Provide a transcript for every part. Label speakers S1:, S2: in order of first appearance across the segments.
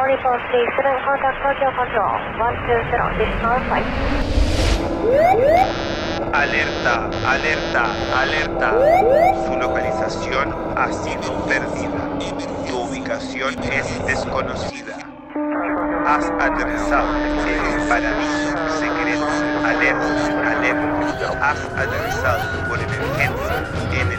S1: 4437 contact Tokyo Control 120, this is our flight.
S2: Alerta, alerta, alerta. Su localización ha sido perdida. Tu ubicación es desconocida. Has aterrizado en el paraíso secreto. Alerta, alerta. Has aterrizado por emergencia en el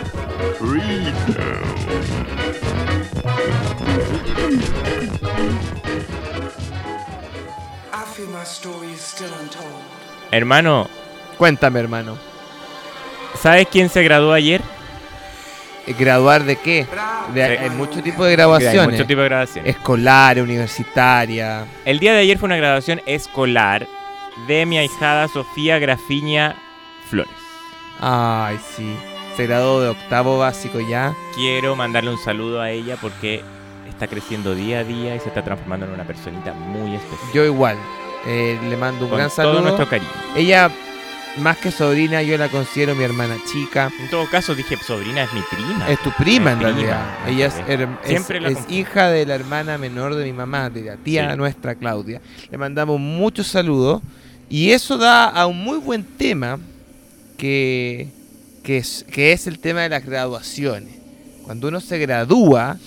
S3: the freedom.
S4: I feel my story is still untold.
S5: Hermano,
S6: Cuéntame, hermano.
S5: ¿sabes quién se graduó ayer?
S6: ¿eh, ¿Graduar de qué? De-
S5: Sí.
S6: Hay mucho tipo de
S5: Mira, hay
S6: graduaciones.
S5: mucho tipo de graduaciones.
S6: Escolar, universitaria.
S5: El día de ayer fue una graduación escolar de mi ahijada Sofía Grafiña Flores.
S6: Ay, sí. Se graduó de octavo básico ya.
S5: Quiero mandarle un saludo a ella porque está creciendo día a día y se está transformando en una personita muy especial.
S6: Yo igual. Eh, le mando un
S5: Con
S6: gran
S5: todo
S6: saludo.
S5: nuestro cariño.
S6: Ella, más que sobrina, yo la considero mi hermana chica.
S5: En todo caso, dije, sobrina es mi prima.
S6: Es tu prima en
S5: prima,
S6: realidad.
S5: ah,
S6: Ella es,
S5: ok.
S6: her- es-
S5: Siempre la
S6: es
S5: confundo.
S6: hija de la hermana menor de mi mamá, de la tía
S5: Sí.
S6: nuestra Claudia. Le mandamos muchos saludos y eso da a un muy buen tema que, que, es, que es el tema de las graduaciones. Cuando uno se gradúa,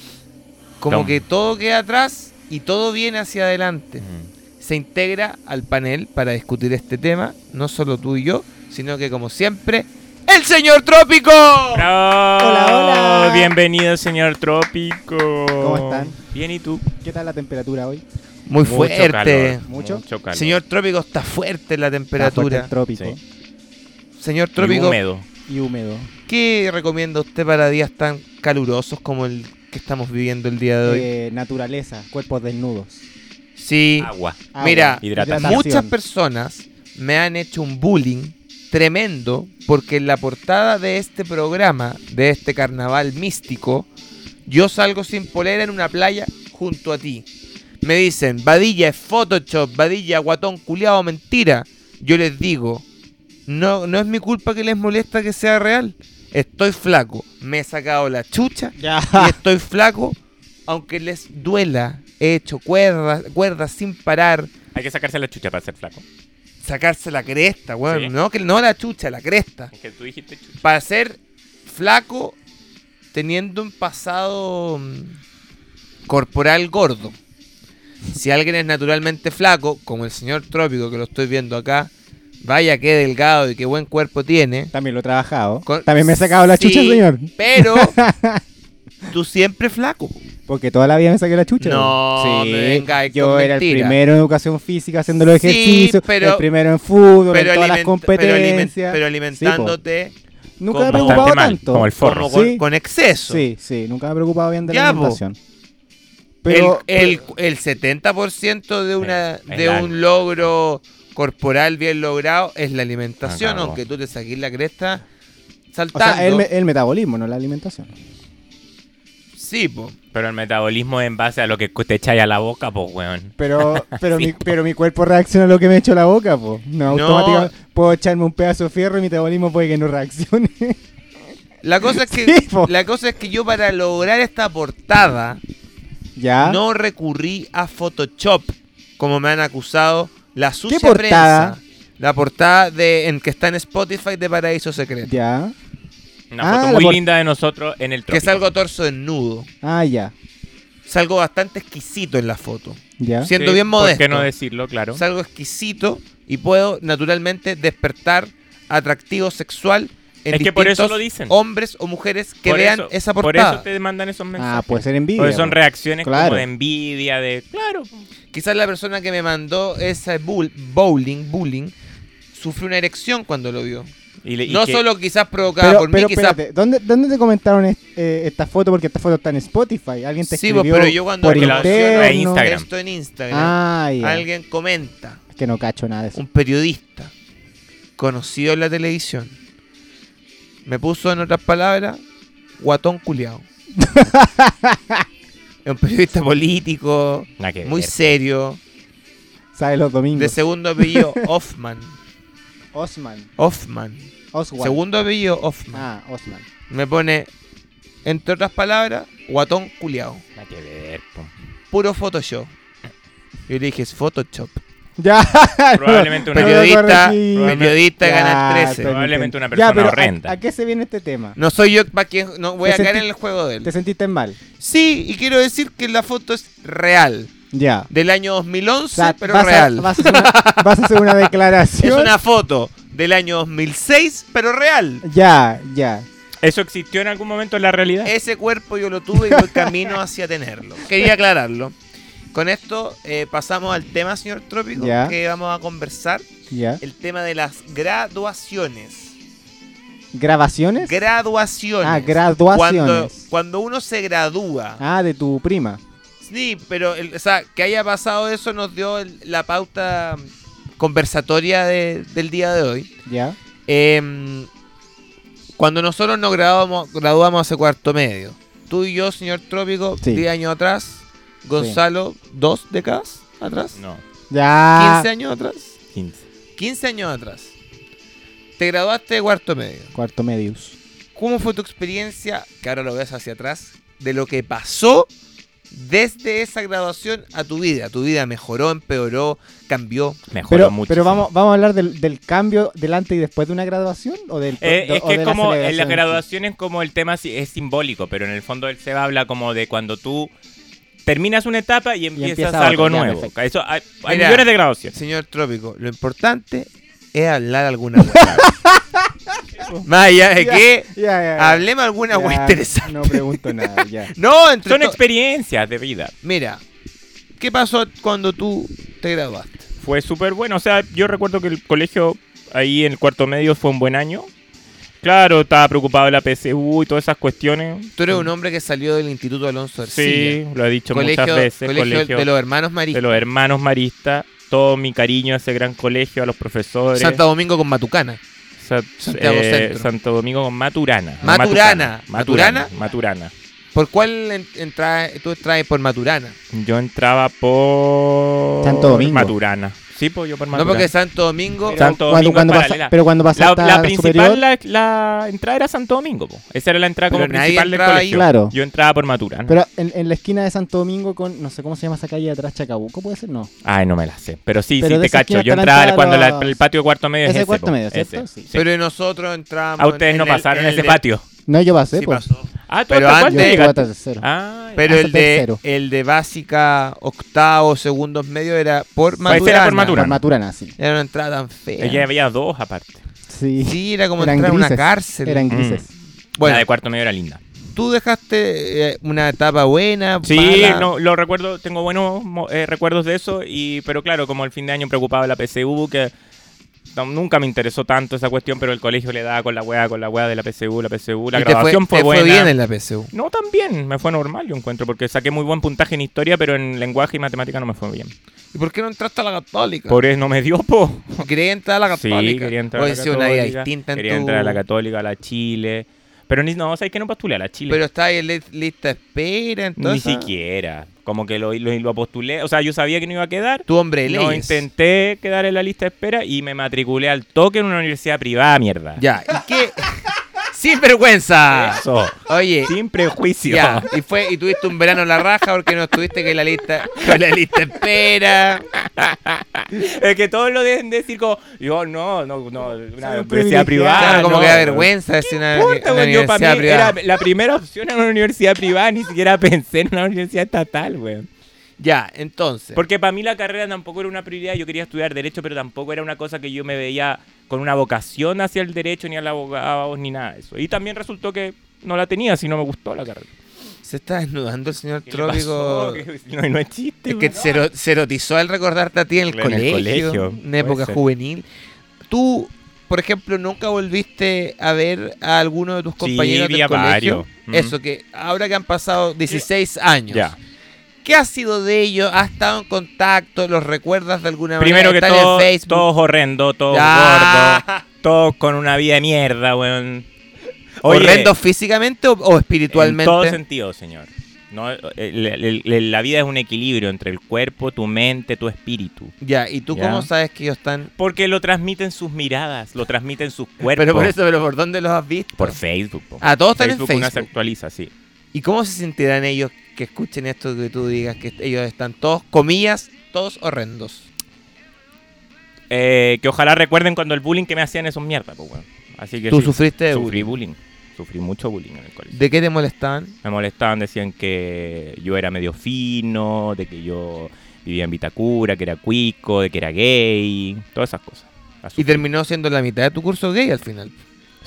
S6: como
S5: Tom.
S6: que todo queda atrás y todo viene hacia adelante.
S5: Mm.
S6: se integra al panel para discutir este tema, no solo tú y yo, sino que como siempre, el señor Trópico.
S5: ¡Bravo!
S7: Hola, hola.
S5: Bienvenido, señor Trópico. ¿Cómo
S7: están?
S5: Bien, ¿y tú?
S7: ¿Qué tal la temperatura hoy?
S6: Muy
S5: Mucho
S6: fuerte.
S5: calor,
S7: Mucho.
S5: Mucho calor.
S6: Señor Trópico está fuerte la
S7: Está fuerte
S6: temperatura.
S7: el trópico
S5: Sí.
S6: Señor
S5: Y
S6: Trópico,
S5: húmedo.
S7: y húmedo.
S6: ¿qué recomienda usted para días tan calurosos como el que estamos viviendo el día de hoy?
S7: Eh, naturaleza, cuerpos desnudos.
S6: sí,
S5: Agua.
S7: agua,
S6: Mira,
S5: hidratación.
S6: muchas personas me han hecho un bullying tremendo porque en la portada de este programa, de este carnaval místico, yo salgo sin polera en una playa junto a ti. Me dicen, Badilla es Photoshop, Badilla, guatón, culiado, mentira. Yo les digo, no, no es mi culpa que les molesta que sea real. Estoy flaco, me he sacado la chucha
S7: Ya.
S6: y estoy flaco, aunque les duela. He hecho cuerdas, cuerdas sin parar,
S5: Hay que sacarse la chucha para ser flaco.
S6: sacarse la cresta, weón.
S5: Sí.
S6: No, que, no la chucha, la cresta.
S5: Es que tú dijiste chucha.
S6: Para ser flaco teniendo un pasado mm, corporal gordo. Si alguien es naturalmente flaco, como el señor Trópico que lo estoy viendo acá, vaya qué delgado y qué buen cuerpo tiene.
S7: También lo he trabajado.
S6: Con-
S7: También me he sacado la
S6: Sí,
S7: chucha, señor.
S6: Pero tú siempre flaco.
S7: Porque toda la vida me saqué la chucha.
S6: No,
S7: Sí,
S6: me vengáis con
S7: Yo era el
S6: mentira.
S7: primero en educación física haciendo los
S6: Sí,
S7: ejercicios,
S6: pero-
S7: el primero en fútbol,
S6: Pero,
S7: en todas las
S6: aliment- pero, aliment-
S7: competencias.
S6: pero
S7: Sí, po.
S6: alimentándote
S7: nunca me he
S6: como-
S7: preocupado
S5: Bastante mal,
S7: tanto.
S5: como el forro.
S6: como con,
S7: Sí.
S6: con exceso.
S7: Sí, sí, nunca me he preocupado bien de la
S6: Ya, po.
S7: alimentación. Pero
S6: el, el, el 70% de, una,
S5: Es- es
S6: de
S5: largo.
S6: un logro corporal bien logrado es la alimentación,
S5: Acabó.
S6: aunque tú te saques la cresta
S7: o
S6: saltando.
S7: sea, el, me- el metabolismo, no la alimentación.
S6: Sí, po.
S5: Pero el metabolismo es en base a lo que te echáis a la boca, pues, weón.
S7: Pero, pero,
S5: Sí,
S7: mi,
S5: po.
S7: pero mi cuerpo reacciona a lo que me echo a la boca, po. No,
S6: No.
S7: automáticamente puedo echarme un pedazo de fierro y mi metabolismo puede que no reaccione.
S6: La cosa es que
S7: Sí, po.
S6: la cosa es que yo para lograr esta portada
S7: ya.
S6: no recurrí a Photoshop, como me han acusado la sucia
S7: portada?
S6: prensa. La portada de en que está en Spotify de Paraíso Secreto.
S7: Ya.
S5: Una
S7: Ah,
S5: foto
S7: la
S5: muy
S7: por-
S5: linda de nosotros en el
S6: Que
S5: trópico.
S6: salgo torso desnudo.
S7: Ah, ya.
S6: Salgo bastante exquisito en la foto.
S7: Ya.
S6: Siento bien modesto.
S5: ¿Por qué no decirlo, claro?
S6: Es algo exquisito y puedo naturalmente despertar atractivo sexual en
S5: Es que por eso
S6: distintos
S5: lo dicen.
S6: hombres o mujeres que
S5: Por
S6: vean
S5: eso-
S6: esa
S5: Por
S6: portada.
S5: eso te mandan esos mensajes.
S7: Ah, puede ser envidia.
S5: Porque son
S7: po.
S5: reacciones
S7: Claro.
S5: como de envidia, de... Claro.
S6: Quizás la persona que me mandó ese bull- bowling, bullying, sufrió una erección cuando lo vio.
S5: Y le- y
S6: No
S5: que-
S6: solo quizás provocada
S7: Pero,
S6: Ah, por mí,
S7: pero
S6: quizás.
S7: espérate, ¿dónde, ¿dónde te comentaron es- eh, esta foto? Porque esta foto está en Spotify. Alguien te
S6: Sí,
S7: escribió
S6: pues, pero yo cuando
S7: por
S6: lo menciono
S5: a
S7: interno.
S5: Instagram.
S6: esto en Instagram,
S7: Ah, ya.
S6: alguien comenta,
S7: Es que no cacho nada de eso.
S6: un periodista conocido en la televisión, me puso en otras palabras, guatón culiao. Es un periodista político,
S5: Nada que
S6: muy
S5: ver.
S6: serio,
S7: Sale los
S6: de
S7: domingos.
S6: segundo apellido Hoffman.
S7: Osman.
S6: Hoffman.
S7: Oswald.
S6: Segundo apellido Hoffman.
S7: Ah, Osman.
S6: Me pone, entre otras palabras, guatón culiao.
S5: Nada que ver, po.
S6: Puro Photoshop. Yo le dije, es Photoshop.
S7: Ya.
S5: Probablemente una,
S7: Pero- lo
S6: periodista,
S7: corregí.
S6: periodista
S7: Ya,
S6: gana
S7: Tony,
S6: 13.
S5: Probablemente
S7: Tony.
S5: una persona
S7: ya, pero ¿a-
S5: horrenda.
S7: ¿a, qué se viene este tema?
S6: No soy yo para quien no voy a
S7: Te
S6: caer en
S7: sentí-
S6: el juego de
S7: ¿Te
S6: él.
S7: sentiste mal?
S6: Sí, y quiero decir que la foto es real,
S7: Ya.
S6: del año
S7: O
S6: 2011,
S7: sea,
S6: pero
S7: vas,
S6: real.
S7: A, vas, a hacer una, vas a hacer una
S6: es
S7: declaración.
S6: una foto del año 2006, pero real.
S7: Ya, ya.
S5: ¿Eso existió en algún momento en la realidad?
S6: Ese cuerpo yo lo tuve y voy camino hacia tenerlo. Quería aclararlo. Con esto eh, pasamos al tema, señor Trópico,
S7: Ya.
S6: que vamos a conversar.
S7: Ya.
S6: El tema de las graduaciones.
S7: ¿Grabaciones?
S6: Graduaciones.
S7: Ah, graduaciones.
S6: Cuando, cuando uno se gradúa.
S7: Ah, de tu prima.
S6: Sí, pero el- o sea, que haya pasado eso nos dio el- la pauta conversatoria de- del día de hoy.
S7: Ya.
S6: Em, cuando nosotros nos graduamos, graduamos hace cuarto medio, tú y yo, señor Trópico,
S7: Sí.
S6: 10 años atrás, Gonzalo, dos décadas atrás,
S5: No,
S7: Ya.
S6: 15 años atrás,
S5: 15.
S6: 15 años atrás, te graduaste de cuarto medio.
S7: Cuarto medius.
S6: ¿Cómo fue tu experiencia, que ahora lo ves hacia atrás, de lo que pasó desde esa graduación a tu vida? ¿Tu vida mejoró, empeoró, cambió?
S5: Mejoró
S7: Pero,
S5: mucho.
S7: pero vamos, vamos a hablar del, del cambio delante y después de una graduación o del
S5: Eh,
S7: de-
S5: es
S7: o
S5: que
S7: de
S5: es
S7: la
S5: como en las
S7: celebración?
S5: graduaciones como el tema si- es simbólico, pero en el fondo él se habla como de cuando tú terminas una etapa y empiezas
S7: empieza otro,
S5: algo
S7: ya,
S5: nuevo.
S7: perfecto.
S5: Eso hay, hay
S6: Mira.
S5: millones de graduaciones.
S6: Señor Trópico, lo importante es hablar alguna hueá. Más allá de
S7: Ya,
S6: que
S7: ya, ya, ya.
S6: hablemos alguna hueá
S7: Ya,
S6: interesante.
S7: No pregunto nada, ya.
S6: No, entre
S5: Son
S6: to-
S5: experiencias de vida.
S6: Mira, ¿qué pasó cuando tú te graduaste?
S5: Fue súper bueno. O sea, yo recuerdo que el colegio ahí en el cuarto medio fue un buen año. Claro, estaba preocupado de la PSU y todas esas cuestiones.
S6: Tú eres un hombre que salió del Instituto Alonso
S5: Sí,
S6: Arcilla.
S5: lo he dicho
S6: colegio,
S5: muchas veces.
S6: colegio
S5: colegio
S6: de los hermanos Maristas.
S5: de los hermanos maristas. Todo mi cariño a ese gran colegio, a los profesores.
S6: Santo Domingo con Matucana.
S5: Sa-
S6: Santiago
S5: eh,
S6: Centro.
S5: Santo Domingo con Maturana. no,
S6: Maturana.
S5: Maturana.
S6: ¿Maturana?
S5: Maturana.
S6: ¿Por cuál en- entra- tú traes por Maturana?
S5: Yo entraba por.
S7: Santo Domingo.
S5: Maturana. Sí, pues yo por
S6: No porque
S5: Maturana.
S6: Santo Domingo.
S5: Pero- Santo
S7: cuando,
S5: Domingo
S7: cuando
S5: es
S7: pasa-
S5: paralela.
S7: pero cuando pasa
S5: la,
S7: hasta
S5: la
S7: la
S5: principal,
S7: superior,
S5: la, la entrada era Santo Domingo. po. Esa era la entrada como
S6: Pero nadie
S5: principal del
S6: entraba ahí.
S5: colegio.
S7: Claro.
S5: Yo entraba por
S6: Mm.
S5: Maturana.
S7: pero en, en la esquina de Santo Domingo con, no sé cómo se llama esa calle de atrás, Chacabuco, ¿puede ser? No.
S5: Ay, no me la sé. Pero sí,
S7: Pero
S5: sí,
S7: de
S5: te
S7: esa
S5: cacho.
S7: esquina
S5: Yo
S7: está la
S5: entraba
S7: entrada
S5: cuando
S7: a
S5: la-
S7: los-
S5: el patio de cuarto medio es
S7: Ese
S5: ese.
S7: cuarto
S5: po.
S7: medio,
S5: Ese,
S7: ¿cierto? Sí.
S5: sí.
S6: Pero nosotros entramos.
S5: A ustedes
S6: en
S5: no
S6: el-
S5: pasaron
S6: el
S5: ese
S6: de-
S5: patio.
S7: No, yo pasé,
S6: Sí
S7: pues.
S6: pasó.
S5: Ah, ¿tú
S6: Pero
S5: hasta cuál
S6: antes-
S7: Yo estuve hasta
S5: llegaste?
S7: tercero.
S5: Ah,
S6: Pero
S7: Hasta
S6: el de,
S7: tercero.
S6: el de básica, octavo, segundos medio era por
S5: Pues
S6: Maturana.
S5: ese era por
S7: Por
S5: Maturana.
S7: Maturana, sí.
S6: Era una entrada tan fea.
S5: ya había dos aparte.
S7: Sí.
S6: Sí, era como
S7: Eran
S6: entrar a una
S7: grises,
S6: cárcel.
S7: Eran
S5: Mm.
S7: grises.
S6: Bueno,
S5: La de cuarto medio era linda.
S6: tú dejaste eh, una etapa buena.
S5: Sí,
S6: mala.
S5: no, lo recuerdo, tengo buenos mo- eh, recuerdos de eso, y pero claro, como el fin de año preocupado de la PCU, que no- nunca me interesó tanto esa cuestión, pero el colegio le daba con la weá, con la weá de la PCU, la PCU, la
S6: Y te
S5: graduación fue,
S6: te
S5: buena.
S6: bien en la PSU.
S5: No tan bien, me fue normal, yo encuentro, porque saqué muy buen puntaje en historia, pero en lenguaje y matemática no me fue bien.
S6: ¿Y por qué no entraste a la católica?
S5: Por eso no me dio, po.
S6: Quería entrar a la
S5: Sí,
S6: católica.
S5: quería entrar a
S6: Puede
S5: la
S6: ser una vida
S5: católica,
S6: distinta en
S5: quería
S6: tu-
S5: entrar a la católica, a la Chile, pero ni, no, sabes que no postulé a la Chile.
S6: Pero está ahí en li- lista de espera, entonces. ah.
S5: Ni siquiera. Como que lo, lo, lo postulé. O sea, yo sabía que no iba a quedar.
S6: Tu hombre de
S5: No
S6: leyes.
S5: intenté quedar en la lista de espera y me matriculé al toque en una universidad privada, mierda.
S6: Ya, ¿y qué? ¡Sin vergüenza!
S5: Eso.
S6: Oye,
S5: Sin prejuicio.
S6: Eh, ya, y fue, y tuviste un verano en la raja porque no estuviste que la lista, con la lista de espera.
S5: Es que todos lo deben decir como, yo no, no, no, una
S7: un
S5: universidad
S7: privilegiado.
S5: privada.
S6: Claro, como
S5: no,
S6: que da
S5: no.
S6: vergüenza es una,
S5: No importa,
S6: una
S5: weón, yo para
S6: universidad
S5: mí
S6: privada.
S5: era la primera opción en una universidad privada, ni siquiera pensé en una universidad estatal, weón.
S6: Ya, entonces.
S5: Porque para mí la carrera tampoco era una prioridad. Yo quería estudiar Derecho, pero tampoco era una cosa que yo me veía con una vocación hacia el Derecho, ni a los abogados, ni nada de eso. Y también resultó que no la tenía, si no me gustó la carrera.
S6: se está desnudando el señor
S5: ¿Qué le pasó?
S6: Trópico.
S5: Que- No, no es chiste.
S6: Es que
S5: weón.
S6: se, ero- se erotizó al recordarte a ti en el,
S5: En el
S6: colegio,
S5: colegio,
S6: en
S5: puede
S6: época
S5: ser.
S6: juvenil. Tú por ejemplo, nunca volviste a ver a alguno de tus compañeros
S8: vi
S6: del
S8: a
S6: colegio?
S8: varios. Mm.
S6: Eso, que ahora que han pasado 16 años,
S8: Ya.
S6: ¿qué ha sido de ellos? ¿Has estado en contacto? ¿Los recuerdas de alguna
S5: Primero que
S6: manera?
S5: todo,
S6: ¿Están en Facebook?
S5: todos horrendos, todos
S6: Ya.
S5: gordos, todos con una vida de mierda, weón. Oye,
S6: ¿Horrendos físicamente o, o
S5: En todo
S6: espiritualmente?
S5: sentido, señor. No, eh, el- el- el- la vida es un equilibrio entre el cuerpo, tu mente, tu espíritu.
S6: Ya, ¿y tú
S5: Ya.
S6: cómo sabes que ellos están...?
S5: Porque lo transmiten sus miradas, lo transmiten sus cuerpos.
S6: Pero por eso, ¿pero por dónde los has visto?
S5: Por Facebook. po.
S6: Ah, todos están en
S5: una se
S6: Facebook.
S5: actualiza, sí.
S6: ¿Y cómo se sentirán ellos que escuchen esto que tú digas que ellos están todos, comillas, todos horrendos?
S5: Eh, que ojalá recuerden cuando el bullying que me hacían esos mierda, pues, weón. Así que
S6: ¿Tú
S5: sí,
S6: sufriste de
S5: sufrí
S6: bullying?
S5: bullying. Sufrí mucho bullying en el colegio.
S6: ¿De qué te molestaban?
S5: Me molestaban, decían que yo era medio fino, de que yo vivía en Vitacura, que era cuico, de que era gay, todas esas cosas. Las
S6: Y
S5: sufrí.
S6: terminó siendo la mitad de tu curso gay al final.
S5: O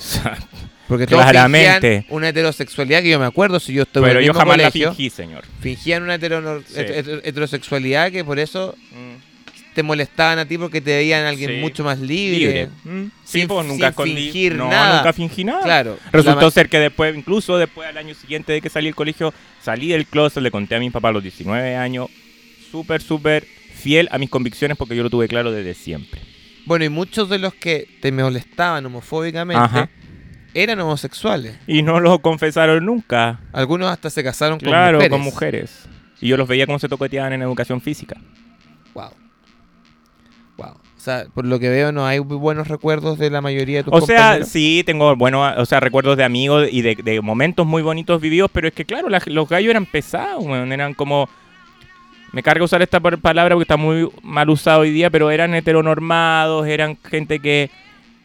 S5: sea,
S6: Porque todos
S5: Claramente.
S6: fingían una heterosexualidad que yo me acuerdo si yo estuve en
S5: Pero
S6: el
S5: yo
S6: mismo
S5: jamás
S6: colegio.
S5: la fingí, señor.
S6: Fingían una heteronor-
S5: Sí.
S6: het- het- heterosexualidad que por eso te molestaban a ti porque te veían a alguien
S5: Sí.
S6: mucho más libre.
S5: Libre. Mm.
S6: Sin-
S5: Sí, pues nunca
S6: sin
S5: escondí.
S6: fingir
S5: no,
S6: nada.
S5: nunca fingí nada.
S6: Ah. Claro. la
S5: Resultó
S6: ma-
S5: ser que después, incluso después al año siguiente de que salí del colegio, salí del closet, le conté a mis papás a los 19 años, súper, súper fiel a mis convicciones porque yo lo tuve claro desde siempre.
S6: Bueno, y muchos de los que te molestaban homofóbicamente
S5: Ajá.
S6: eran homosexuales.
S5: Y no lo confesaron nunca.
S6: Algunos hasta se casaron
S5: claro,
S6: con
S5: con
S6: mujeres.
S5: mujeres. Y yo los veía cómo se toqueteaban en educación física.
S6: Wow. Wow. O sea, por lo que veo no hay muy buenos recuerdos de la mayoría de tus
S5: O sea,
S6: compañeros.
S5: sí, tengo bueno, o sea, recuerdos de amigos y de, de momentos muy bonitos vividos, pero es que claro, la- los gallos eran pesados, weón, eran como me carga usar esta par- palabra porque está muy mal usada hoy día, pero eran heteronormados, eran gente que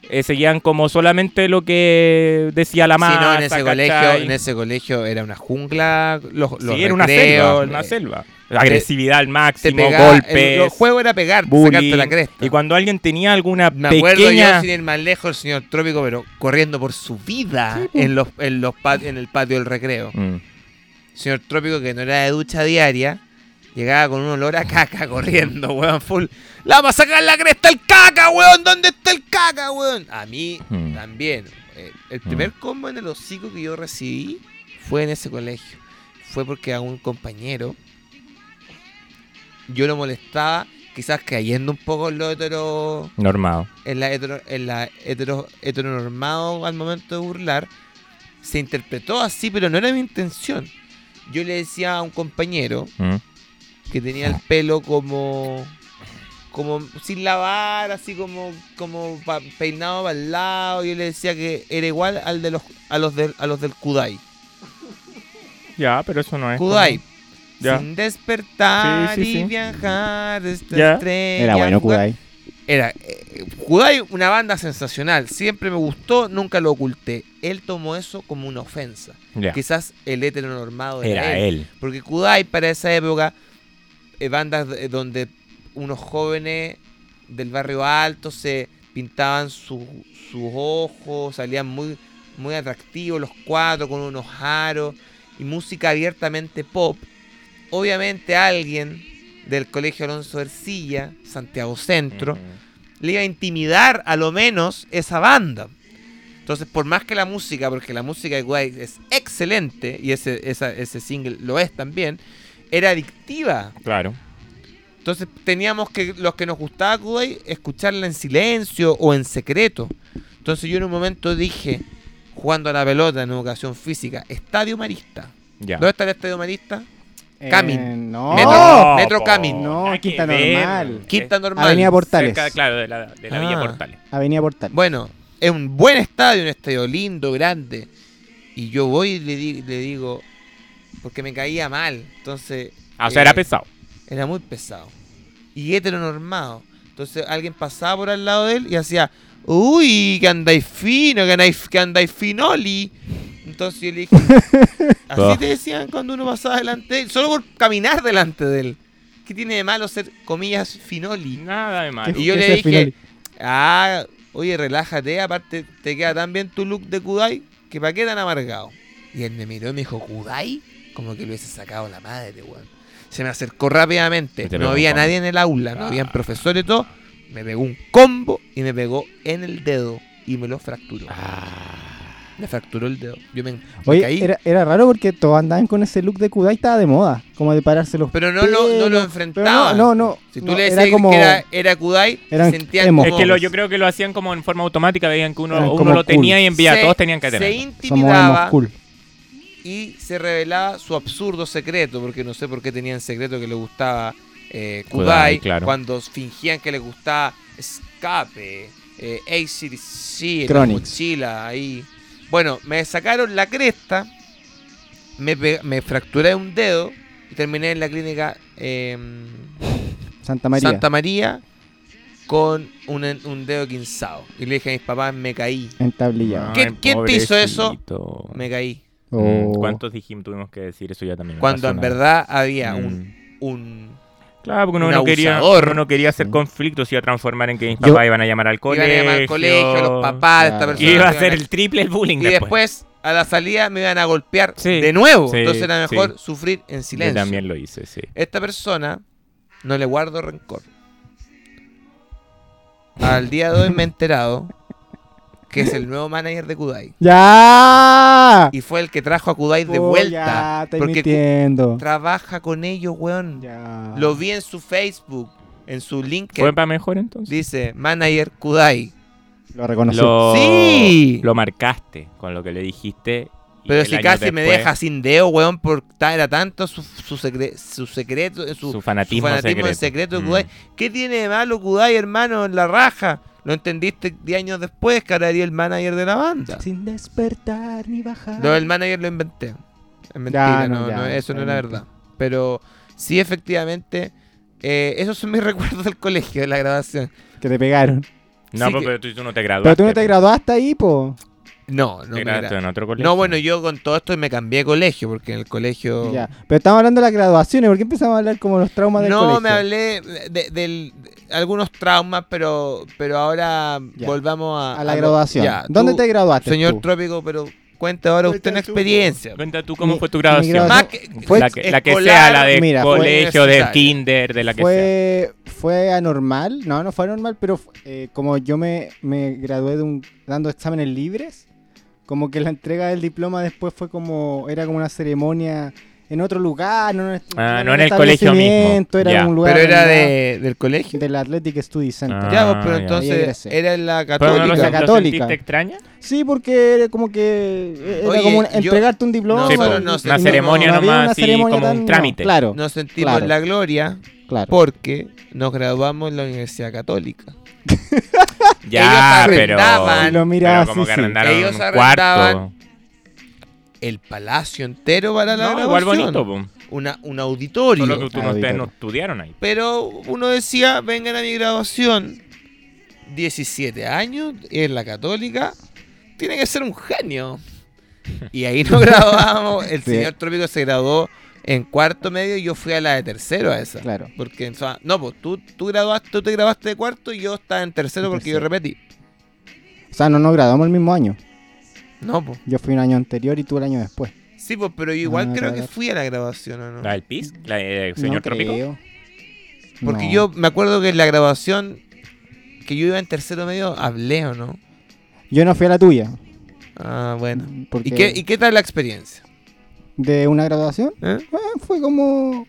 S5: eh, seguían como solamente lo que decía la
S6: Sí,
S5: masa,
S6: no, en ese
S5: ¿cachai?
S6: colegio, en ese colegio era una jungla, los, los
S5: sí, era una
S6: recreos,
S5: selva, una
S6: eh,
S5: selva. Agresividad al
S6: te
S5: máximo,
S6: pegaba-
S5: golpes,
S6: el, el juego era pegarte, sacarte
S5: bullying.
S6: la cresta.
S5: Y cuando alguien tenía alguna
S6: me acuerdo yo
S5: pequeña
S6: sin ir más lejos el señor Trópico, pero corriendo por su vida en los en los pat- en el patio del recreo.
S5: Mm.
S6: Señor Trópico que no era de ducha diaria, llegaba con un olor a caca corriendo, weón, full. La va a sacar la cresta el caca, weón, ¿dónde está el caca, weón? A mí
S5: Mm.
S6: también. eh, el primer combo en el hocico que yo recibí fue en ese colegio. Fue porque a un compañero yo lo molestaba, quizás cayendo un poco en lo hetero
S5: normado.
S6: en la, hetero, en la hetero- heteronormado al momento de burlar, se interpretó así, pero no era mi intención. Yo le decía a un compañero
S5: Mm.
S6: que tenía el pelo como como sin lavar, así como como pa- peinado para el lado, yo le decía que era igual al de los a los del a los del Kudai.
S5: Ya, pero eso no es.
S6: Kudai.
S5: Ya.
S6: Sin despertar
S5: Sí, sí,
S6: y
S5: sí.
S6: viajar esta
S5: Ya.
S6: estrella
S7: Era bueno,
S6: fugaz.
S7: Kudai.
S6: Era eh, Kudai, una banda sensacional. Siempre me gustó, nunca lo oculté. Él tomó eso como una ofensa.
S5: Ya.
S6: Quizás el heteronormado era,
S5: Era
S6: él.
S5: él.
S6: Porque Kudai para esa época, eh, bandas de- donde unos jóvenes del barrio alto se pintaban su- sus ojos, salían muy, muy atractivos los cuatro con unos aros y música abiertamente pop. Obviamente alguien del colegio Alonso Ercilla, Santiago
S5: Mm.
S6: Centro, le iba a intimidar a lo menos esa banda. Entonces, por más que la música, porque la música de Kudai es excelente, y ese, esa- ese single lo es también, era adictiva.
S5: Claro.
S6: Entonces teníamos que, los que nos gustaba Kudai, escucharla en silencio o en secreto. Entonces yo en un momento dije, jugando a la pelota en educación física, Estadio Marista.
S5: Ya.
S6: ¿Dónde está el Estadio Marista?
S7: Eh,
S6: Camin.
S7: no.
S6: Metro-
S5: No,
S6: Metro
S5: po,
S6: Camin.
S7: No,
S5: nada que
S7: Quinta
S5: ver.
S7: Normal.
S6: Quinta normal.
S7: Avenida Portales.
S5: Cerca, claro, de la, de la Villa
S6: Ah.
S5: Portales.
S7: Avenida Portal.
S6: Bueno, es un buen estadio, un estadio lindo, grande. Y yo voy y le, di- le digo, porque me caía mal. Entonces.
S5: Ah, o sea, era
S6: eh,
S5: pesado.
S6: Era muy pesado. Y heteronormado. Entonces alguien pasaba por al lado de él y hacía, uy, que andáis fino, que andáis, que andáis finoli. Entonces yo le dije,
S5: Oh.
S6: así te decían cuando uno pasaba delante de él, solo por caminar delante de él. ¿Qué tiene de malo ser, comillas, finoli?
S5: Nada de malo.
S6: Y yo
S7: Ese
S6: le
S7: es
S6: dije,
S7: Finoli.
S6: ah, oye, relájate, aparte te queda tan bien tu look de Kudai que pa' qué tan amargado. Y él me miró y me dijo, ¿Kudai? Como que lo hubiese sacado la madre, weón. Se me acercó rápidamente.
S5: Y te
S6: No había
S5: preguntó. Ah.
S6: nadie en el aula, no habían profesores y todo. me pegó un combo y me pegó en el dedo y me lo fracturó.
S5: Ah.
S6: Me fracturó el dedo. Yo me, me caí.
S7: Oye, era, era raro porque todos andaban con ese look de Kudai, estaba de moda, como de pararse los
S6: Pero no lo- no lo
S7: pelos, pero
S6: enfrentaban.
S7: No, no, no.
S6: si tú
S7: no,
S6: le
S7: era
S6: decías
S7: como-
S6: que era, era Kudai,
S7: eran
S6: sentían
S7: emo.
S5: Es
S6: como-
S5: que lo- yo creo que lo hacían como en forma automática, veían que
S7: Eran
S5: uno, uno
S7: como
S5: lo tenía
S7: cool.
S5: y enviaba,
S6: se-
S5: todos tenían que
S6: Se
S5: tener.
S7: Somos emos
S6: intimidaba
S7: cool.
S6: y se revelaba su absurdo secreto, porque no sé por qué tenían secreto que le gustaba eh, Kudai,
S5: Kudai, claro.
S6: cuando fingían que le gustaba Escape, eh, ACDC, la
S7: Chronics.
S6: mochila, ahí. Bueno, me sacaron la cresta, me, pe- me fracturé un dedo y terminé en la clínica eh,
S7: Santa María.
S6: Santa María con un, un dedo quinzado. Y le dije a mis papás, me caí,
S7: Entablillado.
S6: ¿Qué-
S5: Ay,
S6: quién te hizo eso?
S5: pobrecito.
S6: me caí.
S5: Mm,
S7: Oh.
S5: ¿Cuántos dijimos tuvimos que decir eso ya también?
S6: Cuando en
S5: Hace una-
S6: verdad había
S5: Mm.
S6: un, un
S5: Claro, porque uno
S6: un
S5: no, quería,
S6: abusador. Mm.
S5: uno no quería hacer conflictos, se iba a transformar en que mis
S7: Yo-
S5: papás iban a llamar al colegio.
S6: Iban a llamar al colegio, los papás de esta
S7: Claro.
S6: persona.
S5: Y iba a
S6: te iban
S5: hacer el triple el bullying
S6: Y después, a la salida, me iban a golpear
S5: Sí,
S6: de nuevo.
S5: sí,
S6: Entonces era
S5: sí.
S6: mejor sufrir en
S5: Yo
S6: silencio.
S5: también lo hice, sí.
S6: Esta persona no le guardo rencor. Al día de hoy me he enterado que es el nuevo manager de Kudai.
S7: ¡Ya!
S6: Y fue el que trajo a Kudai de
S7: Oh,
S6: vuelta.
S7: Ya, estoy
S6: porque
S7: mintiendo.
S6: Ku- trabaja con ellos, weón.
S7: Ya.
S6: Lo vi en su Facebook, en su
S5: ¿Fue
S6: LinkedIn.
S5: para mejor entonces?
S6: Dice, manager Kudai.
S7: Lo reconocí.
S5: Lo,
S6: Sí.
S5: lo marcaste con lo que le dijiste. y
S6: Pero
S5: el
S6: si
S5: año
S6: casi me
S5: después,
S6: deja sin dedo, weón, por ta- era tanto su, su, secre- su secreto, eh, su,
S5: Su
S6: su
S5: fanatismo,
S6: fanatismo en
S5: secreto.
S6: secreto,
S5: Mm.
S6: de Kudai. ¿Qué tiene de malo Kudai, hermano, en la raja? Lo entendiste 10 años después, que ahora eres el manager de la banda.
S7: Sin despertar ni bajar.
S6: No, el manager lo inventé. Es mentira,
S7: no,
S6: no,
S7: ya,
S6: no, eso no es la
S7: realmente.
S6: verdad. Pero sí, efectivamente, eh, esos son mis recuerdos del colegio, de la grabación.
S7: Que te pegaron.
S5: Mm. No,
S6: Sí
S5: pero,
S6: que-
S5: pero tú, tú no te graduaste.
S7: Pero tú no te graduaste ahí, po.
S6: No, no
S5: Te
S6: me
S5: graduaste en
S6: gra-
S5: otro colegio.
S6: No, bueno, yo con todo esto me cambié de colegio, porque en el colegio...
S7: Ya. Pero estamos hablando de las graduaciones. ¿Por qué empezamos a hablar como los traumas del
S6: no,
S7: colegio?
S6: me hablé de, del- de algunos traumas, pero, pero ahora
S7: Ya.
S6: volvamos a,
S7: A la
S6: lo-
S7: graduación.
S6: Ah, ya,
S7: ¿Dónde
S6: tú,
S7: te graduaste?
S6: Señor
S7: tú?
S6: Trópico, pero cuente ahora usted una experiencia.
S5: Cuenta tú cómo
S7: Mi-
S5: fue tu
S7: mi
S5: graduación.
S7: graduación-
S6: Más que-
S7: Fue-
S5: la que, la que
S6: escolar,
S5: sea, la de
S7: Mira, fue
S5: colegio, de
S6: universitaria.
S5: kinder, de la que sea.
S7: fue, fue anormal, no, no fue anormal, pero eh, como yo me, me gradué de un, dando exámenes libres, como que la entrega del diploma después fue como, era como una ceremonia en otro lugar, no, en-
S5: Ah,
S7: un
S5: no en el colegio mismo.
S7: establecimiento, Era
S5: Ya.
S7: en un lugar
S6: Pero era
S7: arrendado
S6: de, del colegio.
S7: del Athletic Study Center.
S5: Ah,
S6: ya, pues, pero
S5: ya.
S6: entonces
S7: Ahí egresé.
S6: era en la
S5: Pero no lo
S6: católica.
S7: la
S5: sent- lo
S7: católica.
S5: sentiste extraña?
S7: Sí, porque era como que eh, era
S6: Oye,
S7: como un-
S6: yo-
S7: entregarte un diploma.
S6: Sí,
S7: o-
S6: pero no sé,
S5: pues, una
S6: no-
S5: ceremonia
S7: no había
S5: nomás,
S7: una
S5: así
S7: ceremonia
S5: como
S7: tan-
S5: un
S7: no,
S5: trámite.
S7: claro,
S6: Nos sentimos
S7: Claro.
S6: la gloria
S7: claro.
S6: porque nos graduamos en la Universidad Católica.
S5: Ya,
S6: Ellos
S5: pero.
S6: arrendaban-
S7: Lo miraba
S5: pero como
S7: así,
S5: que
S7: sí.
S5: arrendaron
S6: Ellos
S5: un cuarto.
S6: arrendaban El palacio entero para la
S5: No, igual
S6: graduación.
S5: bonito, po.
S6: Una, un auditorio.
S5: Solo que tú no,
S7: Auditorio.
S5: ustedes no estudiaron ahí.
S6: Pero uno decía, vengan a mi graduación, 17 años, en la católica, tiene que ser un genio. Y ahí nos graduamos, el
S7: Sí.
S6: señor Trópico se graduó en cuarto medio y yo fui a la de tercero a esa.
S7: Claro.
S6: Porque, o sea, no, pues tú, tú, graduaste, tú te graduaste de cuarto y yo estaba en tercero porque yo
S7: Tercero.
S6: repetí.
S7: O sea, no nos graduamos el mismo año.
S6: No, pues.
S7: Yo fui un año anterior y tú el año después.
S6: Sí, pues, pero yo igual
S7: Ah,
S6: creo que
S7: cagar.
S6: fui a la graduación, ¿o no?
S5: ¿La del PIS? ¿La del señor
S7: no
S5: Trópico?
S7: creo.
S6: Porque
S7: No.
S6: yo me acuerdo que en la graduación que yo iba en tercero medio hablé, ¿o no?
S7: Yo no fui a la tuya.
S6: Ah, bueno.
S7: Mm, Porque
S6: ¿Y qué, ¿Y qué tal la experiencia?
S7: ¿De una graduación?
S6: ¿Eh?
S7: eh, fue como...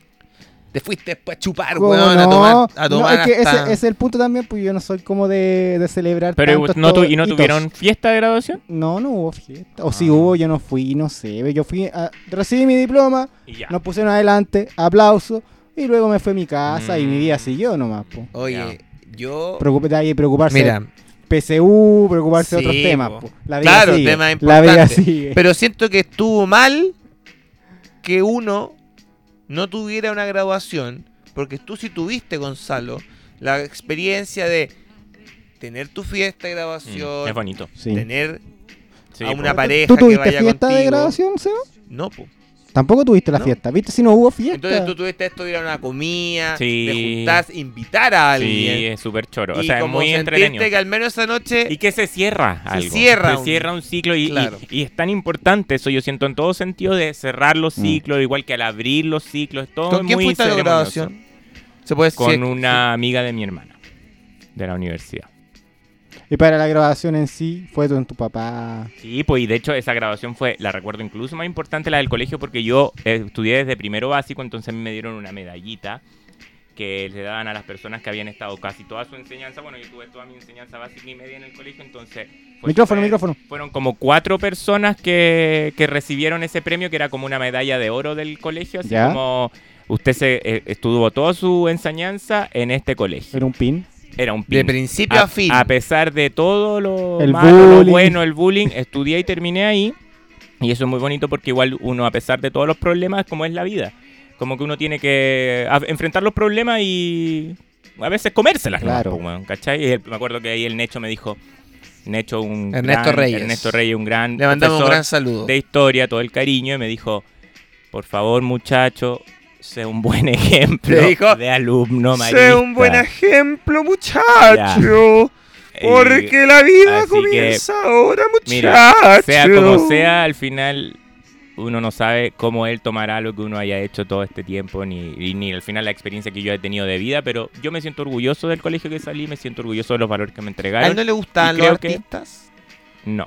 S6: Te fuiste después a chupar,
S7: como
S6: weón, a
S7: no,
S6: tomar, a
S7: no,
S6: tomar
S7: es que
S6: hasta...
S7: ese, ese es el punto también, pues yo no soy como de, de celebrar
S5: Pero
S7: tantos
S5: no tu-
S7: to-
S5: ¿Y no
S7: hitos.
S5: tuvieron fiesta de graduación?
S7: No, no hubo fiesta. O si
S5: Ah.
S7: hubo, yo no fui, no sé. Yo fui, a- recibí mi diploma,
S5: Y ya.
S7: nos pusieron adelante, aplauso, y luego me fui a mi casa y mi vida
S5: Mm.
S7: siguió nomás, po.
S6: Oye, yo...
S7: Preocup- de ahí preocuparse
S6: Mira,
S7: de PSU, preocuparse de
S6: Sí,
S7: otros temas,
S6: po.
S7: po. La vida
S6: Claro,
S7: sigue,
S6: tema
S7: La vida
S6: importante.
S7: sigue.
S6: pero siento que estuvo mal que uno no tuviera una graduación, porque tú sí tuviste, Gonzalo, la experiencia de tener tu fiesta de
S5: Mm,
S6: graduación,
S5: Es bonito.
S7: Sí.
S6: tener
S5: Sí,
S6: a
S5: po.
S6: una
S7: ¿Tú-
S6: pareja
S7: ¿Tú
S6: que
S7: tuviste
S6: vaya
S7: fiesta
S6: contigo.
S7: de graduación, Seba?
S6: No, po.
S7: Tampoco tuviste la
S6: No.
S7: fiesta. ¿Viste si no hubo fiesta?
S6: Entonces tú tuviste esto de ir a una comida,
S5: Sí.
S6: de juntarse, invitar a alguien.
S5: Sí, es súper choro. O
S6: y
S5: sea, es
S6: como
S5: muy entretenido.
S6: sentiste que al menos esa noche
S5: Y que se cierra
S6: Se
S5: algo.
S6: cierra
S5: Se
S6: un-
S5: cierra un ciclo y, y-
S6: Claro.
S5: y es tan importante eso, yo siento, en todo sentido de cerrar los
S7: Mm.
S5: ciclos, igual que al abrir los ciclos, todo
S6: ¿Con
S5: es
S6: quién
S5: muy
S6: fuiste a la
S5: ceremonioso.
S6: graduación? Se puede decir.
S5: Con una amiga de mi hermana. de la universidad.
S7: Y para la grabación en sí, fue con tu papá.
S5: Sí, pues y de hecho esa grabación fue, la recuerdo incluso más importante la del colegio porque yo eh, estudié desde primero básico, entonces me dieron una medallita que le daban a las personas que habían estado casi toda su enseñanza. Bueno, yo tuve toda mi enseñanza básica y media en el colegio, entonces... fue
S7: Micrófono,
S5: súper-
S7: micrófono.
S5: Fueron como cuatro personas que, que recibieron ese premio, que era como una medalla de oro del colegio, así
S7: Ya.
S5: como usted se eh, estuvo toda su enseñanza en este colegio.
S7: Era un pin.
S5: Era un
S6: De
S5: pin.
S6: principio a fin.
S5: A pesar de todo lo
S7: El
S5: malo, lo
S7: bullying.
S5: bueno, el bullying, estudié y terminé ahí. Y eso es muy bonito porque igual uno, a pesar de todos los problemas, como es la vida, como que uno tiene que a- enfrentar los problemas y a veces comérselas. nomás,
S7: Claro.
S5: po, weón, ¿cachai? Y el- me acuerdo que ahí el Necho me dijo, Necho, un
S6: Ernesto
S5: gran-
S6: Reyes.
S5: Ernesto Reyes, un gran
S6: Le mandamos un
S5: profesor
S6: gran saludo.
S5: de historia, todo el cariño, y me dijo, por favor muchacho, sé un buen ejemplo
S6: Le dijo,
S5: de alumno
S6: Sé un buen
S5: marista".
S6: ejemplo, muchacho.
S5: Y-
S6: Porque la vida
S5: así que,
S6: comienza ahora, muchacho.
S5: Mira, sea como sea, al final uno no sabe cómo él tomará lo que uno haya hecho todo este tiempo, ni, y ni al final la experiencia que yo he tenido de vida, pero yo me siento orgulloso del colegio que salí, me siento orgulloso de los valores que
S6: ¿A él
S5: me
S6: no
S5: entregaron.
S6: le gustaban
S5: Y
S6: los
S5: creo que-
S6: artistas?
S5: No,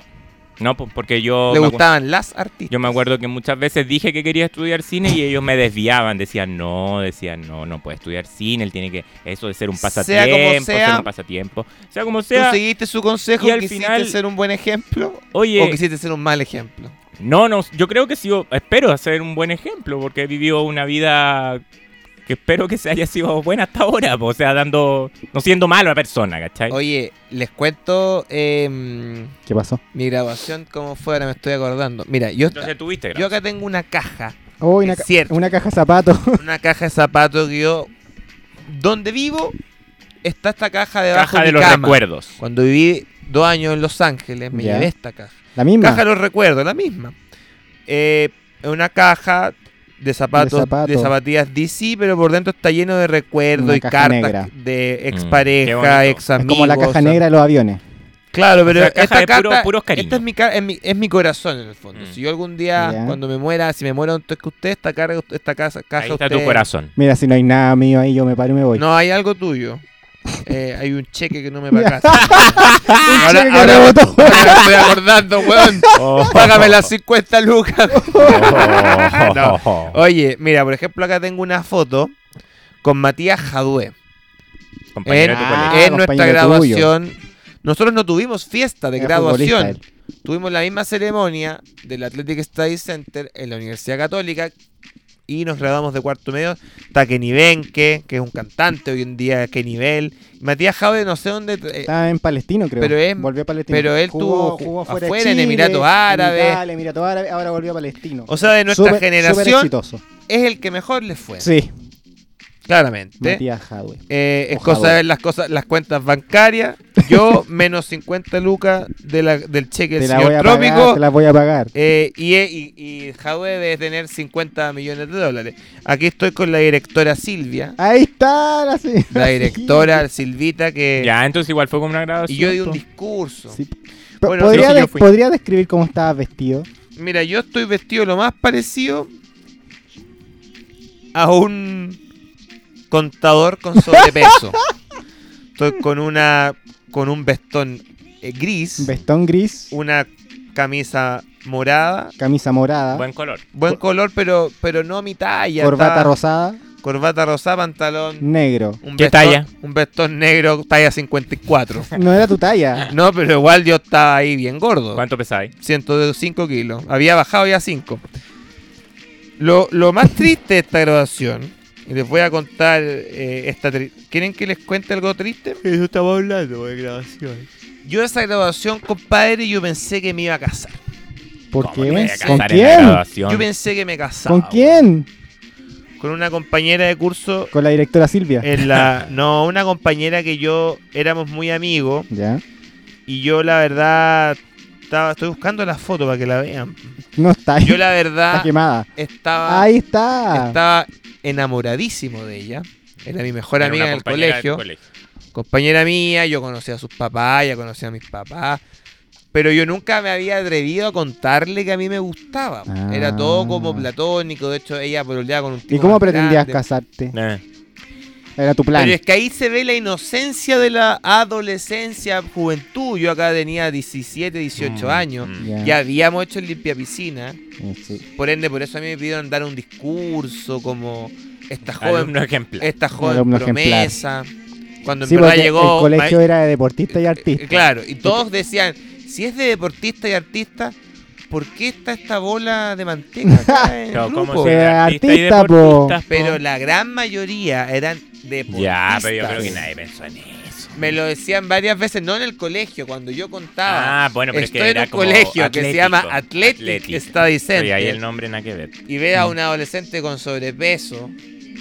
S5: no, po- porque yo...
S6: Le
S5: me acu-
S6: gustaban las artistas.
S5: Yo me acuerdo que muchas veces dije que quería estudiar cine y ellos me desviaban, decían no, decían no, no puede estudiar cine, él tiene que, eso de ser un
S6: Sea como
S5: pasatiempo,
S6: sea.
S5: ser un pasatiempo, sea como
S6: ¿Tú
S5: sea,
S6: seguiste su consejo?
S5: y al
S6: ¿Quisiste
S5: final- eh.
S6: ser un buen ejemplo?
S5: oye,
S6: ¿O quisiste ser un mal ejemplo?
S5: No, no, yo creo que sí, espero hacer un buen ejemplo, porque he vivido una vida que espero que se haya sido buena hasta ahora, po, o sea, dando, no siendo mala persona, ¿cachai?
S6: Oye, les cuento em,
S7: ¿Qué pasó?
S6: mi grabación, cómo fue, ahora me estoy acordando. Mira, yo,
S5: Entonces tuviste,
S6: yo acá tengo una caja,
S7: Oh, una,
S6: Es
S7: ca-
S6: cierto.
S7: una caja de zapatos.
S6: una caja de zapatos que yo... Donde vivo está esta caja debajo
S5: caja
S6: de
S5: de
S6: mi
S5: los
S6: cama.
S5: recuerdos.
S6: Cuando viví dos años en Los Ángeles, me
S7: Ya.
S6: llevé esta caja.
S7: La misma.
S6: Caja de los recuerdos, la misma. Eh, una caja de zapatos, de,
S7: De zapato.
S6: zapatillas DC, pero por dentro está lleno de recuerdos
S7: Una
S6: y
S7: caja
S6: cartas
S7: negra.
S6: de
S5: Mm, qué
S6: expareja,
S5: bonito.
S6: ex
S7: es
S6: amigos.
S7: como la caja negra de los aviones.
S6: Claro, pero
S5: O sea, caja
S6: esta
S5: de puro-
S6: carta-
S5: puros cariños.
S6: esta es mi, ca- es mi- es mi corazón en el fondo.
S5: Mm.
S6: Si yo algún día,
S7: Ya.
S6: cuando me muera, si me muero antes que usted, esta, carga, esta casa, caja
S5: Ahí está
S6: usted-
S5: tu corazón.
S7: Mira, si no hay nada mío ahí, yo me paro y me voy.
S6: No, hay algo tuyo. Eh, hay un cheque que no me pagaste. ahora,
S7: cheque ¡Ah, que
S6: ahora-
S7: no votó.
S6: ahora me estoy acordando, weón. Págame las 50 lucas. No.
S5: Oh,
S6: Oye, mira, por ejemplo, acá tengo una foto con Matías Jadue. En,
S5: Compañero de tu
S7: Ah,
S5: colegio.
S6: en nuestra
S7: compañero tuyo.
S6: graduación. Nosotros no tuvimos fiesta de
S7: Era
S6: graduación.
S7: futbolista él.
S6: Tuvimos la misma ceremonia del Athletic Studies Center en la Universidad Católica y nos graduamos de cuarto medio. Está Kenny Benke, que es un cantante hoy en día, qué nivel. Matías Jadue, no sé dónde. eh,
S7: Estaba en Palestino, creo.
S6: pero él-
S7: volvió a Palestino.
S6: pero él tuvo afuera en Emiratos Árabes.
S7: En Italia, Emiratos Árabes, ahora volvió a Palestino.
S6: o sea, de nuestra
S7: Súper- súper
S6: generación
S7: exitoso.
S6: es el que mejor le fue.
S7: Sí,
S6: Claramente.
S7: Matías Jadwe.
S6: Eh, es
S7: Ojalá.
S6: cosa de ver las cosas, las cuentas bancarias. Yo, menos 50 lucas de la- del cheque del
S7: Te la voy
S6: señor
S7: a
S6: Trópico.
S7: pagar, te la voy a pagar.
S6: eh, y, y, y Jadwe debe tener 50 millones de dólares. Aquí estoy con la directora Silvia.
S7: Ahí está la señora.
S6: La directora Silvita que...
S5: Ya, entonces igual fue como una graduación.
S6: Eh, Y yo di un
S5: po.
S6: discurso.
S7: Sí. P-
S6: Bueno,
S7: ¿podría,
S5: sí, yo
S7: de-
S5: fui.
S7: podría describir cómo estabas vestido?
S6: Mira, yo estoy vestido lo más parecido a un contador con sobrepeso. estoy con una con un vestón eh, gris.
S7: Un Vestón gris,
S6: una camisa morada,
S7: camisa morada,
S5: Buen color.
S6: buen color, pero, pero no mi talla.
S7: corbata Mm,
S6: estaba-
S7: rosada,
S6: Corbata rosada, pantalón.
S7: negro.
S6: Un
S5: ¿Qué
S6: vestón,
S5: talla?
S6: Un vestón negro, talla 54.
S7: No era tu talla.
S6: No, pero igual yo estaba ahí bien gordo.
S5: ¿Cuánto pesáis?
S6: 105 kilos. Había bajado ya 5. Lo, lo más triste de esta graduación, y les voy a contar eh, esta... tri- ¿Quieren que les cuente algo triste?
S5: Eso estaba hablando de graduación.
S6: Yo esa graduación, compadre, yo pensé que me iba a casar.
S7: ¿Por
S5: ¿Cómo te
S7: qué?
S5: voy a
S7: ¿Con
S5: casar en la
S7: quién?
S5: graduación?
S6: Yo pensé que me casaba.
S7: ¿Con quién?
S6: Con una compañera de curso
S7: Con la directora Silvia.
S6: En la, no, una compañera que yo éramos muy amigos
S7: Ya.
S6: y yo la verdad estaba, estoy buscando la foto para que la vean.
S7: No está ahí.
S6: Yo la Ah,
S7: Está
S6: verdad
S7: quemada.
S6: estaba,
S7: Ahí está.
S6: estaba enamoradísimo de ella. Era mi mejor
S5: Era
S6: amiga
S5: una
S6: en el
S5: compañera de tu
S6: colegio, compañera mía, yo conocía a sus papás, ella conocía a mis papás, pero yo nunca me había atrevido a contarle que a mí me gustaba.
S7: Ah.
S6: Era todo como platónico, de hecho ella pololeaba con un tipo
S7: ¿Y cómo
S6: más
S7: pretendías
S6: grande.
S7: casarte?
S5: Eh.
S7: Era tu plan.
S6: Pero es que ahí se ve la inocencia de la adolescencia, juventud. Yo acá tenía 17, 18
S5: Mm,
S6: años.
S5: mm.
S7: Ya.
S6: Ya habíamos hecho el limpia piscina.
S7: Eh, sí.
S6: Por ende, por eso a mí me pidieron dar un discurso como esta joven,
S5: Alumno ejemplar.
S6: esta joven
S7: Alumno ejemplar.
S6: promesa. Cuando en
S7: Sí,
S6: verdad
S7: porque
S6: llegó.
S7: el colegio
S6: ma-
S7: era de deportista y artista.
S6: eh, Claro, y todos decían: si es de deportista y artista, ¿por qué está esta bola de manteca acá en el
S5: Claro, ¿cómo
S6: grupo?"
S5: ser
S7: Que
S5: artista
S7: Eh, artista,
S5: y
S7: po.
S5: deportista, po?
S6: Pero la gran mayoría eran deportistas.
S5: Ya, pero yo creo que nadie pensó en eso.
S6: Me lo decían varias veces, no en el colegio, cuando yo contaba.
S5: Ah, bueno, pero es
S6: Estoy
S5: que
S6: en
S5: era
S6: un
S5: como
S6: colegio que se
S5: atlético,
S6: llama Athletic,
S5: atlético.
S6: Study Center.
S5: Y ahí el nombre nada que ver.
S6: Y ve a un adolescente con sobrepeso,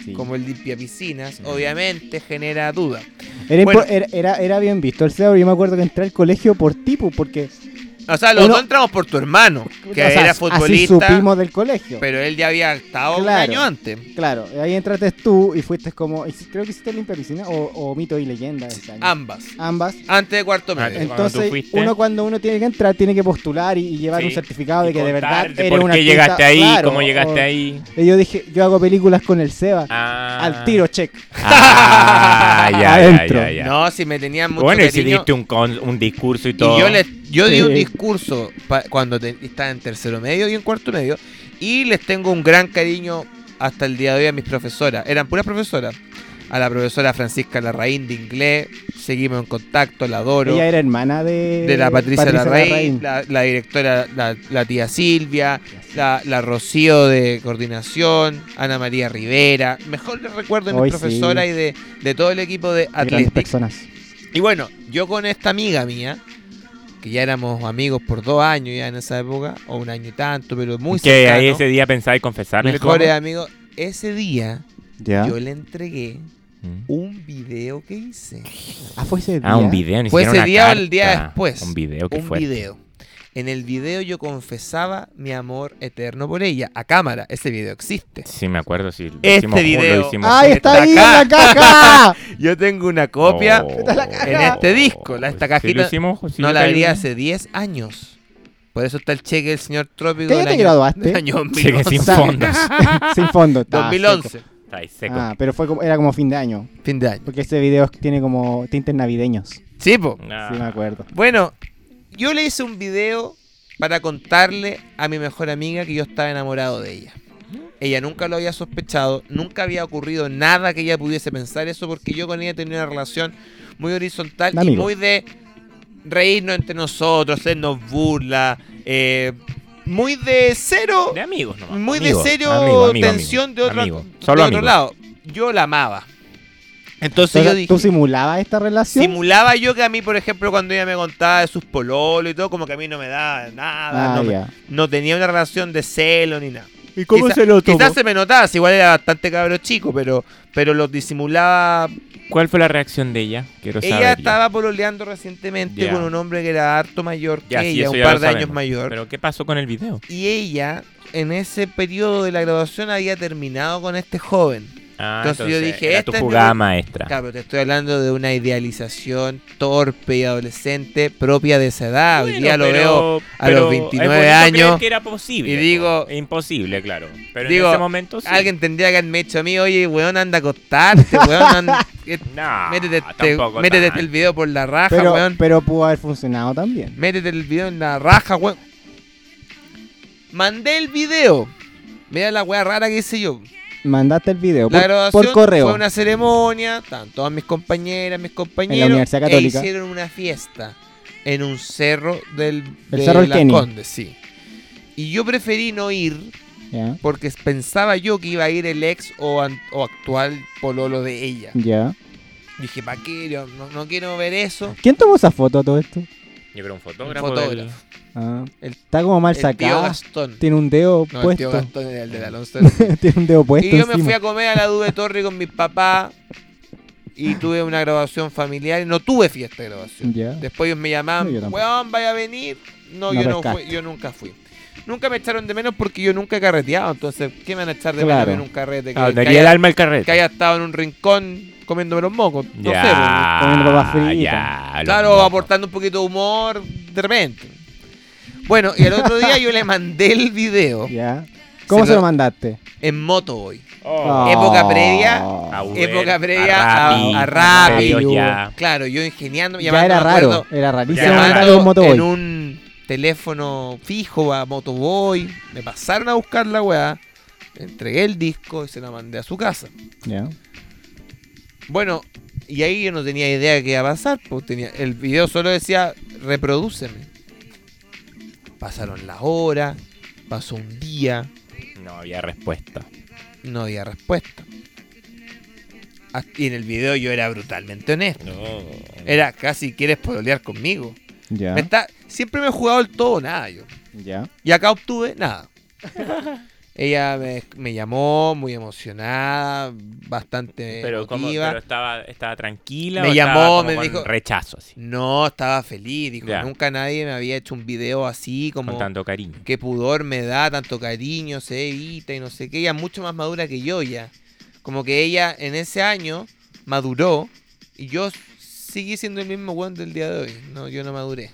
S7: Sí.
S6: como el limpia
S5: Mm.
S6: piscinas, obviamente genera duda.
S7: Era,
S6: Bueno.
S7: impo- era, era, era bien visto el SEO. Yo me acuerdo que entré al colegio por tipo, porque
S6: O sea, los
S7: Uno-
S6: dos entramos por tu hermano, que
S7: o sea,
S6: era
S7: así
S6: futbolista,
S7: supimos del colegio.
S6: pero él ya había estado un
S7: Claro.
S6: año antes.
S7: Claro, ahí entraste tú y fuiste como. Creo que hiciste Limpia Piscina o, o Mito y Leyenda ese año.
S6: Ambas.
S7: Ambas.
S6: Antes de cuarto
S5: Ah,
S6: medio.
S5: cuando
S7: Entonces,
S5: tú fuiste-
S7: uno cuando uno tiene que entrar, tiene que postular y, y llevar
S5: Sí,
S7: un certificado
S5: Y
S7: de que de verdad
S5: contar
S7: eres
S5: ¿Por
S7: un
S5: qué
S7: artista,
S5: llegaste ahí?
S7: claro,
S5: ¿Cómo llegaste
S7: o-
S5: ahí?
S7: Y yo dije, yo hago películas con el Seba.
S5: Ah.
S7: Al tiro, check.
S5: Ah, ya, ya,
S7: Adentro.
S5: ya, ya.
S6: No, si me tenían mucho
S5: bueno, y si
S6: cariño.
S5: diste un, con- un discurso y
S6: Y
S5: todo.
S6: yo, les, yo di un
S7: Sí.
S6: discurso pa- cuando te- estaba en tercero medio y en cuarto medio. Y les tengo un gran cariño hasta el día de hoy a mis profesoras. Eran puras profesoras. A la profesora Francisca Larraín de inglés. Seguimos en contacto, la adoro.
S7: Ella era hermana de.
S6: de la Patricia, Larraín,
S7: Larraín.
S6: La, la directora, la, la tía Silvia, la, la Rocío de coordinación, Ana María Rivera. Mejor les recuerdo de mi
S7: Hoy sí.
S6: profesora y de, de todo el equipo de
S7: Grandes
S6: Atlético.
S7: personas.
S6: Y bueno, yo con esta amiga mía, que ya éramos amigos por dos años ya en esa época, o un año y tanto, pero muy
S5: Que ahí
S6: cercano,
S5: ese día pensaba y confesarle.
S6: mejores
S5: todo.
S6: amigos, ese día
S7: Ya.
S6: yo le entregué un video que hice.
S7: Ah, fue ese día.
S5: Mm. Ah, un video. Ni
S6: Fue
S5: siquiera
S6: ese
S5: una
S6: día o el día
S5: carta.
S6: después.
S5: Un video que
S6: un
S5: fue.
S6: video. En el video yo confesaba mi amor eterno por ella, a cámara. Ese video existe.
S5: Sí, me acuerdo. Sí, lo
S6: Este
S5: hicimos juntos,
S6: video.
S5: Lo hicimos
S7: ¡Ay,
S5: juntos.
S7: está ahí en la
S6: Acá.
S7: caja!
S6: Yo tengo una copia.
S5: Oh.
S7: Está la caja.
S6: en este disco, la- esta
S5: Sí, lo
S6: cajita,
S5: hicimos, sí,
S6: No
S5: yo
S6: la
S5: caí
S6: abrí
S5: bien.
S6: hace 10 años. Por eso está el cheque del señor Trópico
S7: ¿Qué año
S6: del
S7: te
S6: año,
S7: graduaste?
S6: del año
S5: Cheque sin
S6: 2011.
S5: fondos.
S7: Sin fondo. está
S6: 2011,
S5: Está ahí seco.
S7: seco. Ah, pero fue como, era como fin de año.
S6: fin de año.
S7: Porque ese video tiene como tintes navideños. Sí,
S6: Sí, po.
S5: Ah.
S7: me acuerdo.
S6: Bueno, yo le hice un video para contarle a mi mejor amiga que yo estaba enamorado de ella. Ella nunca lo había sospechado, nunca había ocurrido nada que ella pudiese pensar eso porque yo con ella tenía una relación muy horizontal
S7: De
S6: y
S7: amigos.
S6: muy de reírnos entre nosotros, hacernos burla, eh, muy de cero,
S5: De amigos nomás.
S6: muy
S5: Amigos,
S6: de cero
S5: amigo, amigo,
S6: tensión
S5: amigo,
S6: de otro,
S5: amigo.
S6: de
S5: Solo
S6: otro
S5: amigos.
S6: lado. Yo la amaba. Entonces yo
S7: Entonces,
S6: dije,
S7: ¿Tú simulabas esta relación?
S6: Simulaba yo que a mí, por ejemplo, cuando ella me contaba de sus pololos y todo, como que a mí no me daba nada,
S7: Ah,
S6: no, me-
S7: ya.
S6: no tenía una relación de celo ni nada.
S5: ¿Y
S6: Quizá- Quizás se me notaba, si igual era bastante cabro chico, pero, pero lo disimulaba.
S5: ¿Cuál fue la reacción de ella? Quiero saber.
S6: ella
S5: yo.
S6: estaba pololeando recientemente
S5: Ya.
S6: con un hombre que era harto mayor que
S5: Ya, sí,
S6: ella,
S5: eso
S6: un
S5: ya
S6: par
S5: lo
S6: de años
S5: sabemos.
S6: mayor.
S5: Pero ¿qué pasó con el video?
S6: Y ella, en ese periodo de la graduación, había terminado con este joven.
S5: Ah,
S6: Entonces yo dije,
S5: era
S6: esta
S5: tu
S6: es mi-
S5: jugada maestra.
S6: Claro, pero te estoy hablando de una idealización torpe y adolescente propia de esa edad. Hoy día
S5: Bueno,
S6: lo
S5: pero-
S6: veo a
S5: pero
S6: los
S5: es
S6: 29
S5: bonito
S6: años
S5: creer que era posible.
S6: y digo-
S5: po. imposible, claro. Pero
S6: digo,
S5: en ese momento sí.
S6: Alguien tendría que haberme hecho a mí, oye, weón, anda a acostarte, weón, anda- eh,
S5: No,
S6: métete, este-
S5: tampoco
S6: métete
S5: tan.
S6: el video por la raja,
S7: Ah, Pero,
S6: weón.
S7: pero pudo haber funcionado también.
S6: Métete el video en la raja, weón. Mandé el video. Mira la weá rara que hice yo.
S7: Mandaste el
S6: La
S7: video por,
S6: graduación
S7: por correo.
S6: fue una ceremonia, estaban todas mis compañeras, mis compañeros.
S7: Universidad
S6: e
S7: Católica.
S6: hicieron una fiesta en un cerro del
S7: El
S6: de
S7: Cerro del
S6: Las
S7: Kennedy.
S6: Condes, sí. Y yo preferí no ir
S7: Ya,
S6: porque pensaba yo que iba a ir el ex o, an- o actual pololo de ella.
S7: ya.
S6: Dije, ¿para qué? Yo No, no quiero ver eso.
S7: ¿Quién tomó esa foto a todo esto?
S5: Yo creo un fotógrafo.
S6: Un fotógrafo.
S5: del-
S7: Ah,
S6: El-
S7: está como mal
S6: El tío
S7: sacado.
S6: Gastón.
S7: Tiene un dedo
S6: No, el tío
S7: puesto.
S6: Gastón era el del Alonso.
S7: Tiene un dedo puesto.
S6: Y yo me
S7: encima.
S6: fui a comer a la Duve Torre con mis papás y tuve una grabación familiar y no tuve fiesta de grabación.
S7: Ya.
S6: Después ellos me llamaban,
S7: No, yo tampoco.
S6: weón, vaya a venir. No,
S7: No
S6: yo no
S7: pescaste.
S6: fui, yo nunca fui. Nunca me echaron de menos porque yo nunca he carreteado, entonces, ¿qué me van a echar de
S7: Claro.
S6: menos en un carrete? Que,
S5: Ah,
S6: que
S5: daría el
S6: haya,
S5: alma al carrete.
S6: que haya estado en un rincón comiéndome los mocos. No sé, pues.
S5: ya,
S7: Comiendo papas fritas.
S5: ya, los
S6: Claro,
S5: mocos.
S6: aportando un poquito de humor de repente. Bueno, y al otro día yo le mandé el video
S7: Ya. ¿Cómo
S6: Se
S7: se,
S6: lo-
S7: lo mandaste?
S6: En Motoboy.
S7: Oh.
S6: Época previa.
S5: A Uber,
S6: época previa
S5: a
S6: a,
S5: Rappi,
S6: a
S5: a
S6: Rappi.
S5: Rappi, ya.
S6: Claro, yo ingeniando,
S7: Ya
S6: llamando,
S7: era
S6: me
S7: raro,
S6: acuerdo,
S7: era rarísimo
S5: Ya era
S7: mandar
S6: llamando
S7: un motoboy.
S6: en un teléfono fijo a Motoboy. Me pasaron a buscar la weá. Entregué el disco y se la mandé a su casa.
S7: Ya.
S6: Bueno, y ahí yo no tenía idea de qué iba a pasar. Pues tenía, el video solo decía, reprodúceme. Pasaron las horas, pasó un día,
S5: No había respuesta.
S6: no había respuesta. Hasta- Y en el video yo era brutalmente honesto. Era casi, ¿quieres pololear conmigo?
S7: Ya.
S6: Me está- siempre me he jugado el todo o nada yo.
S7: Ya.
S6: Y acá obtuve nada. Ella me, me llamó muy emocionada, bastante
S5: Eh, Pero, como,
S6: emotiva.
S5: pero estaba, estaba tranquila.
S6: Me
S5: o estaba
S6: llamó,
S5: como
S6: me
S5: con
S6: dijo-
S5: Rechazo, así.
S6: No, estaba feliz. Dijo,
S5: Ya.
S6: nunca nadie me había hecho un video así, como
S5: Con tanto cariño.
S6: qué pudor me da, tanto cariño, se evita y no sé qué. Ella es mucho más madura que yo ya. Como que ella en ese año maduró y yo seguí siendo el mismo weón del día de hoy. No, yo no maduré.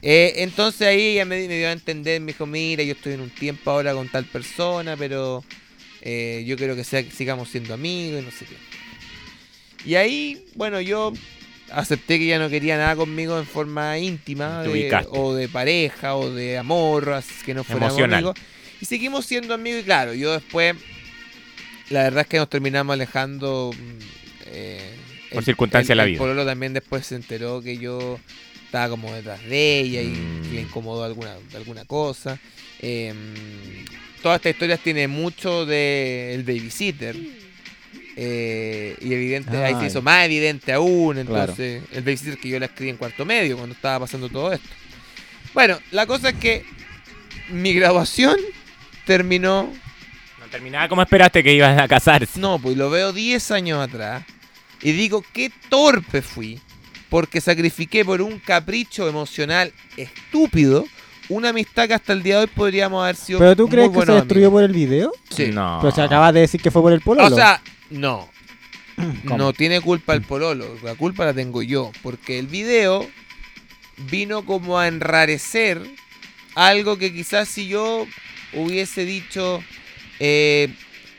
S6: Eh, entonces ahí ella me, me dio a entender, me dijo, mira, yo estoy en un tiempo ahora con tal persona, pero eh, yo quiero que, sea, que sigamos siendo amigos y no sé qué. Y ahí, bueno, yo acepté que ella no quería nada conmigo en forma íntima, eh,
S5: Te
S6: de-
S5: ubicaste.
S6: o de pareja, o de amor, así que no fuéramos
S5: Emocional.
S6: amigos. Y seguimos siendo amigos y claro, yo después, la verdad es que nos terminamos alejando. mm, eh,
S5: Por circunstancias de la
S6: el
S5: vida.
S6: pololo también después se enteró que yo estaba como detrás de ella y
S5: Mm.
S6: le incomodó alguna, alguna cosa. Eh, toda esta historia tiene mucho de el babysitter. eh, y evidente, ahí se
S7: Ay.
S6: hizo más evidente aún.
S7: Claro.
S6: Entonces, el babysitter que yo la escribí en cuarto medio cuando estaba pasando todo esto. Bueno, la cosa es que mi graduación terminó.
S5: No terminaba como esperaste que ibas a casarse.
S6: No, pues lo veo 10 años atrás. Y digo, qué torpe fui. Porque sacrifiqué por un capricho emocional estúpido una amistad que hasta el día de hoy podríamos haber sido.
S7: ¿Pero tú
S6: muy
S7: crees que se
S6: buenos
S7: destruyó
S6: amigos.
S7: por el video?
S6: Sí.
S5: No.
S7: Pero se acabas de decir que fue por el pololo.
S6: O sea, no.
S7: ¿Cómo?
S6: No tiene culpa el pololo, la culpa la tengo yo, porque el video vino como a enrarecer algo que quizás si yo hubiese dicho, eh,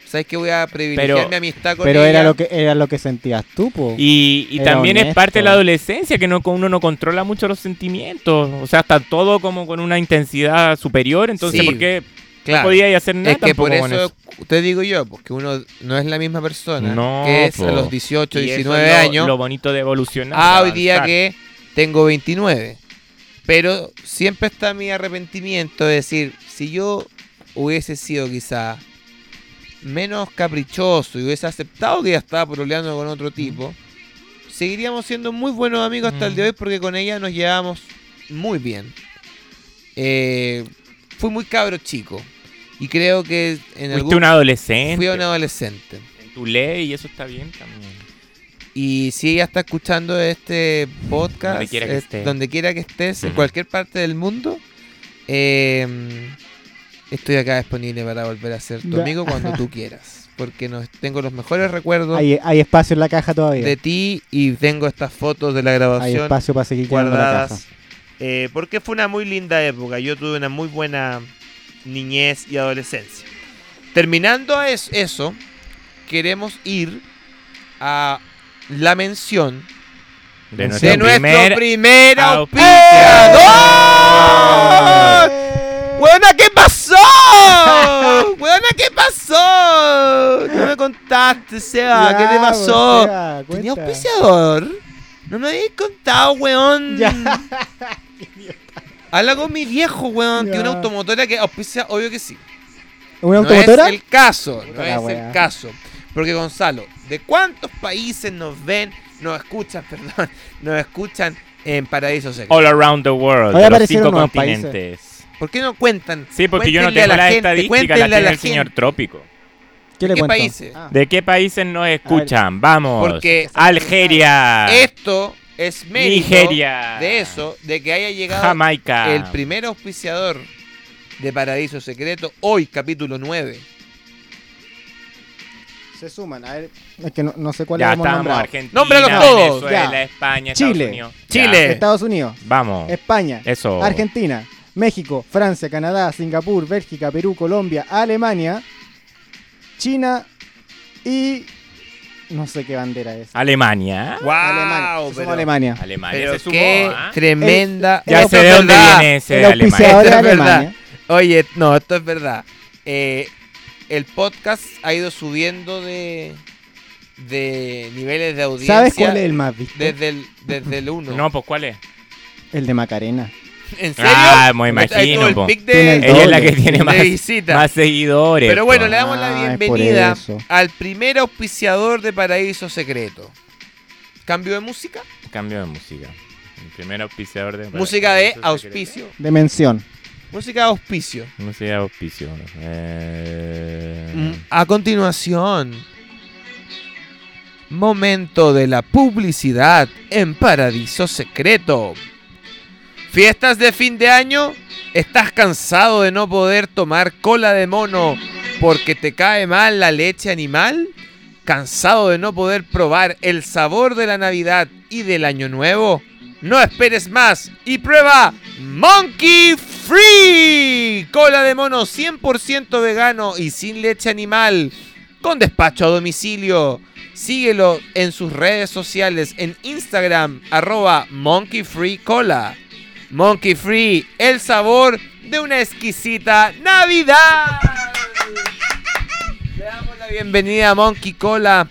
S6: ¿sabes qué? Voy a privilegiar
S5: Pero-
S6: mi amistad con
S7: pero
S6: ella.
S7: era lo que era lo que sentías tú, po.
S5: Y, y
S7: Era
S5: también es
S7: honesto.
S5: parte de la adolescencia, que no, uno no controla mucho los sentimientos. O sea, está todo como con una intensidad superior. Entonces,
S6: Sí,
S5: ¿por qué no
S6: Claro.
S5: podía ir a hacer nada
S6: es que
S5: tampoco
S6: por
S5: con
S6: eso te digo yo, porque uno no es la misma persona
S5: No,
S6: que es
S5: po.
S6: a los 18,
S5: Y eso
S6: 19
S5: es lo-
S6: años.
S5: Lo bonito de evolucionar.
S6: ah,
S5: de
S6: hoy día
S5: avanzar.
S6: que tengo 29. Pero siempre está mi arrepentimiento de decir, si yo hubiese sido quizá menos caprichoso y hubiese aceptado que ya estaba pololeando con otro tipo, seguiríamos siendo muy buenos amigos hasta el de hoy porque con ella nos llevamos muy bien. Eh, fui muy cabro chico y creo que en
S5: Fuiste un
S6: algún
S5: adolescente.
S6: fui un adolescente.
S5: En tu ley, y eso está bien también.
S6: Y si ella está escuchando este podcast,
S5: Donde quiera que
S6: eh,
S5: esté.
S6: donde quiera que estés, en
S5: Ujú.
S6: cualquier parte del mundo, eh, estoy acá disponible para volver a ser tu
S7: Ya.
S6: amigo cuando tú quieras. Porque nos, tengo los mejores recuerdos
S7: hay, hay espacio en la caja todavía.
S6: de ti y tengo estas fotos de la
S7: Hay
S6: grabación
S7: espacio para seguir llenando la caja.
S6: guardadas. eh, porque fue una muy linda época. Yo tuve una muy buena niñez y adolescencia. Terminando a es- eso, queremos ir a la mención
S5: De
S7: Sí.
S5: nuestro,
S6: de nuestro primer,
S5: primer
S7: Ah.
S6: auspiciador. ¡Buena, qué pasó! ¡Buena, qué pasó! No me contaste, Seba, ¿qué te
S7: Ya,
S6: pasó?
S7: pues, ya, cuenta.
S6: ¿Tenía auspiciador? No me habías contado, weón.
S7: Ya.
S6: Habla con mi viejo, weón. Tiene una
S7: Ya.
S6: automotora que auspicia, obvio que sí.
S7: ¿Una
S6: No es
S7: automotora?
S6: el caso, no
S7: Puta la
S6: es el
S7: weá.
S6: caso. Porque Gonzalo, ¿de cuántos países nos ven, nos escuchan, perdón, nos escuchan en Paraíso Secreto?
S5: All around the world.
S7: Hoy
S5: de los
S7: aparecieron
S5: cinco
S7: nuevos
S5: continentes.
S6: ¿Por qué no cuentan?
S5: Sí, porque yo no
S6: Cuéntenle a
S5: tengo las
S6: gente,
S5: estadísticas,
S6: cuéntenle
S5: las
S6: a
S5: tiene
S6: la
S5: el señor
S6: gente.
S5: Trópico.
S7: ¿Qué le
S6: ¿Qué
S7: cuento?
S6: países?
S7: Ah.
S5: ¿De qué países nos escuchan? Vamos.
S6: Porque-
S5: Algeria.
S6: Esto es mérito
S5: Nigeria.
S6: de eso, de que haya llegado
S5: Jamaica.
S6: el primer auspiciador de Paraíso Secreto, hoy capítulo 9.
S7: Se suman. A ver, es que no, no sé cuál
S5: ya
S7: es el
S5: estamos,
S7: nombrado.
S5: Argentina,
S6: Nómbralos todos,
S5: Venezuela,
S7: ya.
S5: España,
S7: Chile.
S5: Estados Unidos.
S6: Chile.
S7: Estados Unidos,
S5: Ya. Vamos.
S7: España,
S5: Eso.
S7: Argentina, México, Francia, Canadá, Singapur, Bélgica, Perú, Colombia, Alemania, China y no sé qué bandera es.
S5: Alemania.
S6: ¡Wow!
S7: Alemania. Se sumó
S6: pero-
S7: Alemania.
S5: Ah, Alemania
S6: Pero
S5: se sumó,
S6: qué
S5: ¿ah?
S6: tremenda.
S5: Ya
S6: Esto
S5: sé
S6: es
S5: de dónde
S6: verdad.
S5: viene ese
S7: El
S5: de Alemania.
S7: auspiciador de
S6: Esto es verdad.
S7: Alemania.
S6: Oye, no, esto es verdad. Eh, el podcast ha ido subiendo de, de niveles de audiencia.
S7: ¿Sabes cuál es el más visto?
S6: Desde el, desde el 1.
S5: No, pues ¿cuál es?
S7: El de Macarena.
S6: ¿En serio?
S5: Ah, me
S6: Ahí tuvo
S5: imagino,
S6: el
S5: po.
S6: pic
S7: Tiene
S6: de,
S7: el
S5: Ella es la
S7: doble.
S5: que tiene
S6: de
S5: más,
S6: visita.
S5: más seguidores.
S6: Pero bueno, le
S5: po.
S6: damos la
S7: Ah, es por
S6: bienvenida
S7: eso.
S6: al primer auspiciador de Paraíso Secreto. ¿Cambio de música?
S5: Cambio de música. El primer auspiciador de...
S6: música de
S5: Eso se
S6: auspicio.
S7: De mención.
S6: Música de auspicio.
S5: cree. Música de auspicio. Eh...
S6: Mm. A continuación, momento de la publicidad en Paraíso Secreto. Fiestas de fin de año, ¿estás cansado de no poder tomar cola de mono porque te cae mal la leche animal? ¿Cansado de no poder probar el sabor de la Navidad y del Año Nuevo? No esperes más y prueba Monkey Free. Cola de mono 100% vegano y sin leche animal. Con despacho a domicilio. Síguelo en sus redes sociales en Instagram arroba Monkey Free Cola. Monkey Free, el sabor de una exquisita Navidad. Le damos la bienvenida a Monkey Cola,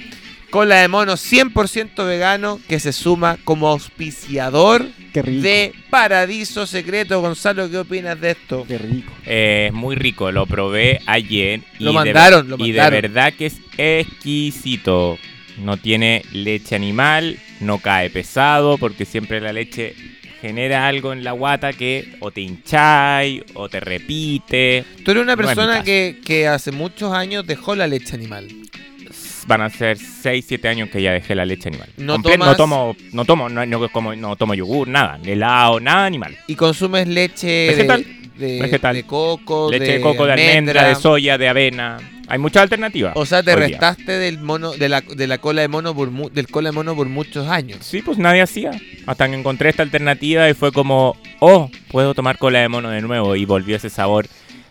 S6: cola de mono 100% vegano que se suma como auspiciador
S7: Qué rico.
S6: de Paradiso Secreto. Gonzalo, ¿qué opinas de esto?
S7: Qué rico.
S5: Eh, es muy rico, lo probé ayer.
S6: Lo
S5: de
S6: mandaron,
S5: ver-
S6: lo
S5: Y de
S6: mandaron.
S5: verdad que es exquisito. No tiene leche animal, no cae pesado, porque siempre la leche genera algo en la guata que o te hincháis o te repite.
S6: Tú eres una
S5: No es mi
S6: persona
S5: caso.
S6: que, que hace muchos años dejó la leche animal.
S5: Van a ser 6, 7 años que ya dejé la leche animal.
S6: No
S5: Comple-
S6: tomas-
S5: no tomo, no tomo, no, no como, no tomo yogur, nada, helado, nada animal.
S6: Y consumes leche de-
S5: Vegetal.
S6: De,
S5: Vegetal.
S6: de coco,
S5: leche de, coco, de almendra, de soya, de avena. Hay muchas alternativas.
S6: O sea, te
S5: hoy día.
S6: restaste del mono, de la, de la cola de mono por mu- del cola de mono por muchos años.
S5: Sí, pues nadie hacía. Hasta que encontré esta alternativa y fue como, oh, puedo tomar cola de mono de nuevo. Y volvió ese sabor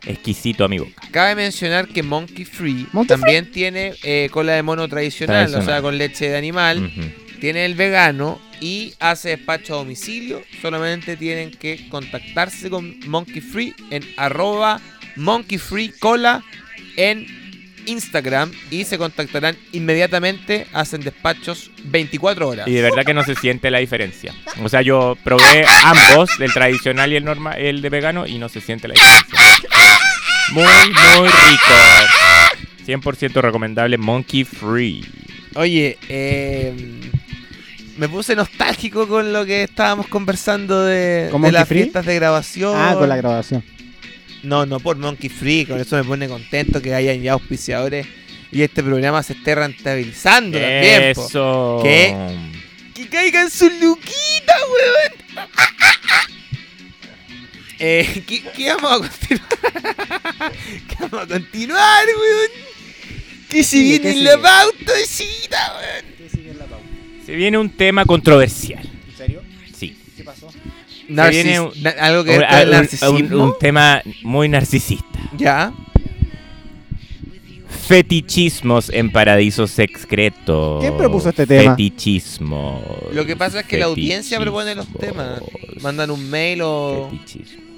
S5: exquisito a mi boca.
S6: Cabe mencionar que Monkey Free
S7: Monkey
S6: también tiene eh, cola de mono tradicional,
S5: Tradicional.
S6: o sea, con leche de animal.
S5: Ujú.
S6: Tiene el vegano y hace despacho a domicilio. Solamente tienen que contactarse con Monkey Free en arroba Monkey Free Cola en Instagram y se contactarán inmediatamente. Hacen despachos 24 horas.
S5: Y de verdad que no se siente la diferencia. O sea, yo probé ambos, el tradicional y el normal, el de vegano, y no se siente la diferencia. Muy, muy rico. 100% recomendable Monkey Free.
S6: Oye, eh, me puse nostálgico con lo que estábamos conversando de,
S7: ¿Con
S6: de
S7: Monkey
S6: las
S7: Free?
S6: fiestas de grabación.
S7: Ah, con la grabación.
S6: No, no por Monkey Free, con eso me pone contento que hayan ya auspiciadores y este programa se esté rentabilizando también. po.
S5: Eso.
S6: ¿Qué? Que caigan su luquita, weón. Eh, ¿qué, qué vamos a continuar? ¿Qué vamos a continuar, weón? Que se
S7: Sigue,
S6: viene
S7: ¿qué
S6: en la
S7: sigue?
S6: pautacita, weón.
S5: Se viene un tema controversial.
S7: ¿En serio?
S5: Sí.
S7: ¿Qué pasó?
S5: Se viene un-
S6: Narcis- na- algo que
S5: Un-
S6: ver con el
S5: un- un,
S6: narcisismo.
S5: un tema muy narcisista.
S6: Ya.
S5: Fetichismos en paraíso secreto.
S7: ¿Quién propuso este tema?
S5: Fetichismo.
S6: Lo que pasa es que la audiencia propone los temas. Mandan un mail o,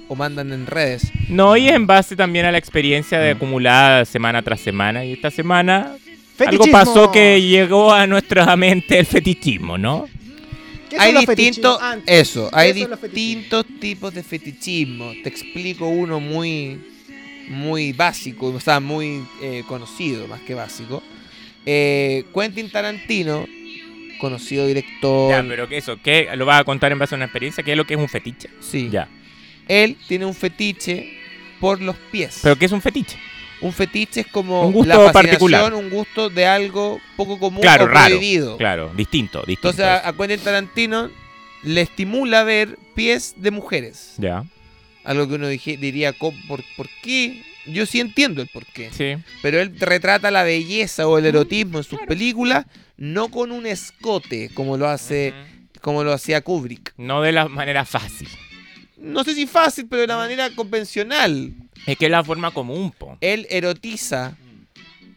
S6: o mandan en redes.
S5: No, y en base también a la experiencia
S6: Mm.
S5: de acumulada semana tras semana. Y esta semana algo
S7: Fetichismo.
S5: pasó que llegó a nuestra mente el fetichismo, ¿no?
S7: ¿Qué son
S6: Hay
S7: los fetichismos?
S6: distintos,
S7: Antes.
S6: eso, hay
S7: son los
S6: distintos tipos de fetichismo. Te explico uno muy, muy básico, o sea, muy eh, conocido más que básico. Eh, Quentin Tarantino, conocido director,
S5: Ya, pero que eso, ¿qué? ¿Lo vas a contar en base a una experiencia? ¿Qué es lo que es un fetiche?
S6: sí,
S5: Ya.
S6: él tiene un fetiche por los pies.
S5: ¿Pero qué es un fetiche?
S6: un fetiche es como
S5: Un gusto
S6: la fascinación,
S5: particular.
S6: un gusto de algo poco común
S5: Claro,
S6: o
S5: raro.
S6: prohibido.
S5: Claro, distinto, distinto.
S6: Oh. Entonces a, a Quentin Tarantino le estimula ver pies de mujeres.
S5: Ya.
S6: Algo que uno dije- diría, "Co- ¿por, ¿por qué? Yo sí entiendo el por qué.
S5: Sí.
S6: Pero él retrata la belleza o el erotismo en sus películas, no con un escote, como lo hace,
S5: Ujú.
S6: como lo hacía Kubrick.
S5: No de la manera fácil.
S6: no sé si fácil, pero de la manera convencional.
S5: Es que es la forma común, po.
S6: Él erotiza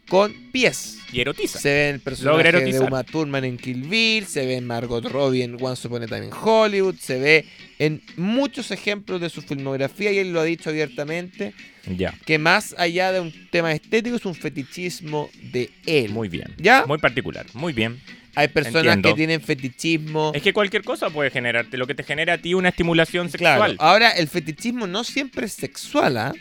S6: con pies.
S5: Y erotiza.
S6: Se ve en el
S5: Logra
S6: personaje de
S5: erotizar.
S6: Uma Thurman en Kill Bill, se ve en Margot Robbie en Once Upon a Time in Hollywood, se ve en muchos ejemplos de su filmografía y él lo ha dicho abiertamente,
S5: Ya.
S6: que más allá de un tema estético es un fetichismo de él.
S5: Muy bien.
S6: ¿Ya?
S5: Muy particular. Muy bien.
S6: Hay personas
S5: Entiendo.
S6: que tienen fetichismo.
S5: Es que cualquier cosa puede generarte. Lo que te genera a ti una estimulación
S6: Claro,
S5: sexual. Claro,
S6: ahora el fetichismo no siempre es sexual, ¿ah?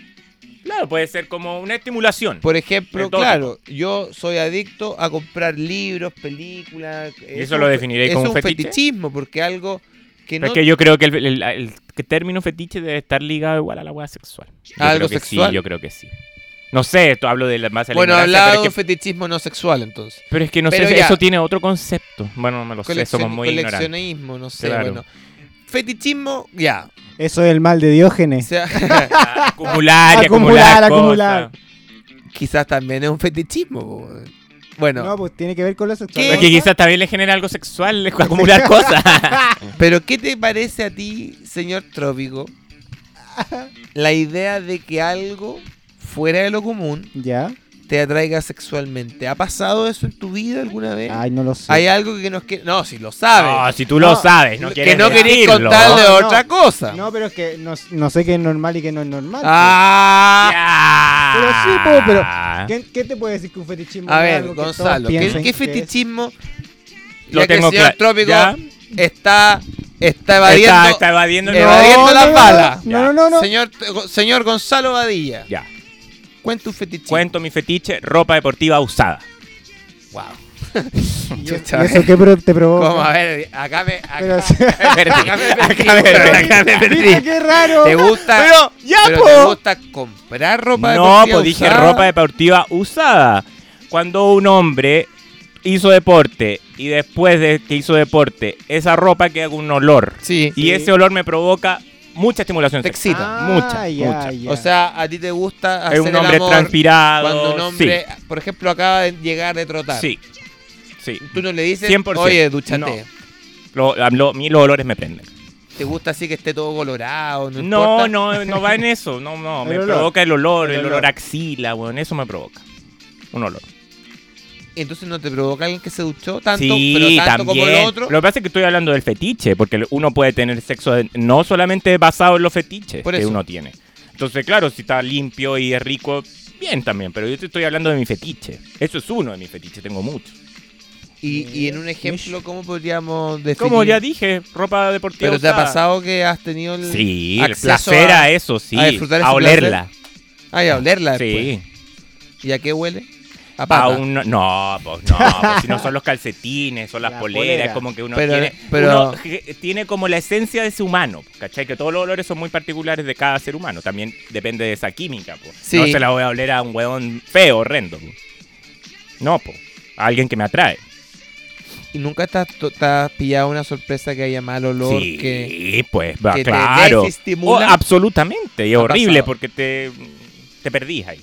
S5: puede ser como una estimulación.
S6: Por ejemplo,
S5: De todo
S6: claro, yo soy adicto a comprar libros, películas. es
S5: eso
S6: un
S5: lo
S6: fe-
S5: definiréis como
S6: es
S5: un
S6: un
S5: fetiche?
S6: fetichismo, porque algo que no
S5: Pero Es que yo creo que el, el- el- que término fetiche debe estar ligado igual a la hueá sexual. Yo
S6: ¿A algo
S5: creo que
S6: sexual?
S5: Sí, yo creo que sí. No sé, esto hablo de la más de la
S6: Bueno,
S5: ignorancia,
S6: hablaba de
S5: pero,
S6: un
S5: es que,
S6: fetichismo no sexual, entonces.
S5: pero es que no
S6: pero
S5: sé,
S6: ya.
S5: eso tiene otro concepto. Bueno, no me lo sé,
S6: Coleccion-
S5: somos muy ignorantes.
S6: coleccionismo, no sé,
S5: Claro.
S6: bueno. Fetichismo, ya.
S7: Eso es el mal de Diógenes.
S6: O sea,
S5: Ah, Acumular y acumular. cosas.
S7: Acumular, acumular.
S6: quizás también es un fetichismo. po. Bueno,
S7: No, pues tiene que ver con lo sexual.
S6: ¿Qué?
S5: Es que quizás también le genera algo sexual acumular cosas.
S6: pero ¿qué te parece a ti, señor Trópico, la idea de que algo fuera de lo común
S7: ¿Ya?
S6: te atraiga sexualmente? ¿Ha pasado eso en tu vida alguna vez?
S7: Ay, no lo sé.
S6: ¿Hay algo que nos que No, si lo
S5: No,
S6: sabes.
S5: si tú lo
S7: No,
S5: sabes, no quieres
S6: que no queréis
S5: decirlo.
S6: contar de
S7: No, no.
S6: otra cosa.
S7: No, pero es que no, no sé qué es normal y qué no es normal.
S6: Ah,
S5: Ya.
S7: Pero sí, po, pero- ¿Qué, qué te puede decir que un fetichismo
S6: A
S7: es
S6: ver,
S7: algo que todos
S6: Gonzalo, ¿qué,
S7: piensan
S6: qué
S7: que es?
S6: fetichismo?
S5: Lo
S6: ya que
S5: tengo
S6: el señor
S5: claro.
S6: Trópico
S5: Ya.
S6: está, está evadiendo,
S5: Está, está evadiendo el-
S6: evadiendo
S7: no,
S6: las
S7: no,
S6: balas.
S7: No, no, no, no.
S6: Señor, señor Gonzalo Badilla,
S5: Ya.
S6: cuenta un fetichismo.
S5: Cuento mi fetiche, ropa deportiva usada.
S7: ¿Y es-
S6: chucha.
S7: y eso qué pro- te provoca?
S6: ¿Cómo? A ver, acá me... Acá,
S7: Pero sí.
S6: acá me perdí,
S5: Acá me perdí,
S6: weón.
S5: acá me
S7: Mira,
S5: perdí.
S7: qué raro.
S6: ¿Te gusta,
S5: Pero, ya,
S6: pero
S5: po.
S6: te gusta comprar ropa Ah,
S5: No,
S6: deportiva
S5: pues dije
S6: usada?
S5: ropa deportiva usada. Cuando un hombre hizo deporte y después de que hizo deporte, esa ropa queda con un olor.
S6: Sí.
S5: Y ese olor me provoca mucha estimulación
S6: Te
S5: sexual.
S6: excita.
S5: mucha,
S7: ya,
S5: mucha.
S7: Ah, ya.
S6: O sea, a ti te gusta hacer
S5: Es un
S6: el
S5: hombre
S6: amor
S5: transpirado.
S6: cuando un hombre, por ejemplo, acaba de llegar de trotar.
S5: Sí. Sí. sí.
S6: Tú no le dices,
S5: 100%.
S6: oye, duchate.
S5: No. Lo- a lo- a mí los olores me prenden.
S6: ¿Te gusta así que esté todo colorado? No,
S5: No,
S6: importa?
S5: no, no va en eso. No, no.
S7: El
S5: Me
S7: olor.
S5: provoca el olor, el,
S7: El
S5: olor
S7: olor.
S5: a axila, weón. Eso me provoca. Un olor.
S6: Entonces no te provoca alguien que se duchó tanto,
S5: sí,
S6: pero tanto
S5: también.
S6: como el otro.
S5: Lo que pasa es que estoy hablando del fetiche, porque uno puede tener sexo de- no solamente basado en los fetiches
S6: Por
S5: que
S6: eso.
S5: uno tiene. Entonces, claro, si está limpio y es rico, bien también. Pero yo te estoy hablando de mi fetiche. Eso es uno de mis fetiches, tengo muchos.
S6: Y, y en un ejemplo, ¿cómo podríamos definir?
S5: Como ya dije, ropa deportiva.
S6: Pero te ha
S5: usada.
S6: pasado que has tenido el.
S5: Sí, el
S6: acceso
S5: placer a,
S6: a-
S5: eso, sí.
S6: a disfrutar
S5: A,
S6: ese Ah, pues.
S5: olerla.
S6: Ay, a olerla.
S5: Sí.
S6: después. ¿Y a qué huele? A
S5: A
S6: pata.
S5: un- no, pues no, pues, si no son los calcetines, son las
S7: La
S5: poleras,
S7: polera.
S5: es como que uno
S6: Pero-
S5: tiene
S6: pero-
S5: uno je- tiene como la esencia de ese humano, pues, ¿cachai? Que todos los olores son muy particulares de cada ser humano, también depende de esa química, po.
S6: Sí.
S5: No se la voy a oler a un huevón feo, horrendo. po. No, po. a alguien que me atrae.
S6: ¿Y nunca te has, to- te has pillado una sorpresa que haya mal olor?
S5: sí,
S6: Que...
S5: pues, va,
S6: que te
S5: claro.
S6: desestimula.
S5: Oh, absolutamente, y es
S6: Ha
S5: horrible
S6: pasado.
S5: porque te te perdís ahí.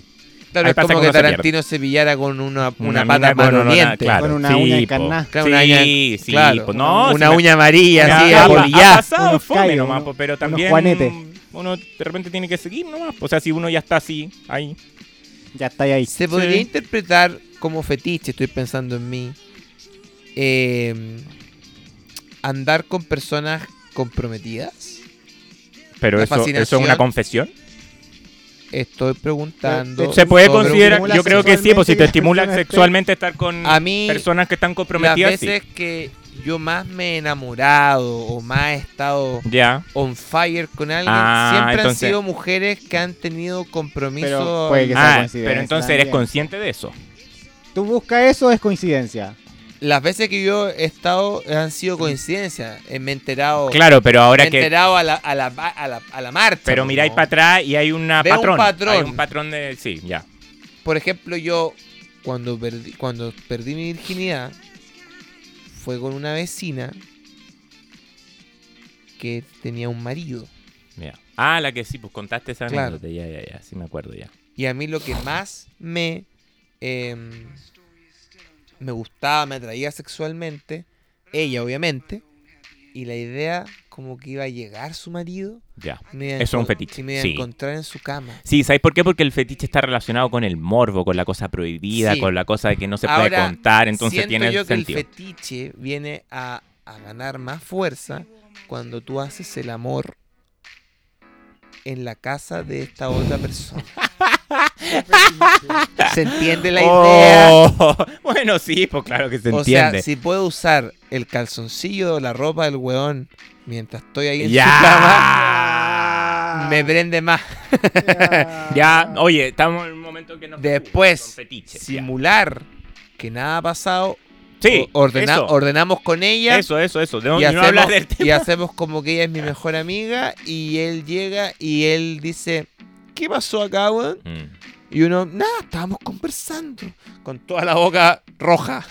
S6: Claro,
S5: Ahí
S6: es
S5: pasa
S6: como
S5: que
S6: que
S5: uno se
S6: Tarantino se, pillara con una, una,
S5: mina
S6: pata
S5: con olor a-
S6: maloliente.
S5: claro,
S7: Con una
S5: sí,
S7: uña
S5: po.
S7: encarnada.
S6: Claro, una uña-
S5: sí, sí,
S6: claro.
S5: po. No, si
S6: una
S5: me- Ah,
S6: ulla amarilla,
S5: Ya,
S6: así,
S5: ha- Ha
S6: apolillada.
S5: pasado
S7: Unos
S5: fome
S7: callos,
S5: nomás,
S7: uno-
S5: po, pero
S7: unos
S5: también
S7: juanetes.
S5: uno de repente tiene que seguir nomás. po. O sea, si uno ya está así, ahí.
S7: Ya está ahí.
S6: Se podría
S5: ah, Sí.
S6: interpretar como fetiche, estoy pensando en mí. eh, andar con personas comprometidas.
S5: Pero
S6: La
S5: eso, eso
S6: fascinación.
S5: es una confesión.
S6: Estoy preguntando.
S7: Te-
S5: Se puede
S6: sobre
S5: considerar,
S7: estimula
S5: yo creo que sí, pues si
S7: sexualmente este
S5: te
S7: que
S5: estimula
S7: la persona esté-
S5: sexualmente estar con
S6: A mí,
S5: personas que están
S6: las
S5: comprometidas, sí.
S6: veces que yo más me he enamorado o más he estado
S5: Ya.
S6: on fire con alguien,
S5: Ah,
S6: siempre
S5: entonces-
S6: han sido mujeres que han tenido compromiso.
S7: Pero puede que sea-
S5: Ah,
S7: coincidencia
S5: pero entonces eres
S7: también.
S5: consciente de eso.
S7: Tú buscas eso, es coincidencia.
S6: Las veces que yo he estado han sido coincidencias. Eh, Me he enterado.
S5: Claro, pero
S6: me he
S5: ahora que...
S6: enterado a la, a la, a la- a la marcha.
S5: Pero
S6: ¿no?
S5: miráis para atrás y hay una
S6: Veo un
S5: patrón.
S6: patrón.
S5: Hay un patrón de... Sí, ya.
S6: Por ejemplo, yo cuando perdí, cuando perdí mi virginidad fue con una vecina que tenía un marido.
S5: ya. Ah, la que sí, pues contaste esa
S6: Claro.
S5: anécdota. Ya, ya, ya. Sí me acuerdo ya.
S6: Y a mí lo que más me em, me gustaba, me atraía sexualmente, ella obviamente, y la idea como que iba a llegar su marido.
S5: Ya.
S6: me iba a
S5: Eso es un
S6: encon-
S5: fetiche,
S6: Y me iba a
S5: sí.
S6: encontrar en su cama.
S5: Sí, ¿sabes por qué? Porque el fetiche está relacionado con el morbo, con la cosa prohibida,
S6: Sí.
S5: con la cosa de que no se puede
S6: Ahora,
S5: contar, entonces
S6: Siento
S5: tiene
S6: yo que
S5: sentido.
S6: el fetiche viene a, a ganar más fuerza cuando tú haces el amor en la casa de esta otra persona. ¿Se entiende la idea?
S5: Oh, bueno, sí, pues claro que se
S6: o
S5: entiende.
S6: sea, si puedo usar el calzoncillo o la ropa del weón mientras estoy ahí en su cama,
S5: ya.
S6: me prende más.
S5: Ya, oye, estamos en un momento que no
S6: Después,
S5: fetiches. ya.
S6: simular que nada ha pasado,
S5: Sí,
S6: o- ordena-
S5: eso,
S6: ordenamos con ella
S5: eso, eso, eso. De no,
S6: y,
S5: no
S6: hacemos,
S5: hablar del tema.
S6: y hacemos como que ella es mi mejor amiga y él llega y él dice, ¿qué pasó acá, weón?
S5: Mm.
S6: Y uno, nada, estábamos conversando. Con toda la boca roja.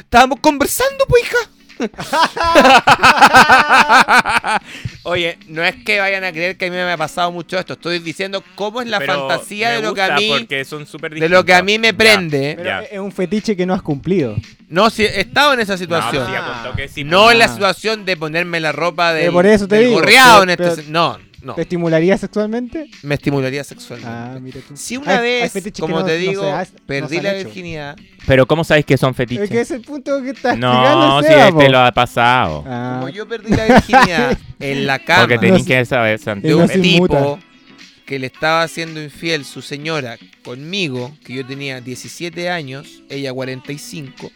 S6: estábamos conversando, pues, hija. Oye, no es que vayan a creer que a mí me ha pasado mucho esto. Estoy diciendo cómo es la
S5: Mm. Pero
S6: fantasía
S5: me
S6: de lo que a
S5: gusta
S6: mí...
S5: porque son súper
S6: De lo que a mí me
S5: distintas.
S6: prende.
S7: Pero
S5: Ya.
S7: es un fetiche que no has cumplido.
S6: No, si he estado en esa
S5: Ya. No,
S6: situación.
S5: sí, apuntó que sí,
S6: No
S5: pues.
S6: en la situación de ponerme la ropa de
S7: Eh, por eso te digo,
S6: gorreado en
S7: pero-
S6: este
S7: pero-
S6: sen- No, no.
S7: ¿Te estimularía sexualmente?
S6: Me estimularía sexualmente.
S7: Ah, mira tú.
S6: Si una
S7: Hay- hay
S6: vez,
S7: fetiches que
S6: como
S7: no-
S6: te
S7: no se
S6: digo,
S7: has- no
S6: perdí
S7: se han
S6: la
S7: hecho.
S6: virginidad,
S5: Pero ¿cómo sabes que son fetiches?
S7: Es que es el punto que está
S5: No,
S7: explicando
S5: si
S7: Seba, po.
S5: este lo ha pasado.
S7: Ah,
S6: como yo perdí la virginidad en la cama
S5: Porque tenéis
S7: No,
S5: que saber, Santi.
S6: de un
S7: no se
S6: tipo
S7: inmuta.
S6: que le estaba haciendo infiel su señora conmigo, que yo tenía 17 años, ella 45,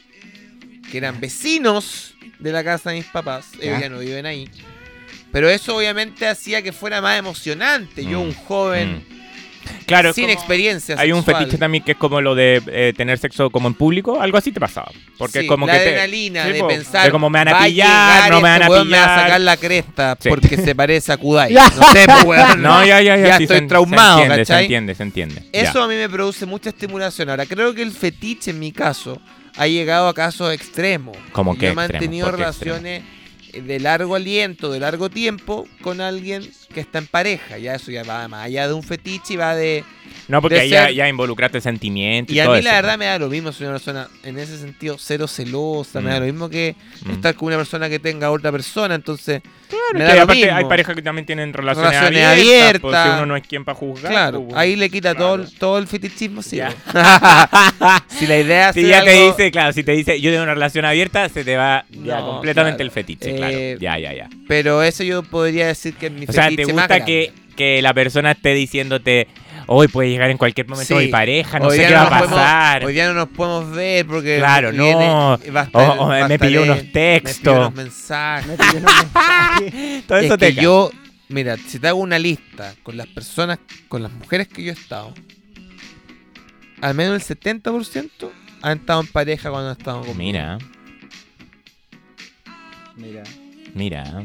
S6: que eran vecinos de la casa de mis papás, ellos
S7: Ya.
S6: ya no viven ahí. Pero eso obviamente hacía que fuera más emocionante. Yo,
S5: Mm,
S6: un joven
S5: Mm. Claro, es
S6: sin
S5: como-
S6: experiencia
S5: Hay un
S6: sexual.
S5: fetiche también que es como lo de eh, tener sexo como en público, algo así te pasaba. Porque
S6: Sí,
S5: es como
S6: la
S5: que te-
S6: adrenalina
S5: Sí,
S6: de
S5: po,
S6: pensar
S5: de como me van
S6: "Va llegar
S5: a pillar, no me van
S6: este
S5: a
S6: weón, me va a sacar
S5: pillar.
S6: la cresta
S5: Sí.
S6: porque se parece a Kudai no sé pues, weón.
S5: No, ya, ya, ya. sí, se
S6: estoy
S5: en-
S6: traumado
S5: se entiende, se
S6: ¿cachai?
S5: entiende, se entiende. ya.
S6: eso a mí me produce mucha estimulación ahora creo que el fetiche en mi caso ha llegado a casos extremos
S5: ¿Cómo
S6: Yo
S5: qué
S6: he
S5: extremos?
S6: mantenido
S5: ¿Por qué
S6: relaciones de largo aliento de largo tiempo con alguien que está en pareja ya eso ya va más allá de un fetiche y va de
S5: No, porque
S6: de
S5: ahí ya,
S6: ser-
S5: ya involucraste sentimiento y,
S6: y a
S5: todo
S6: mí la
S5: eso,
S6: verdad me da lo mismo soy una persona en ese sentido cero celosa me
S5: Mm.
S6: da lo mismo que
S5: Mm.
S6: estar con una persona que tenga otra persona, entonces
S5: Claro,
S6: me
S5: es
S6: da
S5: que
S6: lo
S5: aparte
S6: mismo.
S5: hay parejas que también tienen relaciones,
S6: Relaciones
S5: abiertas. pues,
S6: abiertas.
S5: si uno no es quien para juzgar.
S6: claro,
S5: pues, bueno.
S6: ahí le quita todo,
S5: Claro.
S6: el- todo el fetichismo, sí.
S5: Ya.
S6: pues. si la idea es
S5: Si
S6: hacer
S5: ya te
S6: algo-
S5: dice, claro, si te dice yo tengo una relación abierta, se te va ya
S6: No,
S5: completamente
S6: claro.
S5: el fetiche,
S6: Eh,
S5: claro. Ya, ya, ya.
S6: pero eso yo podría decir que es mi
S5: O sea,
S6: fetiche
S5: te
S6: más
S5: gusta que,
S6: grande.
S5: que la persona esté diciéndote, hoy puede llegar en cualquier momento
S6: Sí.
S5: mi pareja, no
S6: Hoy
S5: sé
S6: día
S5: qué va a
S6: nos podemos-
S5: pasar.
S6: hoy día no nos podemos ver porque
S5: Claro,
S6: viene-
S5: no.
S6: va a estar-
S5: O- o
S6: va a
S5: me
S6: estar
S5: pidió
S6: él,
S5: unos
S6: me pidió unos
S5: textos.
S6: mensajes.
S7: este me pidió un mensaje.
S5: todo eso
S6: es
S5: te
S6: que
S5: ca-
S6: yo, mira, si te hago una lista con las personas, con las mujeres que yo he estado, al menos el 70% han estado en pareja cuando han estado conmigo.
S5: Mira,
S7: Mira.
S5: mira.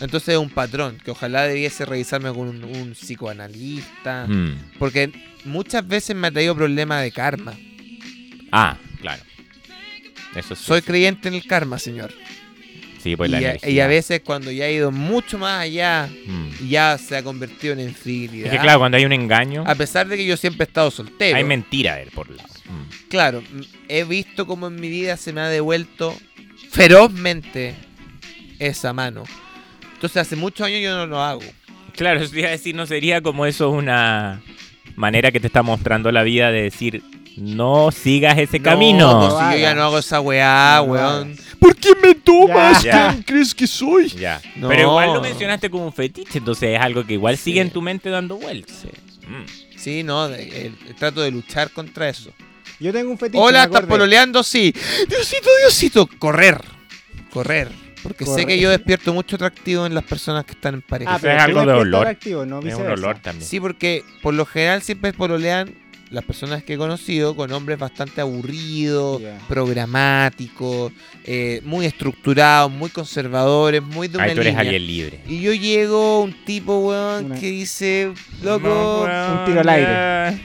S6: Entonces es un patrón que ojalá debiese revisarme con un, un psicoanalista.
S5: Mm.
S6: Porque muchas veces me ha traído problemas de karma.
S5: Ah, claro. Eso sí.
S6: Soy creyente en el karma, señor.
S5: sí, pues
S6: y,
S5: la
S6: a,
S5: energía.
S6: y a veces cuando ya he ido mucho más allá,
S5: Mm.
S6: ya se ha convertido en infidelidad.
S5: Es que claro, cuando hay un engaño,
S6: A pesar de que yo siempre he estado soltero.
S5: hay mentira de por lado. Mm.
S6: Claro, m- he visto como en mi vida se me ha devuelto ferozmente esa mano. Entonces hace muchos años yo no lo hago.
S5: Claro, eso te iba a decir, ¿no sería como eso una manera que te está mostrando la vida de decir, no sigas ese
S6: No,
S5: camino?
S6: pues, si yo ya no hago esa weá,
S7: No lo
S6: Ah, weón.
S8: ¿Por qué me tomas?
S5: Ya.
S8: ¿Quién crees que soy?
S5: Ya.
S6: No.
S5: Pero igual lo mencionaste como un fetiche, entonces es algo que igual sigue en tu mente dando vueltas. Mm.
S6: Sí, no, de- el- el- trato de luchar contra eso.
S7: Yo tengo un fetiche.
S6: Hola,
S7: me
S6: ¿estás
S7: acordé.
S6: pololeando? Sí. Diosito, Diosito, correr. Correr. Porque sé
S7: Correr.
S6: que yo despierto mucho atractivo en las personas que están en pareja.
S7: Ah, pero
S5: Es
S7: tú
S5: algo de
S7: despiertas
S5: olor.
S7: activo, no
S5: Es un
S7: viceversa.
S5: olor también.
S6: Sí, porque por lo general siempre pololean las personas que he conocido con hombres bastante aburridos,
S7: Ya.
S6: programáticos, eh, muy estructurados, muy conservadores, muy de una
S5: Ahí tú eres
S6: línea.
S5: alguien libre.
S6: Y yo llego un tipo, weón,
S7: Una-
S6: que dice, loco,
S7: Un tiro al aire.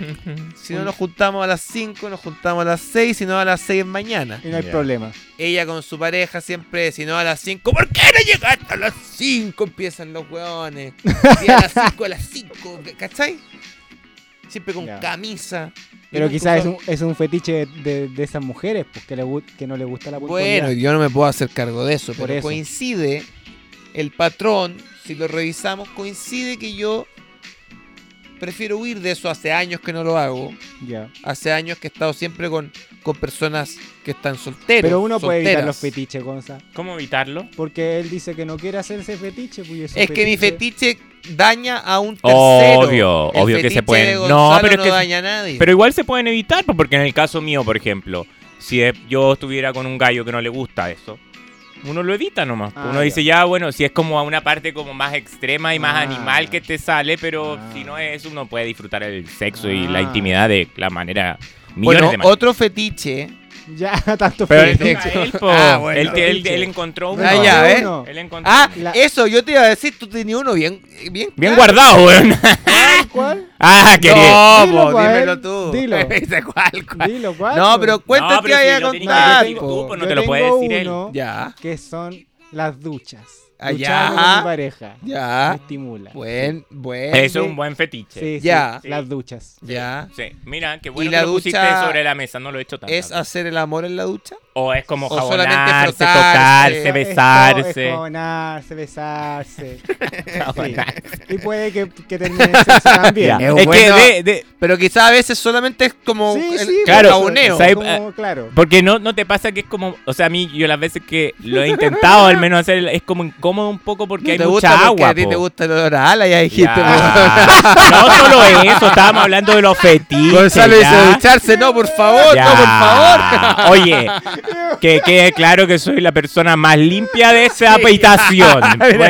S6: si no nos juntamos a las 5, nos juntamos a las 6, si no a las 6 mañana.
S7: Y no hay
S5: Ya.
S7: problema.
S6: Ella con su pareja siempre, si no a las 5, ¿por qué no llegaste a las 5? Empiezan los hueones. Y a las 5, a las 5, ¿cachai? Siempre con
S7: Ya.
S6: camisa,
S7: Pero
S6: tú
S7: quizás es
S6: sabes-
S7: un, es un fetiche de, de esas mujeres pues, que, le gu- que no le gusta la puntualidad.
S6: Bueno, yo no me puedo hacer cargo de eso,
S7: Por
S6: pero
S7: eso.
S6: coincide el patrón, si lo revisamos, coincide que yo prefiero huir de eso hace años que no lo hago.
S7: Ya.
S6: Hace años que he estado siempre con, con personas que están solteras.
S7: Pero uno puede evitar
S6: solteras.
S7: los fetiches, Gonza.
S5: ¿Cómo evitarlo?
S7: Porque él dice que no quiere hacerse fetiche. Pues, y ese
S6: Es que mi fetiche daña a un tercero.
S5: Obvio,
S6: El
S5: obvio que se
S6: fetiche de
S5: pueden-
S6: Gonzalo
S5: no, pero es
S6: no
S5: que-
S6: daña a nadie.
S5: Pero igual se pueden evitar, pues, porque en el caso mío, por ejemplo, si es- yo estuviera con un gallo que no le gusta eso, uno lo evita nomás. pues.
S7: Ah,
S5: uno
S7: ya.
S5: dice, ya, bueno, si es como a una parte como más extrema y más
S7: Ah.
S5: animal que te sale, pero
S7: Ah.
S5: si no es, uno puede disfrutar el sexo y la
S7: Ah.
S5: intimidad de la manera... Millones
S6: bueno,
S5: de maneras.
S6: otro fetiche.
S7: Ya, tanto
S5: Pero él,
S7: fetiche.
S5: él, po.
S6: Ah, bueno.
S5: Él- él- él encontró uno.
S6: Ah, ya, ¿ves?
S7: Uno.
S5: Él encontró
S6: Ah,
S7: La-
S6: eso, yo te iba a decir, tú tenías uno bien. Bien,
S5: Bien
S6: claro.
S5: guardado, weón.
S7: ¿Cuál?
S5: ah, querido.
S6: No,
S7: Dilo,
S6: po,
S7: pues,
S6: dímelo
S7: él,
S6: tú.
S7: dilo.
S6: Ese cuál, cuál.
S7: Dilo, ¿cuál?
S6: No, pero cuenta
S5: No,
S6: que
S5: pero si
S6: vaya a
S5: lo tenés que
S6: contar.
S5: decir tú,
S6: po.
S5: pues, no
S7: Yo
S5: te lo puede
S7: tengo
S5: decir él.
S7: uno
S6: Ya,
S7: Que son las duchas.
S6: Ah,
S7: Duchar
S6: ya.
S7: con mi pareja. Me
S6: ya.
S7: estimula.
S6: Buen, buen.
S5: Eso es un buen fetiche.
S7: Sí, sí,
S6: Ya.
S7: Las duchas.
S6: Ya.
S5: Sí, mira, qué bueno
S6: ¿Y
S5: que
S6: la
S5: lo pusiste
S6: ducha
S5: sobre la mesa, no lo he hecho tanto.
S6: ¿Es hacer el amor en la ducha?
S5: o es como
S6: o solamente
S5: jabonarse,
S6: frotarse.
S5: tocarse,
S6: Es-
S5: besarse.
S7: Jabonarse, besarse. Sí. Y puede que, que termine el sexo también.
S5: Ya.
S6: Es
S5: Es
S6: bueno.
S5: que de- de-
S6: Pero quizás a veces solamente es como
S7: Sí,
S6: el,
S7: sí,
S6: el
S5: claro, eh,
S6: jaboneo.
S5: ¿sabes?
S7: Como, claro.
S5: porque no, no te pasa que es como, o sea, a mí yo las veces que lo he intentado al menos hacer es como incómodo un poco porque hay
S6: te
S5: mucha
S6: gusta porque
S5: agua.
S6: a ti
S5: po.
S6: te gusta el olor a ala, ya dijiste. pues.
S5: Ya. No solo eso, estábamos hablando de los
S6: po.
S5: fetiches.
S6: Gonzalo dice
S5: ya.
S6: ducharse, no, por favor, no, por favor.
S5: Ya. Oye, que quede claro que soy la persona más limpia de esa habitación.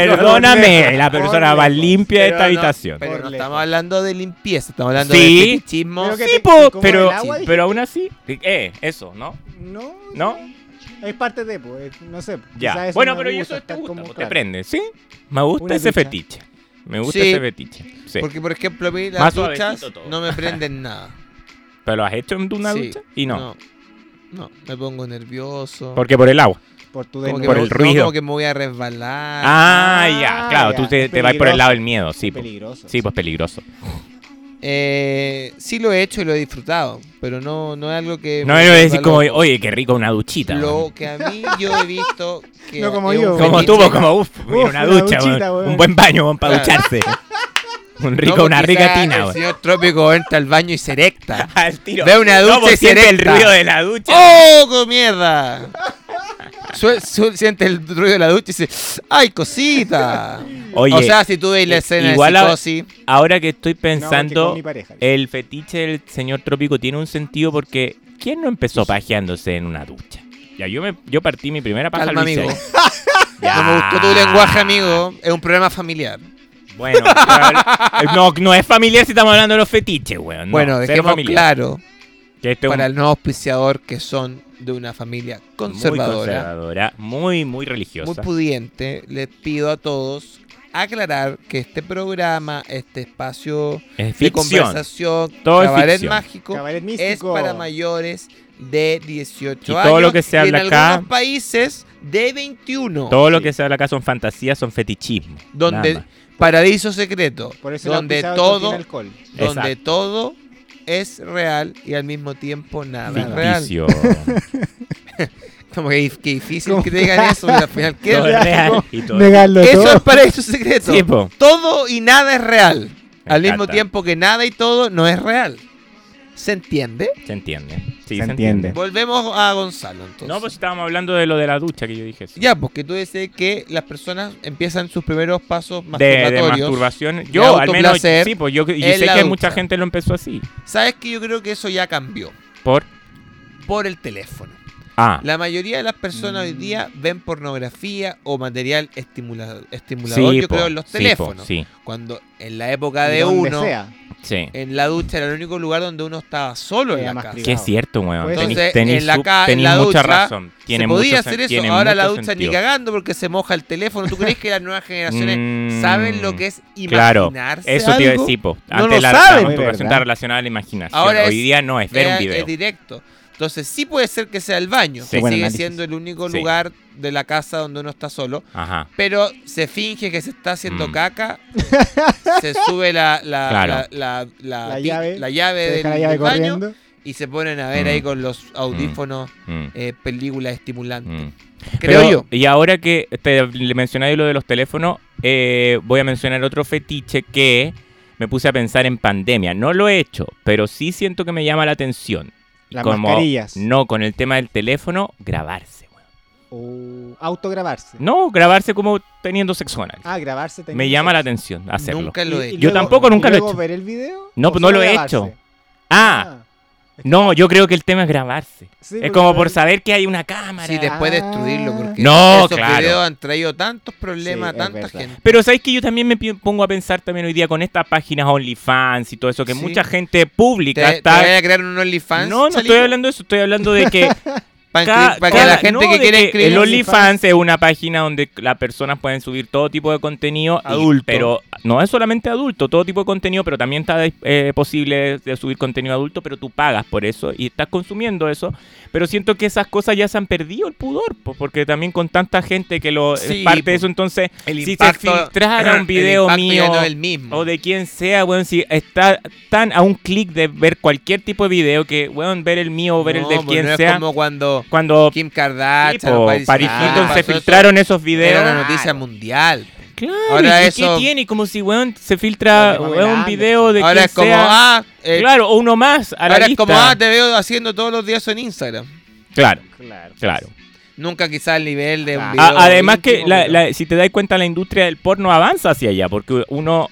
S5: Perdóname, la persona más limpia de esta
S6: Pero no-
S5: habitación.
S6: Pero no
S7: Por
S6: estamos
S7: lejos.
S6: hablando de limpieza, estamos hablando
S5: Sí.
S6: de fetichismo.
S7: Creo que
S5: Sí,
S7: te-
S5: po,
S7: como
S5: pero,
S7: el agua,
S5: pero aún así, eh, eso, ¿no?
S7: No.
S5: ¿No?
S7: Es parte de, pues, no sé. quizás
S5: Ya.
S7: eso
S5: Bueno,
S7: me
S5: pero y
S7: gusta,
S5: eso te
S7: estar
S5: gusta,
S7: como-
S5: po, te
S7: claro.
S5: prende, ¿sí? Me gusta
S7: Una
S5: ese
S7: ducha.
S5: fetiche. Me gusta
S6: Sí.
S5: ese fetiche. Sí.
S6: Porque, por ejemplo, a mí las
S5: Más
S6: duchas
S5: suavecito todo.
S6: no me prenden nada.
S5: ¿Pero lo has hecho en una
S6: Sí,
S5: ducha? Y no.
S6: no. No, me pongo nervioso.
S5: Porque por el agua.
S7: Por tu
S6: Como que
S7: desnudo.
S5: por
S6: me-
S5: el
S6: no,
S5: ruido.
S6: como que me voy a resbalar.
S5: Ah,
S7: Ah,
S5: ya, claro.
S7: ya,
S5: Tú te,
S7: es
S5: te vas por el
S7: peligroso.
S5: lado del miedo, sí. po.
S7: Peligroso.
S5: Sí, pues peligroso.
S6: Eh, sí lo he hecho y lo he disftrutado, pero no, no es algo que...
S5: No
S6: me
S5: me voy a decir
S6: vuelva
S5: como,
S6: loco.
S5: oye, qué rico una duchita. weón.
S6: Lo que a mí yo he visto que...
S7: No como
S6: es un
S7: yo.
S5: Como
S6: fetiche.
S5: tú, po, como uff, mira, una
S7: una
S5: ducha,
S7: duchita,
S5: weón. un Ah.
S7: weón.
S5: buen baño para
S6: Claro.
S5: ducharse. Un
S6: No,
S5: rico,
S6: porque
S5: una rica
S6: quizá
S5: tina,
S6: El
S5: weón.
S6: señor trópico entra al baño y se erecta.
S5: Al tiro.
S6: Ve una ducha
S5: pues,
S6: y se
S5: siente el
S6: erecta.
S5: ruido de la ducha.
S6: ¡Oh, qué mierda! Su- su- siente el ruido de la ducha y dice, ¡ay, cosita!
S5: Oye, eh,
S6: o sea, si tú ves la escena
S5: igual
S6: de
S5: a-
S6: psicosis,
S5: ahora que estoy
S7: No, porque con
S5: pensando,
S7: mi pareja.
S5: el fetiche del señor trópico tiene un sentido porque ¿quién no empezó pajeándose en una ducha? Ya, yo, me, yo partí mi primera paja
S6: calma,
S5: lo hice
S6: amigo.
S5: ahí.
S6: No me gustó tu
S5: Ya.
S6: lenguaje, amigo. Es un programa familiar.
S5: Bueno, pero- no, no es familiar si estamos hablando de los fetiches, weón. no,
S6: bueno,
S5: cero
S6: dejemos
S5: familiar.
S6: claro
S5: Que este es un
S6: para el nuevo auspiciador que son de una familia
S5: Muy
S6: conservadora,
S5: conservadora, muy, muy
S6: muy,
S5: religiosa.
S6: pudiente. Les pido a todos aclarar que este programa, este espacio
S5: es
S6: de
S5: ficción.
S6: conversación,
S5: Todo es
S6: cabaret
S5: ficción.
S6: mágico,
S7: Cabaret
S6: es
S7: místico.
S6: para mayores de 18
S5: Y todo
S6: años.
S5: lo que se
S6: y
S5: habla
S6: en
S5: acá-
S6: algunos países de 21.
S5: Todo lo que se habla acá son fantasías, son fetichismos.
S6: Oh, donde
S5: nada más.
S6: paraíso secreto,
S7: Por eso el
S6: donde
S7: auspiciado
S6: todo,
S7: contiene alcohol.
S6: donde
S5: Exacto.
S6: todo es real y al mismo tiempo nada es real.
S5: Ficticio.
S6: Como que, dif- que difícil
S7: Como-
S6: que te digan eso y al final ¿qué?
S5: todo es real y todo es-
S7: Negarlo
S6: Eso
S7: todo.
S6: es paraíso secreto.
S5: Sí, po.
S6: todo y nada es real.
S5: Me
S6: al mismo
S5: encanta.
S6: tiempo que nada y todo no es real. ¿Se entiende?
S5: Se entiende. Sí,
S7: Se entiende.
S6: Volvemos a Gonzalo entonces.
S5: No, pues estábamos hablando de lo de la ducha que yo dije. eso.
S6: Ya, porque tú dices que las personas empiezan sus primeros pasos
S5: De, de
S6: masturbatorios.
S5: masturbación. Yo, al menos.
S6: autoplacer
S5: Sí, pues yo, yo
S6: en
S5: sé que
S6: la
S5: mucha
S6: ducha.
S5: gente lo empezó así.
S6: Sabes que yo creo que eso ya cambió
S5: Por.
S6: por el teléfono.
S5: Ah. Mm.
S6: La mayoría de las personas hoy día ven pornografía o material estimula- estimulador,
S5: Sí,
S6: yo
S5: po,
S6: creo, en los
S5: sí, po,
S6: teléfonos.
S5: Sí,
S6: Cuando en la época de
S7: Donde
S6: uno,
S7: sea.
S5: sí.
S6: en la ducha era el único lugar donde uno estaba solo en
S7: Era
S6: la
S7: más
S6: casa.
S7: privado.
S5: Que es cierto, weón.
S7: Pues-
S5: Tenís-
S6: Entonces,
S5: tenís
S6: en la
S5: su-
S6: ca- en
S5: tenís
S6: la
S5: mucha
S6: ducha
S5: razón. Tiene
S6: se podía
S5: mucho
S6: hacer
S5: sen-
S6: eso,
S5: tiene
S6: ahora
S5: mucho
S6: la ducha ni
S5: sentido.
S6: cagando porque se moja el teléfono. ¿Tú crees que las nuevas generaciones
S5: Mm,
S6: saben lo que es
S5: Claro,
S6: imaginarse
S5: eso te iba a
S6: algo?
S5: decir, po.
S6: No
S5: Antes
S6: lo
S5: la,
S6: saben.
S5: la masturbación
S7: Es verdad.
S5: está relacionada a la imaginación.
S6: Ahora
S5: Hoy
S6: es-
S5: día no, es ver un
S6: es,
S5: video.
S6: Eh, es directo. Entonces sí puede ser que sea el baño,
S5: Sí.
S6: que
S7: Buen
S6: sigue
S7: análisis.
S6: siendo el único
S5: Sí.
S6: lugar de la casa donde uno está solo,
S5: Ajá.
S6: pero se finge que se está haciendo
S5: Mm.
S6: caca, se sube la, la,
S5: Claro.
S6: la, la- la-
S7: La llave,
S6: la llave
S7: Te
S6: del,
S7: deja la llave
S6: del baño
S7: corriendo.
S6: y se ponen a ver
S5: Mm.
S6: ahí con los audífonos
S5: Mm,
S6: eh, películas estimulantes.
S5: mm.
S6: Creo
S5: Pero-
S6: yo.
S5: Y ahora que te, le mencioné lo de los teléfonos, eh, voy a mencionar otro fetiche que me puse a pensar en pandemia. No lo he hecho, pero sí siento que me llama la atención. Y
S7: Las mascarillas.
S5: No, con el tema del teléfono, grabarse. weón.
S7: O autograbarse.
S5: No, grabarse como teniendo sexo anal.
S7: Ah, grabarse.
S5: me llama la atención hacerlo.
S6: Nunca lo he hecho.
S5: Yo tampoco nunca lo he hecho.
S7: ver el video?
S5: No,
S7: o
S5: pues no
S7: solo
S5: lo he
S7: grabarse?
S5: hecho. Ah, no, yo creo que el tema es grabarse. es
S7: Sí, porque
S5: como
S7: no-
S5: por saber que hay una cámara.
S6: Sí, después destruirlo, porque
S5: No,
S6: esos
S5: Oh, claro.
S6: videos han traído tantos problemas
S7: Sí,
S6: a tanta
S7: es verdad.
S6: gente.
S5: Pero sabéis que yo también me pi- pongo a pensar también hoy día con estas páginas OnlyFans y todo eso, que
S6: Sí.
S5: mucha gente pública
S6: ¿Te, te
S5: está...
S6: voy a crear un OnlyFans?
S5: no, no estoy hablando de eso, estoy hablando de que,
S6: Para
S5: ca-
S6: que la
S5: cada-
S6: gente
S5: no,
S6: que
S5: de
S6: quiere escribir.
S5: el
S6: un
S5: OnlyFans es una página donde las personas pueden subir todo tipo de contenido, y-
S6: Adulto.
S5: pero no es solamente adulto, todo tipo de contenido, pero también está eh, posible de subir contenido adulto, pero tú pagas por eso y estás consumiendo eso, pero siento que esas cosas ya se han perdido el pudor, po, porque también con tanta gente que lo es
S6: Sí,
S5: parte
S6: po.
S5: de eso, entonces
S6: El
S5: si
S6: impacto-
S5: se filtrara un
S6: el
S5: video
S6: impacto
S5: mío
S6: ya no es el mismo.
S5: o de quien sea, weón, si está tan a un clic de ver cualquier tipo de video que, weón, ver el mío o ver el
S6: No,
S5: de
S6: pues
S5: quien
S6: no
S5: sea,
S6: Es como cuando
S5: cuando
S6: Kim Kardashian,
S5: tipo,
S6: o Paris
S5: Paris
S6: Hilton
S5: Hilton
S6: pasó
S5: se
S6: eso,
S5: filtraron esos videos.
S6: Era una noticia mundial.
S5: Claro,
S6: Ahora
S5: ¿y
S6: eso-
S5: qué tiene? Como si, weón, se filtra
S7: Lo de
S5: weón, un
S7: Pamela
S5: video de
S6: Ahora
S5: quien
S6: es como,
S5: sea.
S6: ah, eh,
S5: claro, o uno más a la
S6: ahora es
S5: lista.
S6: como, ah, te veo haciendo todos los días eso en Instagram.
S5: Claro,
S7: Claro.
S5: claro.
S6: Nunca quizás el nivel de un
S7: Ah,
S6: video.
S5: A- además que
S6: íntimo,
S5: la-
S6: pero-
S5: la- si te das cuenta la industria del porno avanza hacia allá porque uno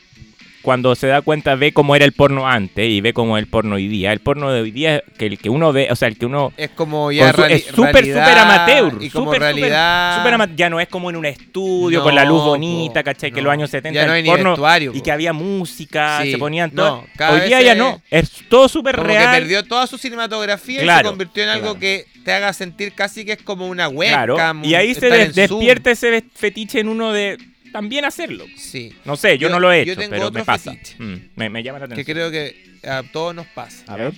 S5: cuando se da cuenta ve cómo era el porno antes y ve cómo es el porno hoy día el porno de hoy día que el que uno ve o sea el que uno
S6: es como ya
S5: con su-
S6: reali-
S5: Pues es súper
S6: realidad
S5: súper amateur
S6: y como
S5: súper, súper,
S6: realidad
S5: súper ama- ya no es como en un estudio con la
S6: No,
S5: luz
S6: po,
S5: bonita ¿cachai? que
S6: no.
S5: los años 70
S6: Ya no
S5: el
S6: hay ni
S5: porno
S6: vestuario,
S5: y
S6: po.
S5: que había música
S6: Sí,
S5: se ponían
S6: no,
S5: todo
S6: cada
S5: hoy
S6: vez
S5: día
S6: se-
S5: ya no es todo súper
S6: como
S5: real
S6: que perdió toda su cinematografía y se
S5: Claro,
S6: convirtió en algo
S7: claro.
S6: que te haga sentir casi que es como una webcam.
S5: claro y
S6: un-
S5: ahí se
S6: estar
S5: des-
S6: en Zoom.
S5: despierta ese ve- fetiche en uno de también hacerlo
S6: Sí,
S5: No sé, yo,
S6: Yo-
S5: no lo he
S6: yo
S5: hecho,
S6: tengo
S5: pero
S6: otro
S5: me pasa.
S6: fetiche.
S5: Mm, me, me llama la
S6: que
S5: atención.
S6: creo que a todos nos pasa.
S5: Ah.
S7: A ver.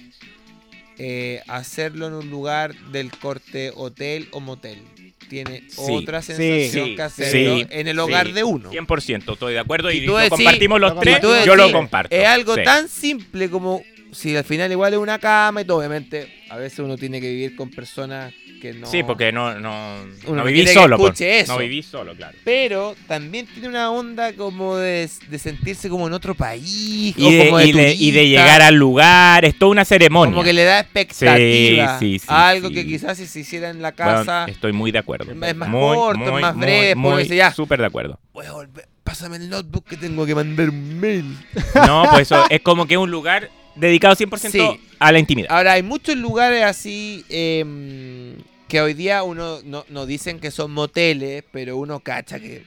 S6: eh, hacerlo en un lugar del corte hotel o motel. Tiene
S5: Sí,
S6: otra
S5: sí,
S6: sensación
S5: sí,
S6: que hacerlo
S5: sí,
S6: en el
S5: sí.
S6: hogar de uno.
S5: 100%, estoy de acuerdo y
S6: tú
S5: lo
S6: decís-
S5: compartimos los
S7: lo
S5: tres,
S6: tú
S7: compartimos.
S5: yo lo
S6: decís,
S5: comparto.
S6: Es algo
S5: Sí.
S6: tan simple como si al final igual es una cama y todo. Obviamente, a veces uno tiene que vivir con personas que no.
S5: Sí, porque no, no, no
S6: Uno
S5: viví
S6: quiere que
S5: solo. po.
S6: escuche eso.
S5: No viví solo, claro.
S6: Pero también tiene una onda como de, de sentirse como en otro país.
S5: Y
S6: o
S5: de,
S6: como de
S5: y de- y de
S6: turista.
S5: llegar al lugar, es toda una ceremonia.
S6: Como que le da expectativa
S5: Sí, sí, sí,
S6: a algo
S5: sí.
S6: que quizás si se hiciera en la
S5: Bueno,
S6: casa.
S5: estoy muy de acuerdo.
S6: Es más corto, es más breve,
S5: muy,
S6: porque ya-
S5: súper de acuerdo.
S6: Voy a volver- Pásame el notebook que tengo que mandar un mail.
S5: No, pues eso es como que es un lugar dedicado 100%
S6: Sí.
S5: a la intimidad.
S6: Ahora, hay muchos lugares así em, que hoy día uno no, no dicen que son moteles, pero uno cacha que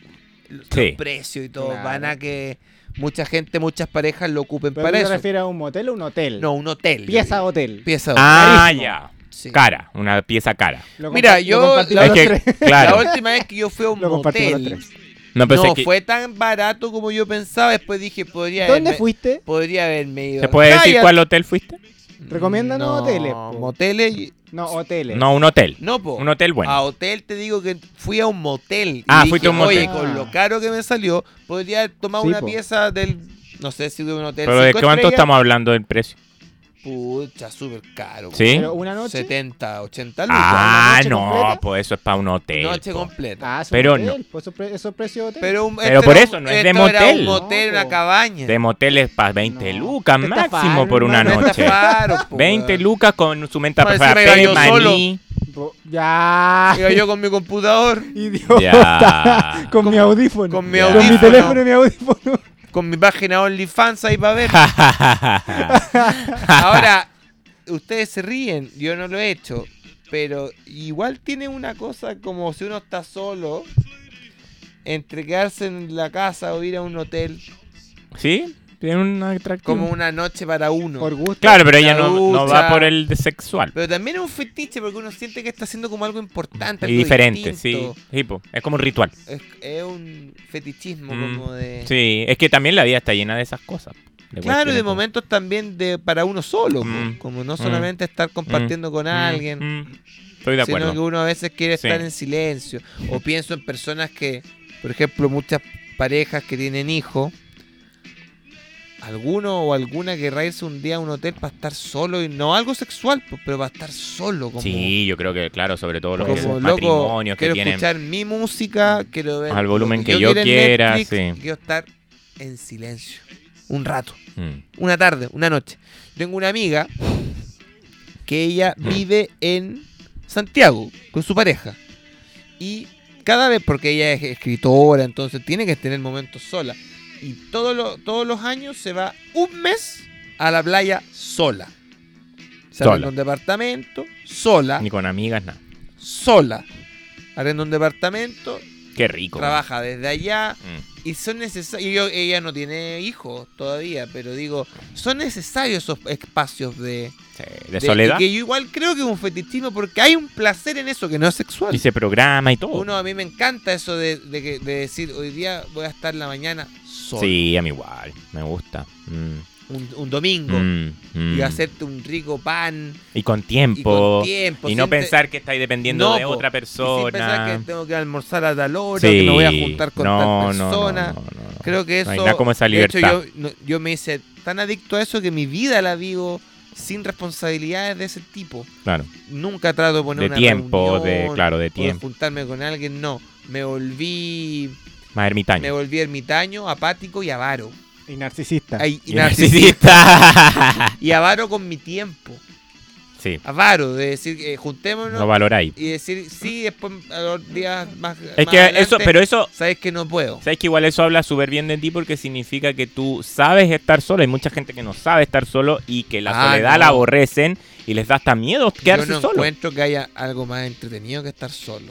S6: los
S5: Sí.
S6: precios y todo
S7: Claro.
S6: van a que mucha gente, muchas parejas lo ocupen
S7: ¿Pero
S6: para
S7: te
S6: eso.
S7: refieres a un motel o un hotel?
S6: No, un hotel.
S7: Pieza hotel.
S6: Pieza hotel.
S5: Ah,
S7: Carísimo.
S5: ya.
S6: Sí.
S5: Cara, una pieza cara.
S7: Lo
S6: Mira,
S7: compa- lo
S6: yo-
S7: compartimos
S6: la-
S5: Es
S7: los
S5: que,
S7: tres.
S5: claro.
S6: La última vez que yo fui a un
S7: Lo compartimos los
S6: motel,
S7: tres.
S5: No, pero
S6: no
S5: es que-
S6: fue tan barato como yo pensaba. Después dije, podría
S7: ¿Dónde
S6: haberme-
S7: fuiste?
S6: Podría haberme ido.
S5: ¿Se
S6: a-
S5: puede decir
S6: Cállate.
S5: cuál hotel fuiste?
S7: Recomiéndanos hoteles, po.
S6: Moteles.
S7: No, hoteles.
S5: No, un hotel.
S6: No, Ah, po.
S5: Un hotel bueno.
S6: A hotel te digo que fui a un motel.
S5: Ah,
S6: y
S5: fuiste
S6: dije,
S5: a un motel.
S6: Oye, con lo caro que me salió, podría tomar
S7: Sí,
S6: una
S7: po.
S6: pieza del. No sé si de un hotel.
S5: Pero de
S6: cinco
S5: cuánto
S6: estrellas.
S5: estamos hablando del precio.
S6: Pucha, súper caro. po.
S5: ¿Sí?
S7: Pero una noche.
S6: 70, 80 lucas.
S5: Ah,
S7: noche
S5: no,
S7: completa?
S5: pues eso es para un hotel.
S6: Noche
S5: po.
S6: completa.
S7: Ah, es un
S5: Pero
S7: hotel, pues esos pre- esos precios de hotel.
S6: Pero, un-
S5: Pero
S6: esto
S5: por
S6: era
S5: eso,
S6: un-
S5: no es de
S6: esto era un
S5: motel.
S6: motel,
S7: No,
S6: una
S7: po.
S6: cabaña.
S5: De moteles para 20
S7: No,
S5: lucas
S7: te
S5: máximo
S7: estafaron,
S5: por una
S7: no,
S6: No
S5: noche.
S6: estafaron, po,
S5: 20
S6: weón.
S5: lucas con su menta
S6: No, encima iba
S5: frappé,
S6: yo
S5: maní.
S7: Bo- Ya.
S6: Iba yo con mi computador,
S7: Idiota.
S5: Ya.
S7: Con mi audífono.
S6: Con mi
S7: Con mi
S5: audífono.
S7: teléfono y mi audífono.
S6: con mi página OnlyFans ahí para ver.
S5: Ahora.
S6: Ahora, ustedes se ríen, yo no lo he hecho, pero igual tiene una cosa como si uno está solo, entre quedarse en la casa o ir a un hotel,
S5: ¿Sí? Tiene un atractivo.
S6: como una noche para uno.
S7: Por gusto.
S5: Claro, pero ella
S6: La
S5: no, no
S6: ducha.
S5: va por el de sexual.
S6: Pero también es un fetiche porque uno siente que está haciendo como algo importante.
S5: Y
S6: algo
S5: diferente, sí.
S6: distinto.
S5: Sí, po. Es como un ritual.
S6: Es, es un fetichismo
S5: Mm,
S6: como de...
S5: Sí, es que también la vida está llena de esas cosas.
S6: Claro, y
S5: de
S6: de
S5: cuestiones como-
S6: momentos también de para uno solo, po,
S5: Mm,
S6: como no
S5: mm,
S6: solamente estar compartiendo con
S5: Mm,
S6: alguien.
S5: mm. Estoy de acuerdo.
S6: sino que uno a veces quiere
S5: Sí.
S6: estar en silencio. O pienso en personas que, por ejemplo, muchas parejas que tienen hijos alguno o alguna querrá irse un día a un hotel para estar solo y no algo sexual, pues, pero para estar solo como
S5: Sí, yo creo que, claro, sobre todo los
S6: como, loco,
S5: que- matrimonios que
S6: quiero
S5: tienen.
S6: escuchar mi música, quiero ver
S5: Al
S6: lo
S5: volumen que yo
S6: quiero en
S5: quiera, sí.
S6: quiero estar en silencio un rato
S5: Mm.
S6: una tarde, una noche. Tengo una amiga que ella vive en Santiago con su pareja. Y cada vez, porque ella es escritora, entonces tiene que tener momentos sola. Y todos los todos los años se va un mes a la playa sola. Se
S5: Sola.
S6: arrenda un departamento, sola,
S5: Ni con amigas, nada.
S6: sola. Arrenda un departamento,
S5: Qué rico.
S6: trabaja desde allá,
S5: Mm.
S6: y son necesarios. ella no tiene hijos todavía, pero digo, son necesarios esos espacios de,
S5: Sí, De,
S6: de-
S5: soledad.
S6: y que yo igual creo que es un fetichismo porque hay un placer en eso que no es sexual.
S5: Y se programa y todo.
S6: Uno a mí me encanta eso de, de que- de decir hoy día voy a estar la mañana solo.
S5: Sí, a mí igual. Me gusta. Mm,
S6: Un, un domingo.
S5: mm, mm.
S6: Y hacerte un rico pan.
S5: Y con
S6: Y con
S5: tiempo. Y,
S6: tiempo.
S5: no
S6: siempre-
S5: pensar que estáis dependiendo
S6: No,
S5: de
S6: po.
S5: otra
S6: y sin pensar
S5: persona.
S6: que tengo que almorzar a tal hora,
S5: Sí.
S6: que me voy a juntar con
S5: no,
S6: tal
S5: no,
S6: persona.
S5: No, no, no, no.
S6: Creo que eso.
S5: No hay nada como esa
S6: de hecho,
S5: libertad.
S6: yo, no- yo me hice tan adicto a eso que mi vida la vivo sin responsabilidades de ese tipo.
S5: Claro.
S6: Nunca trato de poner
S5: De
S6: una
S5: tiempo, de,
S6: reunión
S5: claro, de
S6: o de
S5: tiempo.
S6: juntarme con alguien, no. Me volví,
S5: Más
S6: me
S5: ermitaño.
S6: volví ermitaño, apático y avaro.
S7: Y narcisista.
S6: Ay, y,
S5: Y
S6: narcisista.
S5: narcisista.
S6: Y avaro con mi tiempo.
S5: sí,
S6: Avaro, de decir, eh, juntémonos
S5: no valoráis.
S6: y decir, sí, después a los días más.
S5: Es
S6: más
S5: que
S6: adelante,
S5: eso, pero eso,
S6: Sabes que no puedo.
S5: sabes que igual eso habla súper bien de ti porque significa que tú sabes estar solo. Hay mucha gente que no sabe estar solo y que la
S6: Ah,
S5: soledad
S6: no.
S5: la aborrecen y les da hasta miedo
S6: Yo
S5: quedarse
S6: no
S5: solo.
S6: encuentro que haya algo más entretenido que estar solo.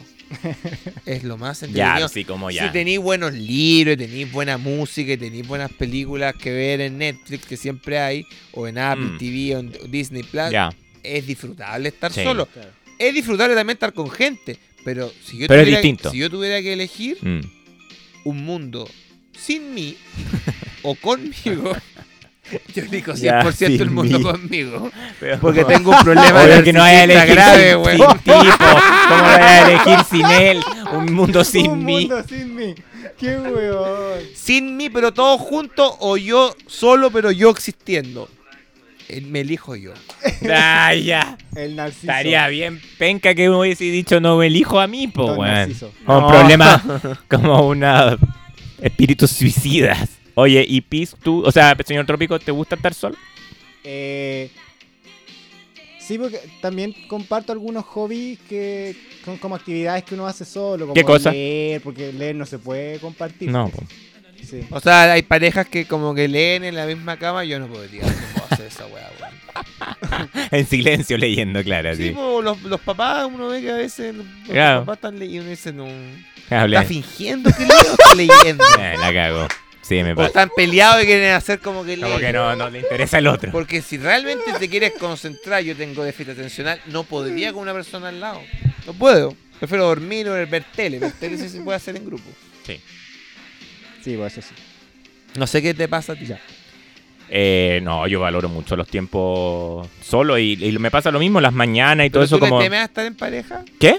S6: es lo más entretenido.
S5: Ya, sí, como ya.
S6: Si tenéis buenos libros, tenéis buena música, y tenéis buenas películas que ver en Netflix, que siempre hay, o en Apple
S5: Mm.
S6: TV, o en Disney Plus,
S5: ya.
S6: es disfrutable estar
S5: Sí.
S6: solo.
S7: Claro.
S6: Es disfrutable también estar con gente, pero si yo,
S5: Pero es
S6: tuviera,
S5: distinto.
S6: si yo tuviera que elegir
S5: Mm.
S6: un mundo sin mí o conmigo, yo elijo
S5: Ya,
S6: 100% el
S5: sin
S6: mundo
S5: mí.
S6: conmigo.
S5: Pero-
S6: Porque tengo un problema
S5: Obvio que no vaya a
S6: narcisista grave,
S5: elegir sin,
S6: güey.
S5: sin tipo. ¿Cómo vaya a elegir sin él? Un mundo sin
S7: Un
S5: mí.
S7: mundo sin mí. Qué weón.
S6: sin mí, pero todos juntos, o yo solo, pero yo existiendo. Eh, Me elijo yo.
S5: Ay, ya.
S7: El narciso.
S5: Estaría bien penca que me hubiese dicho no me elijo a mí, po,
S7: Don
S5: weón.
S7: Narciso.
S5: Como
S6: No.
S5: un problema, como una espíritus suicidas. Oye, y Piz, tú, o sea, señor Trópico, ¿te gusta estar solo?
S7: Eh, sí, porque también comparto algunos hobbies que son como actividades que uno hace solo. Como
S5: ¿Qué cosa?
S7: Leer, porque leer no se puede compartir.
S5: No, po.
S7: Sí.
S6: O sea, hay parejas que como que leen en la misma cama, yo no podría no puedo hacer esa weá, weón.
S5: en silencio leyendo, claro,
S6: Sí,
S5: sí.
S6: po, los, los papás, uno ve que a veces los
S5: Claro.
S6: papás están leyendo y uno dice, no,
S5: Hablé.
S6: está fingiendo que leo, está leyendo.
S5: Eh, Ah, la cago. Sí, me
S6: O
S5: pasa.
S6: están peleados y quieren hacer como que leen.
S5: Como que no, no le interesa el otro.
S6: Porque si realmente te quieres concentrar, yo tengo déficit atencional, no podría con una persona al lado. No puedo. Prefiero dormir o ver tele. Ver tele sí se puede hacer en grupo.
S5: Sí.
S7: Sí, pues eso sí.
S6: No sé qué te pasa a ti.
S7: Ya.
S5: Eh, no, yo valoro mucho los tiempos solo y, y me pasa lo mismo las mañanas y todo
S6: ¿Pero
S5: eso
S6: tú
S5: como...
S6: le temes a estar en pareja?
S5: ¿Qué?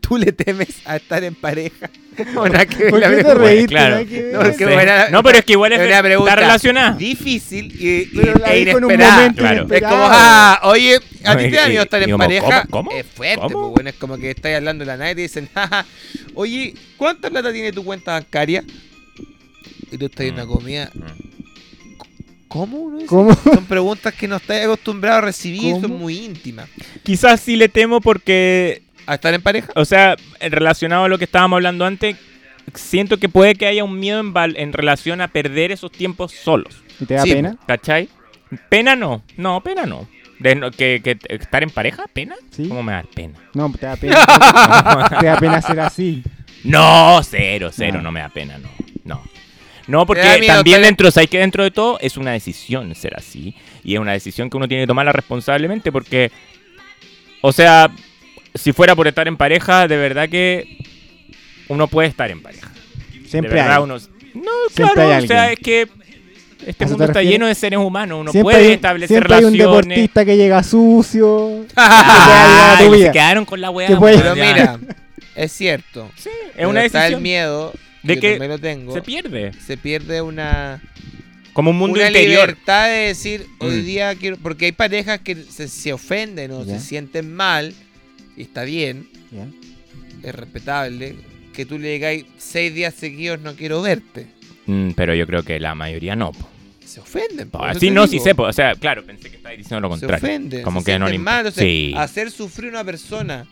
S6: ¿Tú le temes a estar en pareja? No, nada que ver,
S7: ¿Por
S6: la
S7: qué te
S6: pregunta.
S7: reíste?
S5: claro.
S7: Nada que ver.
S6: No, porque
S5: Sí.
S6: buena-
S5: No, pero es que igual es,
S6: Es una pregunta
S5: está relacionada.
S6: Difícil y, y-
S7: Pero la
S6: e
S7: dijo en un
S6: inesperada.
S7: momento
S5: Claro.
S6: Es
S7: inesperado.
S6: como, ah, oye, a
S5: No,
S6: ti
S5: y-
S6: te da miedo
S5: y-
S6: estar
S5: y
S6: en
S5: como,
S6: pareja.
S5: ¿cómo? ¿Cómo?
S6: Es fuerte,
S5: ¿Cómo?
S6: pues, bueno, es como que estás hablando de la nada y te dicen, jaja, oye, ¿cuánta plata tiene tu cuenta bancaria? Y tú estás en una
S5: Mm.
S6: comida. ¿Cómo? uno dice?
S7: ¿Cómo?
S6: Son preguntas que no estás acostumbrado a recibir,
S7: ¿Cómo?
S6: son muy íntimas.
S5: Quizás sí le temo porque,
S6: ¿A estar en pareja?
S5: o sea, relacionado a lo que estábamos hablando antes, siento que puede que haya un miedo en, val- en relación a perder esos tiempos solos.
S7: ¿Y te da
S6: Sí.
S7: pena?
S5: ¿Cachai? Pena no, no, pena no. De no- que, que estar en pareja, pena.
S7: Sí.
S5: ¿Cómo me da pena?
S7: No, te da pena. te da pena ser así.
S5: No, cero, cero, no,
S7: No.
S5: me da pena, no. No. No, porque
S6: Ah. da miedo,
S5: también
S6: tal-
S5: dentro, sabes que dentro de todo es una decisión ser así. Y es una decisión que uno tiene que tomarla responsablemente porque, o sea, si fuera por estar en pareja, de verdad que uno puede estar en pareja.
S7: Siempre
S5: de verdad,
S7: hay.
S5: uno. No,
S7: Siempre
S5: claro,
S7: hay
S5: o sea,
S7: alguien.
S5: es que este
S7: ¿A eso
S5: mundo
S7: te
S5: está
S7: refieres?
S5: lleno de seres humanos. Uno
S7: siempre
S5: puede
S7: hay un-
S5: establecer
S7: siempre hay un
S5: relaciones.
S7: deportista que llega sucio.
S5: Ah,
S7: que te haga tu
S5: y se
S7: vida.
S5: quedaron con la pues, weá.
S7: Que puede-
S5: weón,
S6: Pero
S5: ya.
S6: mira, es cierto.
S5: Sí, es
S6: pero
S5: una
S6: Está el
S5: decisión.
S6: miedo
S5: De
S6: yo
S5: que
S6: también lo tengo,
S5: se pierde.
S6: se pierde una,
S5: Como un mundo
S6: una
S5: interior.
S6: libertad de decir hoy
S5: Mm.
S6: día quiero. Porque hay parejas que se, se ofenden o
S7: Ya.
S6: se sienten mal, y está bien,
S7: Ya.
S6: es respetable, que tú le digáis seis días seguidos no quiero verte.
S5: Mm, pero yo creo que la mayoría no. po.
S6: Se ofenden.
S5: No,
S6: por eso
S5: así
S6: te
S5: no,
S6: digo.
S5: Ah, sí sepo. O sea, claro, pensé que estaba diciendo lo
S6: Se
S5: contrario.
S6: ofenden.
S5: Como
S6: se
S5: que no
S6: sienten
S5: le imp-
S6: mal, o sea,
S5: Sí.
S6: Hacer sufrir una persona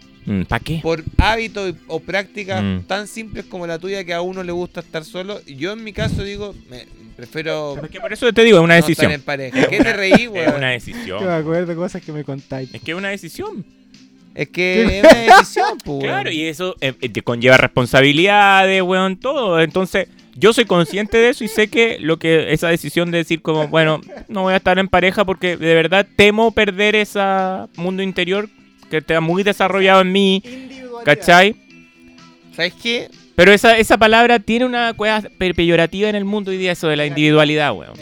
S5: ¿Para qué?
S6: por hábitos y- o prácticas
S5: Mm.
S6: tan simples como la tuya que a uno le gusta estar solo. Yo en mi caso digo, me- prefiero
S5: Porque por eso te digo, es una
S6: no estar en
S5: decisión.
S6: pareja. ¿Qué te reí,
S5: Es
S6: weón?
S5: una
S7: Que me
S5: decisión.
S7: acuerdo cosas que me contáis.
S5: Es que es una decisión.
S6: Es que es una decisión, pues.
S5: Claro, y eso eh, eh, te conlleva responsabilidades, weón, todo. Entonces, yo soy consciente de eso y sé que lo que esa decisión de decir como, bueno, no voy a estar en pareja porque de verdad temo perder ese mundo interior que está muy desarrollado en mí, ¿cachai?
S6: ¿Sabes qué?
S5: Pero esa, esa palabra tiene una cueva pe- peyorativa en el mundo hoy día, eso de la individualidad, weón.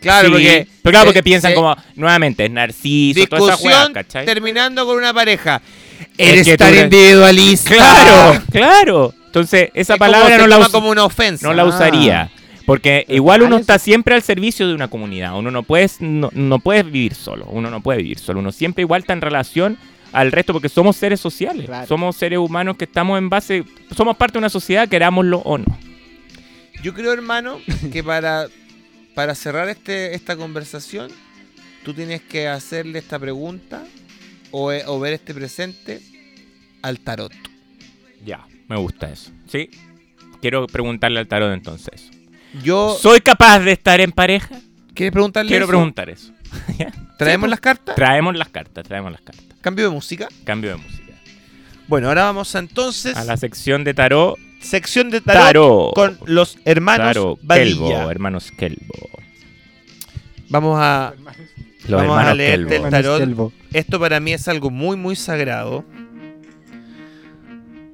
S6: Claro,
S5: Sí,
S6: porque.
S5: pero claro, porque
S6: eh,
S5: piensan
S6: eh,
S5: como, nuevamente, es narciso, toda esa weá,
S6: Discusión
S5: ¿cachai?
S6: terminando con una pareja.
S5: Es
S6: Eres
S5: que tú
S6: tan
S5: eres-
S6: individualista.
S5: Claro, claro. Entonces, esa
S6: Es como-
S5: palabra
S6: se
S5: no la
S6: toma
S5: us-
S6: como una ofensa.
S5: No la usaría. Porque igual
S7: vale
S5: uno
S7: eso.
S5: está siempre al servicio de una comunidad. Uno no puede, no, no puede vivir solo. Uno no puede vivir solo. Uno siempre igual está en relación al resto porque somos seres sociales.
S7: Claro.
S5: Somos seres humanos que estamos en base... Somos parte de una sociedad, querámoslo o no.
S6: Yo creo, hermano, que para, para cerrar este, esta conversación, tú tienes que hacerle esta pregunta o, eh, o ver este presente al tarot.
S5: Ya. Me gusta eso. ¿Sí? Quiero preguntarle al tarot entonces.
S6: Yo
S5: ¿Soy capaz de estar en pareja?
S6: ¿Quieres preguntarle
S5: Quiero
S6: eso?
S5: preguntar eso.
S6: ¿Traemos las cartas?
S5: Traemos las cartas, traemos las cartas.
S6: Cambio de música.
S5: Cambio de música.
S6: Bueno, ahora vamos a, entonces
S5: A la sección de tarot.
S6: sección de tarot,
S5: Tarot.
S6: con los hermanos
S5: Tarot,
S6: Badilla.
S5: Kelbo, hermanos Kelbo.
S6: Vamos a
S5: Los
S6: Vamos a
S5: hermanos
S6: leerte
S5: Kelbo.
S6: el tarot. esto para mí es algo muy muy sagrado.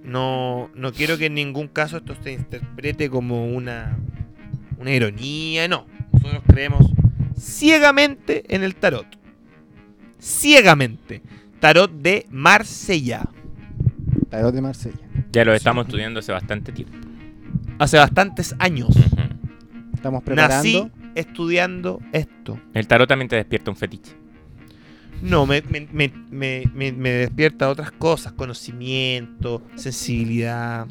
S6: No no quiero que en ningún caso esto se interprete como una una ironía, no. Nosotros creemos ciegamente en el tarot. Ciegamente. Tarot de Marsella.
S7: Tarot de Marsella.
S5: Ya lo estamos estudiando hace bastante tiempo.
S6: Hace bastantes años.
S7: Estamos preparando.
S6: Nací estudiando esto.
S5: El tarot también te despierta un fetiche.
S6: No, me, me- me- me- me- me despierta otras cosas, conocimiento, sensibilidad.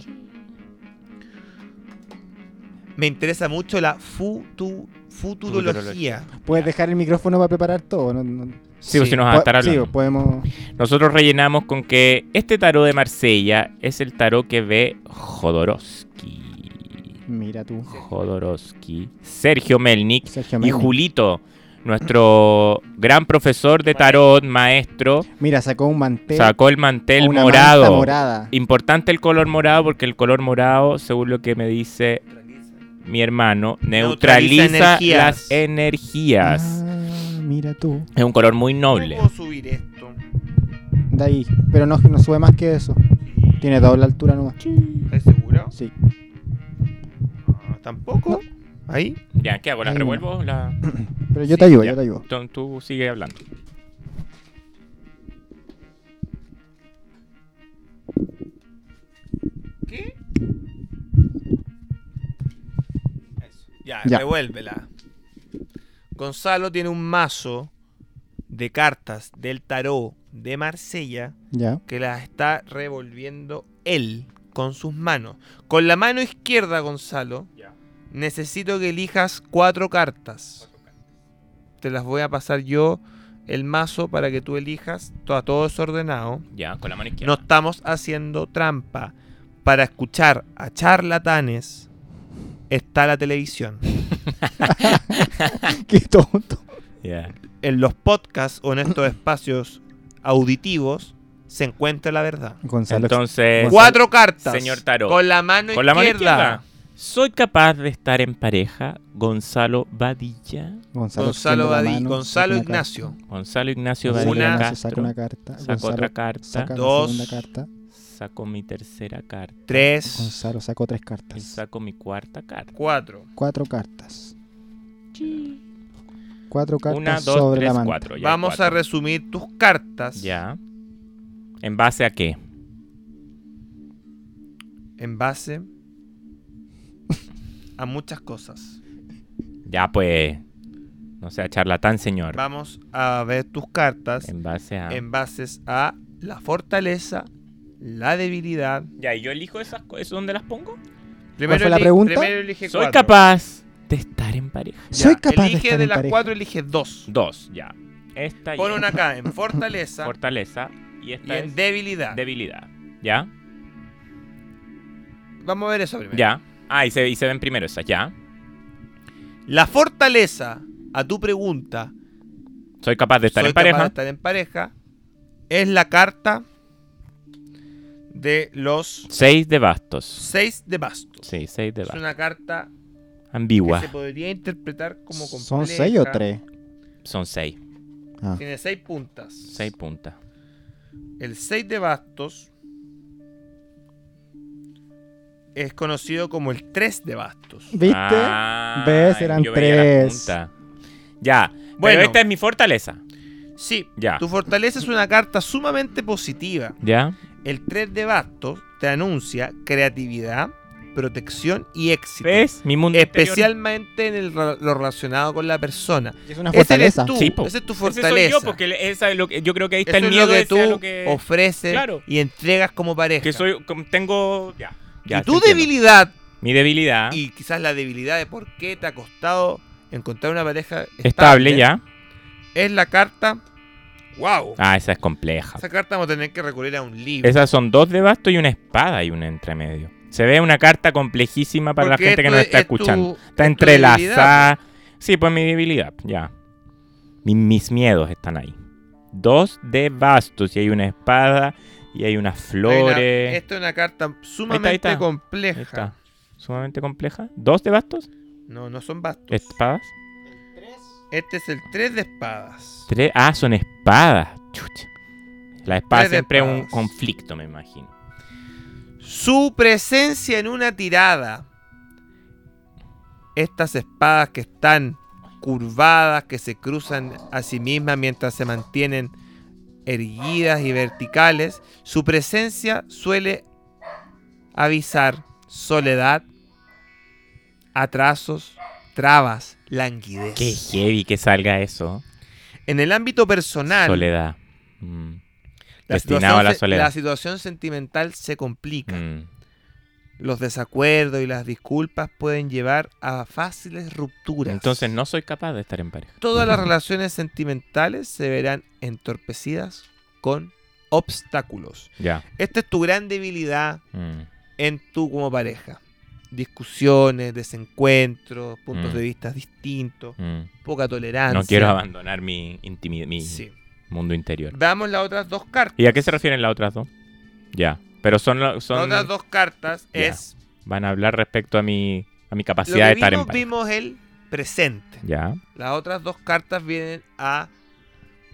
S6: Me interesa mucho la futu- futurología.
S7: Puedes dejar el micrófono para preparar todo. ¿no? No-
S5: Sí, pues, si nos va a
S7: po-
S5: estar
S7: sí,
S5: hablando.
S7: podemos.
S5: Nosotros rellenamos con que este tarot de Marsella es el tarot que ve Jodorowsky.
S7: Mira tú.
S5: Jodorowsky. Sergio Melnik
S7: Sergio
S5: y
S7: Mendes.
S5: Julito, nuestro gran profesor de tarot, maestro,
S7: Mira, sacó un mantel.
S5: sacó el mantel
S7: una manta
S5: morado.
S7: morada.
S5: Importante el color morado porque el color morado, según lo que me dice mi hermano, neutraliza,
S6: Neutraliza energías.
S5: las energías.
S7: Ah, mira tú.
S5: Es un color muy noble.
S6: ¿Cómo puedo subir esto?
S7: De ahí. Pero no, no sube más que eso. Tiene doble altura nomás.
S6: ¿Estás seguro?
S7: Sí.
S6: Ah, ¿Tampoco? ¿Ahí?
S5: Ya, ¿qué hago? ¿Las
S7: Ahí
S5: revuelvo? ¿La-
S7: Pero yo
S5: Sí,
S7: te ayudo,
S5: ya.
S7: yo te ayudo.
S5: Tom, Tú sigue hablando.
S6: ¿Qué? Ya,
S7: Ya.
S6: revuélvela. Gonzalo tiene un mazo de cartas del tarot de Marsella
S7: Ya.
S6: que las está revolviendo él con sus manos. Con la mano izquierda, Gonzalo,
S5: Ya.
S6: necesito que elijas cuatro cartas. Te las voy a pasar yo el mazo para que tú elijas. Todo, todo es ordenado.
S5: Ya, con la mano
S6: No
S5: izquierda.
S6: estamos haciendo trampa. Para escuchar a charlatanes está la televisión.
S7: Qué tonto.
S5: Ya.
S6: En los podcasts o en estos espacios auditivos se encuentra la verdad.
S7: Gonzalo.
S5: Entonces,
S7: Gonzalo-
S6: Cuatro cartas.
S5: Señor Tarot.
S6: Con la mano
S5: con la mano izquierda. ¿Soy capaz de estar en pareja? Gonzalo Badilla.
S7: Gonzalo,
S6: Gonzalo,
S7: extiende la
S6: Badí-
S7: mano,
S6: Gonzalo
S7: saca una carta.
S6: Ignacio.
S5: Gonzalo Ignacio
S7: Gonzalo
S5: Badilla
S6: Una-
S7: Ignacio saca
S5: Castro.
S7: una carta.
S5: Saca
S7: Gonzalo
S5: otra carta.
S7: Saca
S6: Dos.
S7: la segunda carta.
S5: Saco mi tercera carta.
S6: Tres,
S7: Gonzalo sacó tres
S5: Y
S7: cartas.
S5: saco mi cuarta carta.
S6: cuatro.
S7: Cuatro cartas. Cuatro cartas
S5: Una, dos,
S7: sobre
S5: tres,
S7: la manta.
S5: cuatro. Ya,
S6: Vamos a
S5: cuatro.
S6: resumir tus cartas
S5: Ya. ¿En base a qué?
S6: en base a muchas cosas.
S5: Ya pues. No sea charlatán, señor.
S6: Vamos Em, a ver tus cartas
S5: En base a.
S6: en bases a la fortaleza, la debilidad.
S5: Ya, ¿y yo elijo esas cosas. ¿Dónde las pongo?
S6: Primero
S7: fue la
S6: eli-
S7: pregunta?
S6: primero elige
S5: Soy
S6: cuatro.
S5: capaz de estar en pareja.
S6: Ya,
S7: Soy capaz de
S6: Elige
S7: estar
S6: de
S7: en
S6: las
S7: pareja.
S6: cuatro, elige dos.
S5: Dos, ya. Esta
S6: Pon
S5: y
S6: una acá en fortaleza
S5: fortaleza y
S6: y
S5: esta
S6: en
S5: es
S6: debilidad.
S5: debilidad. ¿Ya?
S6: Vamos a ver eso primero.
S5: Ya. Ah, y se, y se ven primero esas, ya.
S6: La fortaleza, a tu pregunta,
S5: Soy capaz de estar
S6: soy
S5: en
S6: capaz de
S5: pareja.
S6: estar en pareja, es la carta de los
S5: Seis de bastos.
S6: seis de bastos.
S5: Sí, seis de
S6: Es
S5: bastos.
S6: una carta
S5: Ambigua.
S6: que se podría interpretar como compleja.
S7: ¿Son seis o tres?
S5: Son seis.
S7: Ah.
S6: Tiene seis puntas.
S5: Seis puntas.
S6: El 6 de bastos es conocido como el 3 de bastos.
S7: ¿Viste?
S5: Ah,
S7: ¿Ves? Eran
S5: yo veía la
S7: tres.
S5: punta. Ya.
S6: Bueno.
S5: Pero esta es mi fortaleza.
S6: Sí,
S5: Ya.
S6: tu fortaleza es una carta sumamente positiva.
S5: Ya.
S6: El 3 de bastos te anuncia creatividad, protección y éxito.
S5: ¿Ves? Mi mundo exterior.
S6: Especialmente en el ra- lo relacionado con la persona.
S7: Es una
S6: Ese eres
S7: fortaleza.
S6: tú,
S5: Sí, po.
S6: esa es tu
S5: Ese
S6: fortaleza.
S5: soy yo, porque esa es lo que- yo creo que ahí está
S6: Eso
S5: el
S6: es lo
S5: miedo
S6: que
S5: de
S6: tú
S5: ser lo que...
S6: ofreces
S5: Claro.
S6: y entregas como pareja.
S5: que soy... como Tengo... Ya. ya,
S6: y
S5: te
S6: tu
S5: entiendo.
S6: debilidad
S5: Mi debilidad.
S6: y quizás la debilidad de por qué te ha costado encontrar una pareja
S5: Estable ya.
S6: es la carta. ¡Wow!
S5: Ah, esa es compleja.
S6: Esa carta vamos a tener que recurrir a un libro.
S5: Esas son dos de basto y una espada y una entre medio. Se ve una carta complejísima para
S6: Porque
S5: la gente que
S6: esto
S5: nos
S6: es-
S5: está
S6: es tu-
S5: escuchando.
S6: es tu
S5: Está
S6: debilidad,
S5: entrelazada. Sí, pues mi debilidad, ya. Mi- Mis, miedos están ahí. Dos de bastos y hay una espada y hay unas
S6: Hay una-
S5: flores.
S6: Esta es una carta sumamente
S5: ahí está.
S6: compleja.
S5: Ahí Está. Sumamente compleja. ¿Dos de bastos?
S6: No, no son bastos.
S5: ¿Espadas?
S6: Este es el 3 de espadas.
S5: Tres. Ah, son espadas. Chucha. La espada
S6: Tres de
S5: siempre es un
S6: espadas.
S5: conflicto, me imagino.
S6: Su presencia en una tirada. Estas espadas que están curvadas, que se cruzan a sí mismas mientras se mantienen erguidas y verticales, su presencia suele avisar soledad, atrasos, trabas, languidez.
S5: Qué heavy que salga eso.
S6: En el ámbito personal,
S5: Soledad. Mm.
S6: la,
S5: Destinado a la
S6: situación se-
S5: soledad.
S6: la situación sentimental se complica.
S5: Mm.
S6: Los desacuerdos y las disculpas pueden llevar a fáciles rupturas.
S5: Entonces no soy capaz de estar en pareja.
S6: Todas las relaciones sentimentales se verán entorpecidas con obstáculos.
S5: Ya.
S6: Esta es tu gran debilidad
S5: Mm.
S6: en tú como pareja. Discusiones, desencuentros, puntos
S5: Mm.
S6: de vista distintos,
S5: Mm.
S6: poca tolerancia.
S5: No quiero abandonar mi intimidad, mi
S6: Sí.
S5: mundo interior.
S6: Veamos las otras dos cartas.
S5: ¿Y a qué se refieren las otras dos? Ya. Pero son, lo-
S6: Las
S5: son
S6: otras dos cartas
S5: Ya.
S6: es
S5: van a hablar respecto a mi a mi
S6: lo
S5: capacidad de
S6: que
S5: estar en
S6: vimos,
S5: pareja.
S6: vimos el presente.
S5: Ya.
S6: Las otras dos cartas vienen a.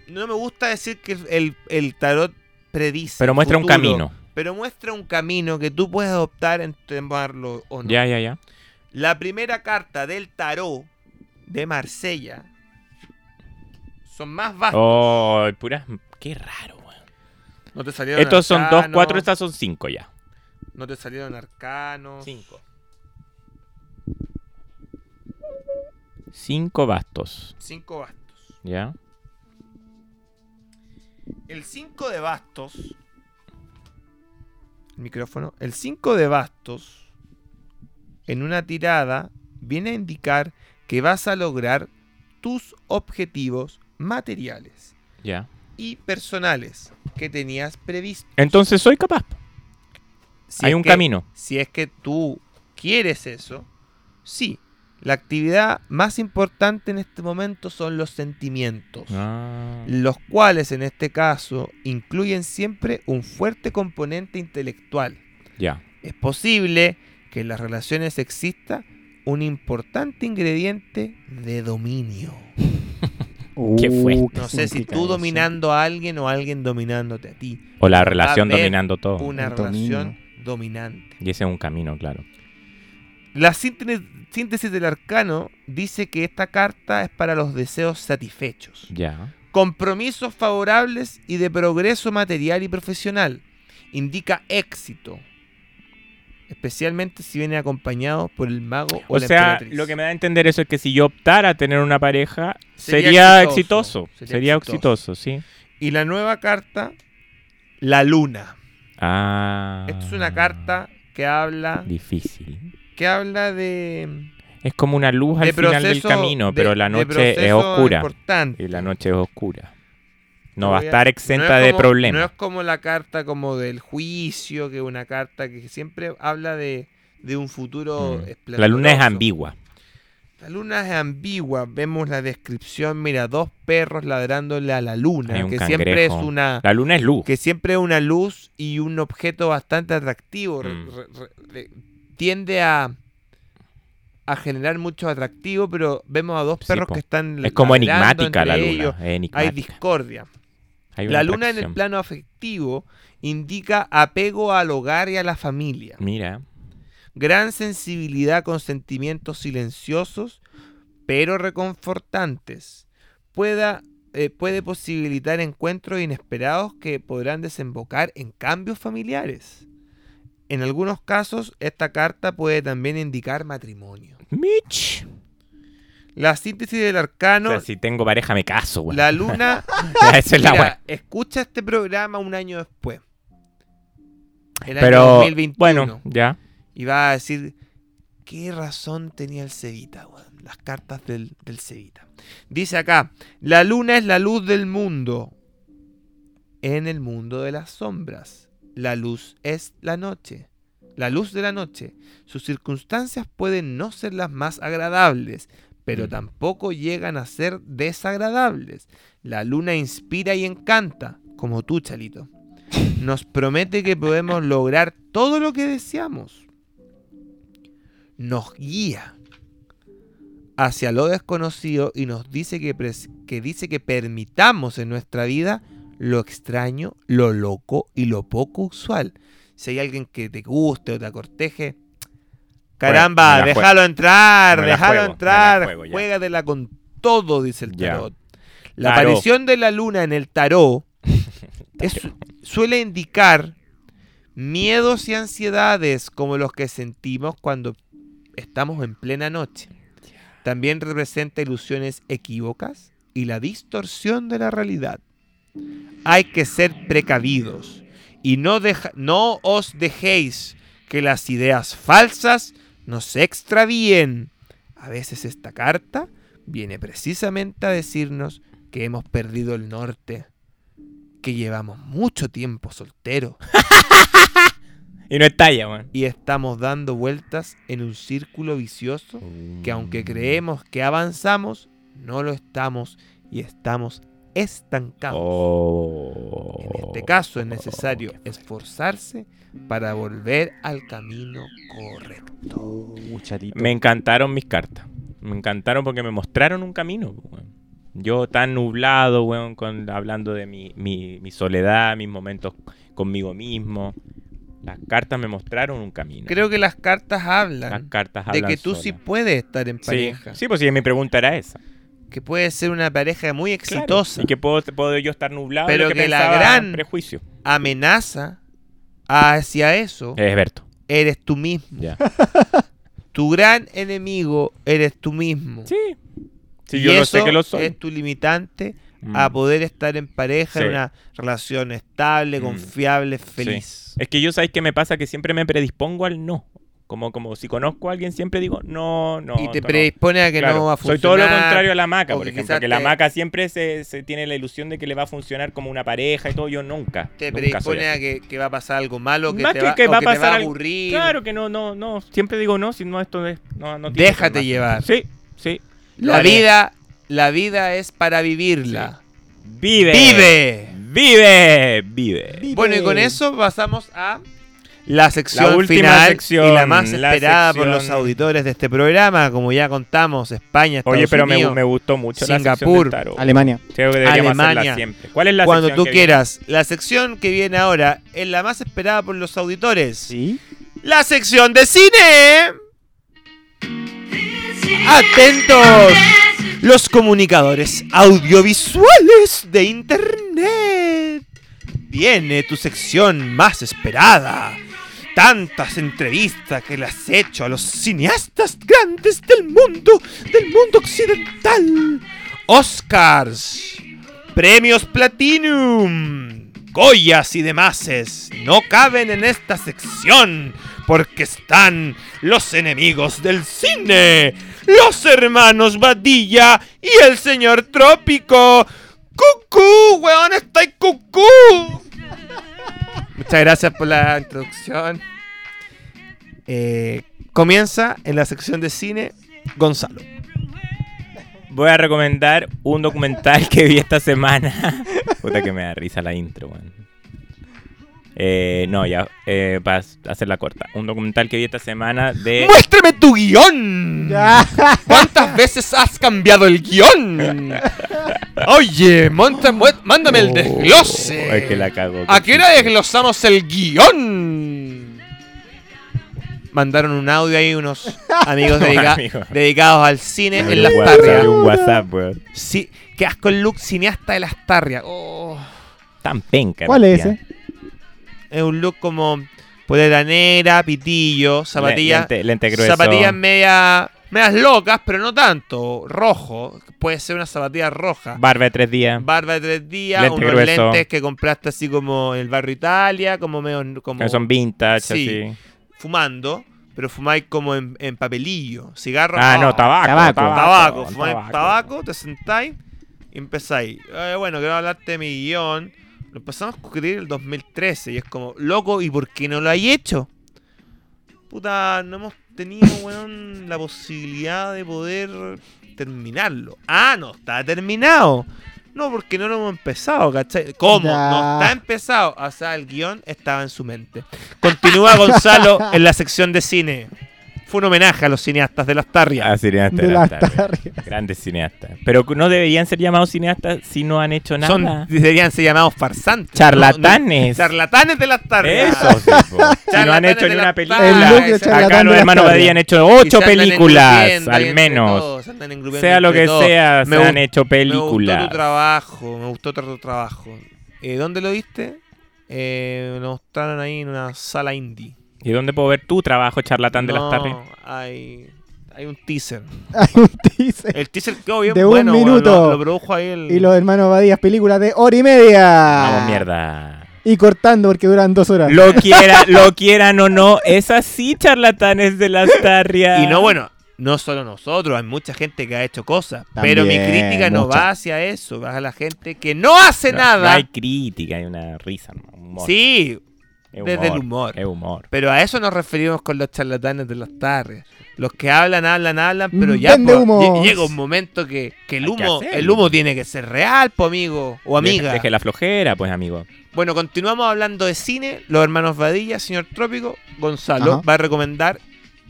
S6: No me gusta decir que el, el tarot predice.
S5: Pero
S6: el
S5: muestra un
S6: futuro,
S5: camino.
S6: Pero muestra un camino que tú puedes adoptar en tomarlo o no.
S5: Ya, ya, ya.
S6: La primera carta del tarot de Marsella son más vastas. Ah.
S5: Oh, puras. Qué raro, weón.
S6: No te salieron
S5: Oh. Estos son dos,
S6: arcanos,
S5: cuatro, estas son cinco ya.
S6: No te salieron arcanos.
S5: Cinco. Cinco bastos.
S6: Cinco bastos.
S5: Ya.
S6: El 5 de bastos. El micrófono. El 5 de bastos. En una tirada. Viene a indicar que vas a lograr tus objetivos materiales
S5: Ya.
S6: y personales que tenías previsto.
S5: Entonces soy capaz.
S6: Si
S5: Hay
S6: es
S5: un
S6: que-
S5: camino.
S6: Si es que tú quieres eso, sí. La actividad más importante en este momento son los sentimientos.
S5: Ah.
S6: los cuales en este caso incluyen siempre un fuerte componente intelectual.
S5: Ya.
S6: Es posible que en las relaciones exista un importante ingrediente de dominio.
S5: Qué
S7: Uh,
S5: fuerte.
S7: ¿qué
S6: No sé si
S7: significa
S6: tú
S7: eso?
S6: dominando a alguien o alguien dominándote a ti.
S5: O la
S6: Va a
S5: relación
S6: haber
S5: dominando todo.
S6: Una
S7: Oh, el dominio.
S6: relación dominante.
S5: Y ese es un camino, claro.
S6: La síntesis síntesis del arcano dice que esta carta es para los deseos satisfechos.
S5: Ya.
S6: compromisos favorables y de progreso material y profesional. Indica éxito. especialmente si viene acompañado por el mago o,
S5: O
S6: la
S5: sea,
S6: emperatriz.
S5: lo que me da a entender eso es que si yo optara a tener una pareja,
S6: Sería
S5: sería,
S6: exitoso.
S5: exitoso.
S6: Sería
S5: Sería,
S6: exitoso.
S5: exitoso. sí.
S6: Y la nueva carta, la luna.
S5: Ah.
S6: Esta es una carta que habla,
S5: Difícil.
S6: que habla de,
S5: Es como una luz al
S6: de
S5: final del
S6: proceso-
S5: camino,
S6: de-
S5: pero la
S6: de
S5: noche es
S6: proceso
S5: oscura.
S6: importante.
S5: Y la noche es oscura.
S6: Voy
S5: No va a
S6: a-
S5: estar
S6: No
S5: exenta
S6: es
S5: de
S6: como-
S5: problemas.
S6: No es como la carta como del juicio, que es una carta que siempre habla de, de un futuro
S5: Mm. La luna es
S6: esplendoroso.
S5: ambigua.
S6: La luna es ambigua. Vemos la descripción, mira, dos perros ladrándole a la
S5: Hay
S6: luna,
S5: un
S6: que siempre es
S5: cangrejo.
S6: una
S5: La luna es luz.
S6: que siempre es una luz y un objeto bastante atractivo. Re-
S5: Mm.
S6: re- re- re- tiende a a generar mucho atractivo, pero vemos a dos
S5: Sí,
S6: perros
S5: po.
S6: que están
S5: Es como
S6: ladrando
S5: enigmática la
S6: entre
S5: luna.
S6: ellos.
S5: es
S6: Hay
S5: enigmática.
S6: discordia.
S5: Hay una
S6: La luna en el
S5: atracción.
S6: plano afectivo indica apego al hogar y a la familia,
S5: Mira.
S6: gran sensibilidad con sentimientos silenciosos, pero reconfortantes. Pueda, eh, puede posibilitar encuentros inesperados que podrán desembocar en cambios familiares. En algunos casos, esta carta puede también indicar matrimonio.
S5: Mitch.
S6: La síntesis del arcano,
S5: o sea, si tengo pareja me caso, güey.
S6: la luna,
S5: Esa es la
S6: Mira,
S5: wea.
S6: escucha este programa un año después. El año
S5: Pero
S6: 2021.
S5: bueno, ya.
S6: Y va a decir, ¿qué razón tenía el Cevita, weón? Las cartas del, del Cevita. Dice acá, la luna es la luz del mundo. En el mundo de las sombras, la luz es la noche. La luz de la noche. Sus circunstancias pueden no ser las más agradables, pero
S5: Mm.
S6: tampoco llegan a ser desagradables. La luna inspira y encanta, como tú, Chalito. Nos promete que podemos lograr todo lo que deseamos. Nos guía hacia lo desconocido y nos dice que, pres- que dice que permitamos en nuestra vida lo extraño, lo loco y lo poco usual. Si hay alguien que te guste o te acorteje, caramba,
S5: me la jue-
S6: déjalo entrar,
S5: me la
S6: déjalo
S5: juego, me la
S6: entrar,
S5: juego ya.
S6: juégatela con todo, dice el
S5: Ya.
S6: tarot. La
S5: Tarot.
S6: aparición de la luna en el tarot es- suele indicar miedos y ansiedades como los que sentimos cuando estamos en plena noche. También representa ilusiones equívocas y la distorsión de la realidad. Hay que ser precavidos y no, deja- no os dejéis que las ideas falsas nos extravíen. A veces esta carta viene precisamente a decirnos que hemos perdido el norte, que llevamos mucho tiempo solteros
S5: Y no es talla, güey.
S6: y estamos dando vueltas en un círculo vicioso que aunque creemos que avanzamos, no lo estamos y estamos estancados.
S5: Oh.
S6: En este caso es necesario esforzarse para volver al camino correcto.
S7: Oh,
S5: Me encantaron mis cartas. Me encantaron porque me mostraron un camino. po, weón. Yo tan nublado, weón, con, hablando de mi, mi- mi soledad, mis momentos conmigo mismo. Las cartas me mostraron un camino.
S6: Creo que las cartas hablan,
S5: Las cartas
S6: de
S5: hablan
S6: que tú sí
S5: solas.
S6: puedes estar en
S5: Sí,
S6: pareja,
S5: sí, pues sí, mi pregunta era esa.
S6: que puedes ser una pareja muy
S5: Claro.
S6: exitosa.
S5: Y que puedo, puedo yo estar nublado.
S6: Pero
S5: lo
S6: que la
S5: pensaba,
S6: gran-
S5: Prejuicio.
S6: Amenaza hacia eso
S5: Es Berto.
S6: eres tú mismo.
S5: Ya.
S6: Tu gran enemigo eres tú mismo.
S5: Sí. Sí,
S6: Y
S5: yo lo
S6: eso
S5: sé que lo soy.
S6: Es tu limitante
S5: Mm.
S6: a poder estar en pareja, en
S5: Sí.
S6: una relación estable,
S5: Mm. Eh,
S6: confiable, feliz.
S5: Es que yo sabéis que me pasa que siempre me predispongo al no. Como, como si conozco a alguien, siempre digo no, no.
S6: y te
S5: esto no.
S6: predispone a que
S5: Claro,
S6: no va a
S5: Soy
S6: funcionar.
S5: todo lo contrario a la maca,
S6: o
S5: por
S6: que
S5: ejemplo.
S6: quizás
S5: Que la
S6: te-
S5: maca siempre se, se tiene la ilusión de que le va a funcionar como una pareja y todo. Yo nunca.
S6: Te
S5: nunca soy
S6: predispone a
S5: así.
S6: que, que va a pasar algo malo, que,
S5: Más
S6: te
S5: que
S6: va,
S5: que
S6: o
S5: va a
S6: que te
S5: pasar
S6: a
S5: algo-
S6: aburrir.
S5: Claro que no, no, no. Siempre digo no, si no esto es. No, no tiene
S6: Déjate
S5: forma.
S6: llevar.
S5: Sí, sí. lo
S6: La
S5: haré.
S6: vida, la vida es para vivirla.
S5: Vive.
S6: ¡Vive!
S5: Vive. Vive.
S6: Bueno, y con
S7: Vive.
S6: eso pasamos a la sección
S5: La última
S6: final
S5: sección,
S6: y la más
S5: la
S6: esperada por
S5: sección-
S6: los auditores de este programa, como ya contamos, España, Estados
S5: Oye, pero me,
S6: Unidos,
S5: me gustó mucho
S6: Singapur,
S5: la sección del tarot.
S7: Alemania.
S5: Creo que deberíamos hacerla
S6: Alemania.
S5: siempre. ¿Cuál es la
S6: cuando
S5: sección
S6: tú
S5: que viene?
S6: quieras. La sección que viene ahora es la más esperada por los auditores.
S7: Sí.
S6: La sección de cine. Atentos. Los comunicadores audiovisuales de Internet. Viene tu sección más esperada.
S9: tantas entrevistas que le has hecho a los cineastas grandes del mundo, del mundo occidental. Oscars, premios Platinum, Goyas y demases no caben en esta sección porque están los enemigos del cine, los hermanos Badilla y el señor Trópico. ¡Cucú, weón, estáis cucú!
S6: Muchas gracias por la introducción.
S9: Eh, comienza en la sección de cine Gonzalo.
S5: Voy a recomendar un documental que vi esta semana. Puta que me da risa la intro, weón. Eh, no, ya, eh, para hacerla corta. Un documental que vi esta semana de...
S9: ¡Muéstrame tu guión!
S7: Ah,
S9: ¿Cuántas veces has cambiado el guión? Oye, monta- mu- mándame el desglose.
S5: Oh, es Oh, que la cago.
S9: ¿A qué hora desglosamos el guión?
S6: Mandaron un audio ahí unos amigos dedica-
S5: Amigo.
S6: dedicados al cine en las
S5: Un WhatsApp,
S6: tarrias.
S5: Un WhatsApp, weón.
S6: Sí, qué asco el look cineasta de las tarrias. Oh,
S5: Tan penca.
S7: ¿Cuál es eh?
S5: tía.
S7: ese?
S6: es un look como polera negra, pitillo, zapatillas.
S5: Lente, lente grueso.
S6: Zapatillas media, medias locas, pero no tanto. Rojo. Puede ser una zapatilla roja.
S5: Barba de tres días.
S6: Barba de tres días,
S5: Lente
S6: unos
S5: grueso.
S6: lentes que compraste así como en el barrio Italia, como medio como
S5: que Son vintage,
S6: Sí.
S5: así.
S6: fumando, pero fumáis como en, en papelillo. Cigarro.
S5: Ah, no,
S6: tabaco.
S5: tabaco.
S7: Tabaco.
S6: Tabaco, fumáis tabaco, te sentáis y empezáis. "Eh, bueno, quiero hablarte de mi guión. Lo empezamos a escribir en el 2013 y es como, loco, ¿y por qué no lo hay hecho? Puta, no hemos tenido, weón, la posibilidad de poder terminarlo. Ah, no, está terminado. No, porque no lo hemos empezado, ¿cachai? ¿Cómo? No
S7: Ya.
S6: está empezado. O sea, el guión estaba en su mente. Continúa Gonzalo en la sección de cine. Fue un homenaje a los cineastas de las tarrias.
S5: Ah, cineasta.
S7: De las
S5: grande,
S7: tardes.
S5: Grandes cineastas. Pero no deberían ser llamados cineastas si no han hecho nada.
S6: Son, deberían ser llamados farsantes. No, no,
S5: charlatanes.
S6: charlatanes de las tardes. Ah.
S5: Eso, sí, po. Si no han
S6: Charlatanes
S5: hecho
S6: de
S5: ni
S6: la
S5: una
S6: tarde.
S7: El look de
S5: película.
S7: charlatán
S5: Acá
S7: de
S5: los
S7: la
S5: hermanos
S7: tarde.
S5: Badía han hecho
S6: Y se
S5: ocho
S6: andan
S5: películas,
S6: engrupiendo ahí
S5: al
S6: entre
S5: menos.
S6: todos, se andan engrupiendo
S5: Sea lo
S6: entre
S5: que
S6: todos.
S5: sea,
S6: Me
S5: se han
S6: gu-
S5: hecho
S6: Me gustó tu
S5: películas.
S6: trabajo, me gustó tu trabajo. Eh, ¿Dónde lo viste? Eh, lo mostraron ahí en una sala indie.
S5: ¿Y dónde puedo ver tu trabajo, charlatán de las
S6: No,
S5: tardes?
S6: Hay, hay un teaser.
S7: Hay un teaser.
S6: El teaser quedó bien
S7: De un
S6: bueno. bueno,
S7: minuto.
S6: Lo, lo produjo ahí el.
S7: Y los hermanos Badías, película de hora y media.
S5: Vamos, mierda.
S7: Y cortando porque duran dos horas.
S5: Lo quiera, lo quieran o no, es así, charlatanes de las tarrias.
S6: Y no, bueno, no solo nosotros, hay mucha gente que ha hecho cosas. pero mi
S7: También,
S6: crítica no
S7: mucha.
S6: va hacia eso, va a la gente que no hace
S5: No,
S6: nada.
S5: No hay crítica, hay una risa, ¿no? humor.
S6: Sí,
S5: Es
S6: desde el humor.
S5: Es humor.
S6: pero a eso nos referimos con los charlatanes de las tardes. Los que hablan, hablan, hablan, pero ya
S7: Vende
S6: po,
S7: humos.
S6: lle- llega un momento que, que el
S5: Mm, Hay que
S6: humo,
S5: hacerlo.
S6: el humo tiene que ser real, po amigo o amiga.
S5: Deje, deje la flojera, pues, amigo.
S6: Bueno, continuamos hablando de cine, los hermanos Vadilla, señor Trópico, Gonzalo
S7: Ajá.
S6: va a recomendar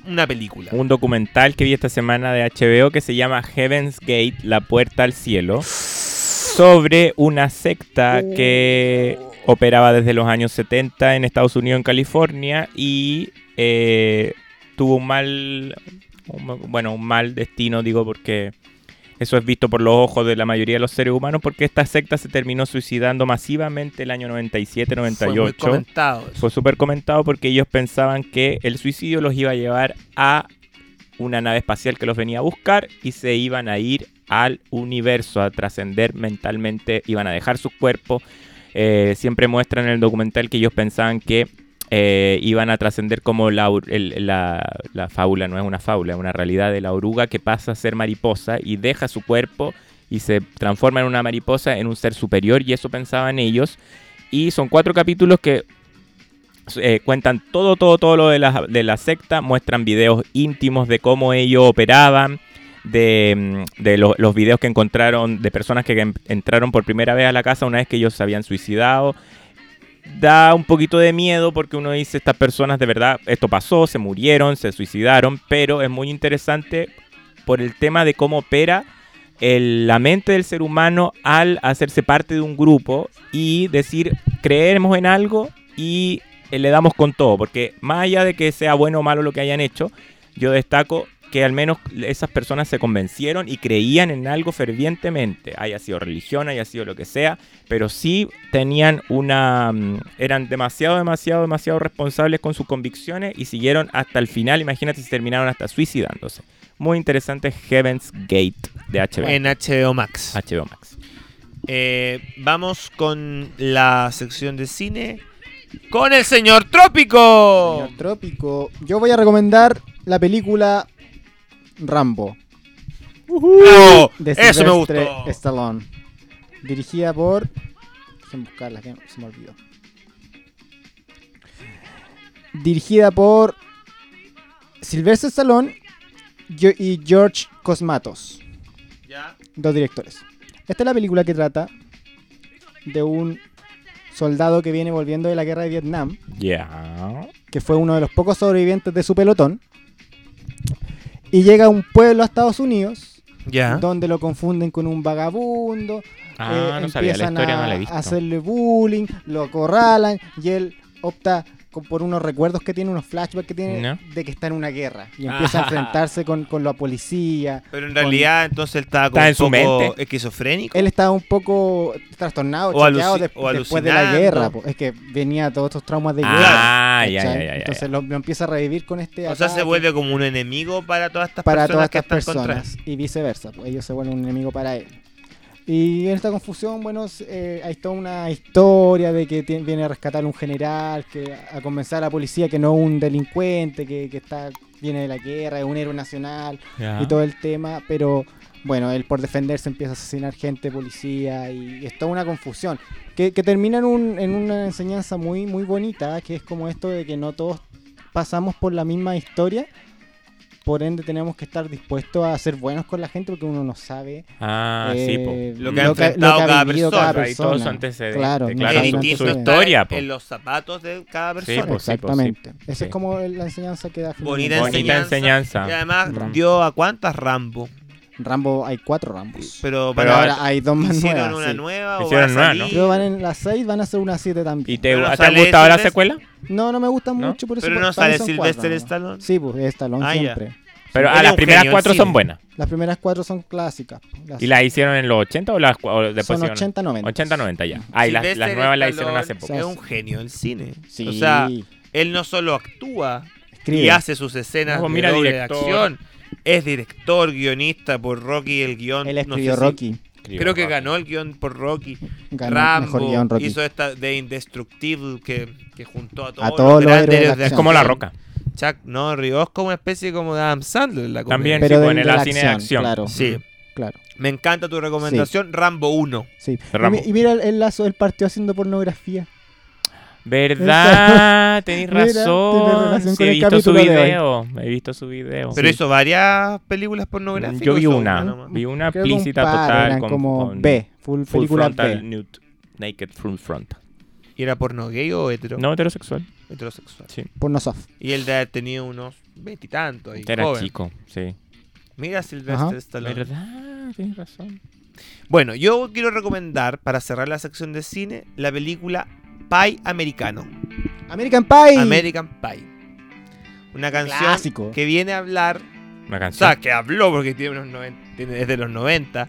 S6: una película.
S5: Un documental que vi esta semana de HBO que se llama Heaven's Gate, la puerta al cielo, sobre una secta que operaba desde los años 70 en Estados Unidos, en California, y eh, tuvo un mal, un- bueno, un mal destino, digo, porque eso es visto por los ojos de la mayoría de los seres humanos, porque esta secta se terminó suicidando masivamente el año 97,
S6: Fue muy
S5: 98
S6: comentado.
S5: fue súper comentado porque ellos pensaban que el suicidio los iba a llevar a una nave espacial que los venía a buscar y se iban a ir al universo, a trascender mentalmente, iban a dejar sus cuerpos. Eh, siempre muestran en el documental que ellos pensaban que eh, iban a trascender como la, or- el- la- la fábula, no es una fábula, es una realidad de la oruga que pasa a ser mariposa y deja su cuerpo y se transforma en una mariposa, en un ser superior, y eso pensaban ellos. Y son cuatro capítulos que eh, cuentan todo, todo, todo lo de la, de la secta, muestran videos íntimos de cómo ellos operaban, de, mm, de lo- los videos que encontraron de personas que en- entraron por primera vez a la casa una vez que ellos se habían suicidado. Da un poquito de miedo porque uno dice, estas personas de verdad, esto pasó, se murieron, se suicidaron, pero es muy interesante por el tema de cómo opera el- la mente del ser humano al hacerse parte de un grupo y decir, creemos en algo y eh, le damos con todo, porque más allá de que sea bueno o malo lo que hayan hecho, yo destaco que al menos esas personas se convencieron y creían en algo fervientemente, haya sido religión, haya sido lo que sea, pero sí tenían una... mm, eran demasiado, demasiado, demasiado responsables con sus convicciones y siguieron hasta el final, imagínate si terminaron hasta suicidándose. Muy interesante Heaven's Gate de HBO,
S6: En HBO Max.
S5: HBO Max.
S6: Eh, vamos con la sección de cine. Con el señor Trópico.
S7: Señor Trópico. Yo voy a recomendar la película Rambo.
S6: Bravo,
S7: de
S6: eso me
S7: Sylvester
S6: gustó.
S7: Stallone. Dirigida por. Déjenme buscarla, que se me olvidó. Dirigida por Sylvester Stallone yo- y George Cosmatos. Dos directores. Esta es la película que trata de un soldado que viene volviendo de la guerra de Vietnam
S5: Ya.
S7: que fue uno de los pocos sobrevivientes de su pelotón, y llega a un pueblo a Estados Unidos,
S6: Ya.
S7: donde lo confunden con un vagabundo,
S5: Ah,
S7: eh,
S5: no sabía, la
S7: empiezan
S5: historia
S7: a,
S5: no la he
S7: a
S5: visto.
S7: hacerle bullying, lo acorralan, y él opta co- por unos recuerdos que tiene, unos flashbacks que tiene
S5: ¿No?
S7: de que está en una guerra, y empieza a
S5: Ah.
S7: enfrentarse con, con la policía.
S6: Pero en realidad entonces él estaba como
S5: Está
S6: un
S5: en su
S6: poco
S5: mente.
S6: esquizofrénico.
S7: Él estaba un poco trastornado,
S6: O aluci-
S7: choqueado de-
S6: o
S7: después de la
S6: alucinando.
S7: guerra. po. Es que venía todos estos traumas de guerra.
S5: Ah, ya, ya,
S7: ¿cachai?
S5: ya, ya, ya.
S7: Entonces Lo, lo empieza a revivir con este.
S6: o sea, se
S7: ataque.
S6: vuelve como un enemigo para todas estas
S7: para
S6: personas
S7: todas
S6: que
S7: estas
S6: están contra él.
S7: personas y viceversa, pues, ellos se vuelven un enemigo para él. Y en esta confusión, bueno, s- eh, hay toda una historia de que tien- viene a rescatar un general, que a convencer a la policía que no es un delincuente, que, que está viene de la guerra, es un héroe nacional
S5: Ya.
S7: y todo el tema, pero bueno, él por defenderse empieza a asesinar gente, policía, y es toda una confusión, que, que termina en, un- en una enseñanza muy, muy bonita, que es como esto de que no todos pasamos por la misma historia, por ende tenemos que estar dispuestos a ser buenos con la gente porque uno no sabe
S5: Ah, sí, po.
S7: eh,
S6: Lo que ha enfrentado
S7: ha
S6: cada
S7: vivido
S6: persona,
S5: y todo su antecedente,
S7: Claro,
S5: claro,
S7: no
S6: es
S5: su-
S7: sabe
S6: distinto
S5: su
S7: antecedente.
S6: estar
S5: historia, po.
S6: en los zapatos de cada persona.
S5: pues, sí, pues,
S7: Exactamente. Esa
S5: sí.
S7: es como la enseñanza que da
S6: Bonita
S7: finalmente.
S5: Bonita enseñanza.
S6: Y además
S7: Rambo.
S6: dio a cuántas Rambo.
S7: Rambo, hay cuatro Rambos.
S6: Pero,
S7: Pero
S6: para-
S7: ahora hay dos más
S6: hicieron
S7: nuevas.
S6: una
S7: sí.
S6: nueva. o
S5: Hicieron
S6: va a
S5: nueva, ¿no?
S6: salir.
S7: Creo van en las seis, van a ser una siete
S5: ¿Y
S7: también.
S5: te,
S6: Pero
S5: te ha
S6: sale
S5: gustado la
S6: Sylvester-
S5: secuela?
S7: No, no me gustan
S5: ¿No?
S7: mucho por eso.
S6: Pero
S7: para
S6: no
S7: mí
S6: sale
S7: son
S6: Sylvester
S7: cuatro, ¿no?
S6: Stallone.
S7: Sí, pues es Stallone
S6: Ah, ya.
S7: siempre.
S5: Pero
S6: Él
S5: ah,
S6: es
S5: las
S6: un
S5: primeras
S6: genio
S5: cuatro
S6: del
S5: son
S6: cine.
S5: buenas.
S7: Las primeras cuatro son clásicas. Las-
S5: ¿Y las hicieron en los 80 o, las, cua- o después?
S7: son
S5: hicieron-
S7: 80, 90.
S5: 80, 90 ya. Ah, y las, las
S6: Sylvester
S5: nuevas las hicieron
S6: Stallone
S5: hace poco.
S7: Sí.
S6: Es un genio del cine.
S7: Sí.
S6: O sea, él no solo actúa
S7: escribe.
S6: y hace sus escenas
S5: No, pues
S6: de
S5: mira,
S6: doble
S5: director.
S6: de acción. Es director, guionista por Rocky, el guión.
S7: Él
S6: no
S7: escribió
S6: sé si-
S7: Rocky.
S6: creo que ganó el guión por Rocky.
S7: Ganó
S6: Rambo
S7: mejor guión Rocky.
S6: hizo esta de Indestructible que, que juntó a todos,
S7: A todos los
S6: grandes
S7: héroes de
S6: héroes de
S7: acción.
S5: Es como La
S6: acción.
S5: Roca.
S6: Chuck Norris, o es como una especie como de Adam Sandler en la comedia.
S5: También.
S7: Pero
S5: sí,
S7: de,
S5: pues, en
S7: de
S5: la
S7: la
S5: cine
S7: acción,
S5: de acción.
S7: Claro.
S6: Sí,
S7: Claro.
S6: me encanta tu recomendación, Rambo 1.
S7: Sí. Y
S5: Rambo.
S7: mi- Y, mira el, el lazo, él partió haciendo pornografía.
S5: ¿Verdad? Tenéis
S7: Mira, tiene
S5: razón.
S7: relación
S5: Sí,
S7: con
S5: he
S7: el
S5: visto su
S7: capítulo de hoy.
S5: video. He visto su video.
S6: Pero
S5: Sí.
S6: hizo varias películas pornográficas.
S5: Yo vi
S6: ¿o hizo
S5: una.
S6: nomás?
S5: Vi una
S7: Creo que un
S5: explícita
S7: par
S5: total
S7: eran
S5: con,
S7: como
S5: con
S7: B, full,
S5: Full
S7: película
S5: frontal,
S7: B.
S5: nude, naked full frontal.
S6: ¿Y era porno gay o hetero?
S5: No heterosexual.
S6: Heterosexual.
S7: Porno soft.
S6: Y él de haber tenido unos veintitantos. ahí,
S5: Era
S6: joven.
S5: chico, sí.
S6: Mira a
S7: Ajá.
S6: Sylvester Stallone.
S5: ¿Verdad? Tienes razón.
S6: Bueno, yo quiero recomendar, para cerrar la sección de cine, la película Pie Americano.
S7: American Pie.
S6: American Pie. Una canción
S7: Clásico.
S6: que viene a hablar,
S5: Una
S6: o
S5: canción.
S6: sea, que habló porque tiene unos 90, tiene- es de los 90,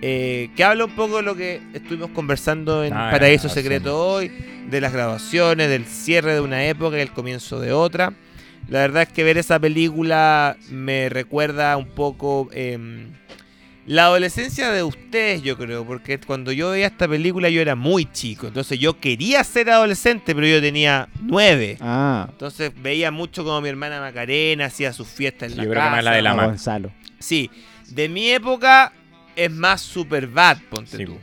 S6: eh, que habla un poco de lo que estuvimos conversando en
S5: Ah,
S6: Paraíso
S5: grabación.
S6: Secreto hoy, de las graduaciones, del cierre de una época y el comienzo de otra. La verdad es que ver esa película me recuerda un poco em, la adolescencia de ustedes, yo creo, porque cuando yo veía esta película yo era muy chico, entonces yo quería ser adolescente, pero yo tenía nueve.
S7: Ah,
S6: Entonces veía mucho como mi hermana Macarena hacía sus fiestas en
S5: Sí,
S6: la
S5: yo creo que más
S6: casa.
S5: la de la
S7: a
S5: Mac.
S7: ah, Gonzalo.
S6: Sí, de mi época es más Superbad, ponte
S5: Sí.
S6: tú.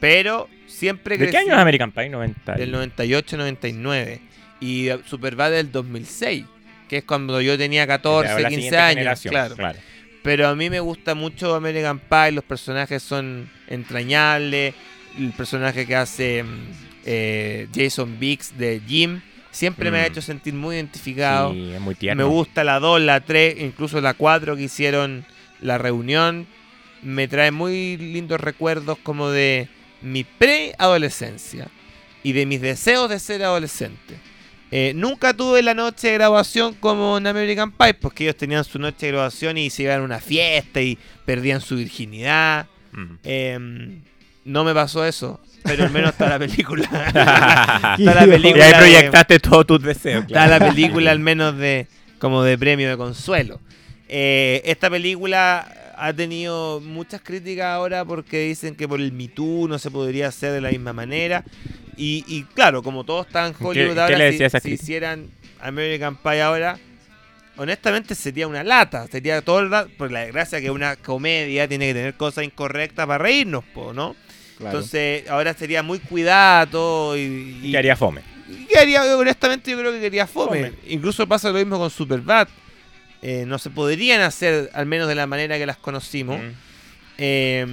S6: Pero siempre
S5: ¿De qué
S6: crecí-
S5: año es American Pie? 90.
S6: Del 98, 99. Y eh, Superbad del 2006, que es cuando yo tenía
S5: Era la
S6: 14, 15
S5: siguiente
S6: años.
S5: generación,
S6: Claro. Pero a mí me gusta mucho American Pie, los personajes son entrañables, el personaje que hace mm, eh, Jason Biggs de Jim siempre me ha
S5: Mm.
S6: hecho sentir muy identificado.
S5: Sí, es muy tierno.
S6: Me gusta la 2, la 3, incluso la 4 que hicieron la reunión. Me trae muy lindos recuerdos como de mi pre-adolescencia y de mis deseos de ser adolescente. Eh, nunca tuve la noche de graduación como en American Pie, porque ellos tenían su noche de graduación y se iban a una fiesta y perdían su virginidad.
S5: Mm.
S6: Eh, no me pasó eso, pero al menos está la película. está la
S5: Y
S6: película.
S5: ahí
S6: de-
S5: proyectaste todos tus deseos.
S6: está
S5: claro.
S6: la película al menos de como de premio de consuelo. Eh, esta película ha tenido muchas críticas ahora porque dicen que por el Me Too no se podría hacer de la misma manera. Y, y claro, como todos están en Hollywood
S5: qué
S6: ahora, si-
S5: le decía a esa
S6: si,
S5: crítica?
S6: hicieran American Pie ahora, honestamente sería una lata. Sería todo el ra- por la desgracia que una comedia tiene que tener cosas incorrectas para reírnos, po, ¿no? Entonces ahora sería muy cuidado y,
S5: Y que haría fome.
S6: ¿Qué haría? Yo, Honestamente, yo creo que quería fome.
S5: Fome.
S6: Incluso pasa lo mismo con Superbad. Eh, no se podrían hacer, al menos de la manera que las conocimos.
S5: Mm.
S6: Eh,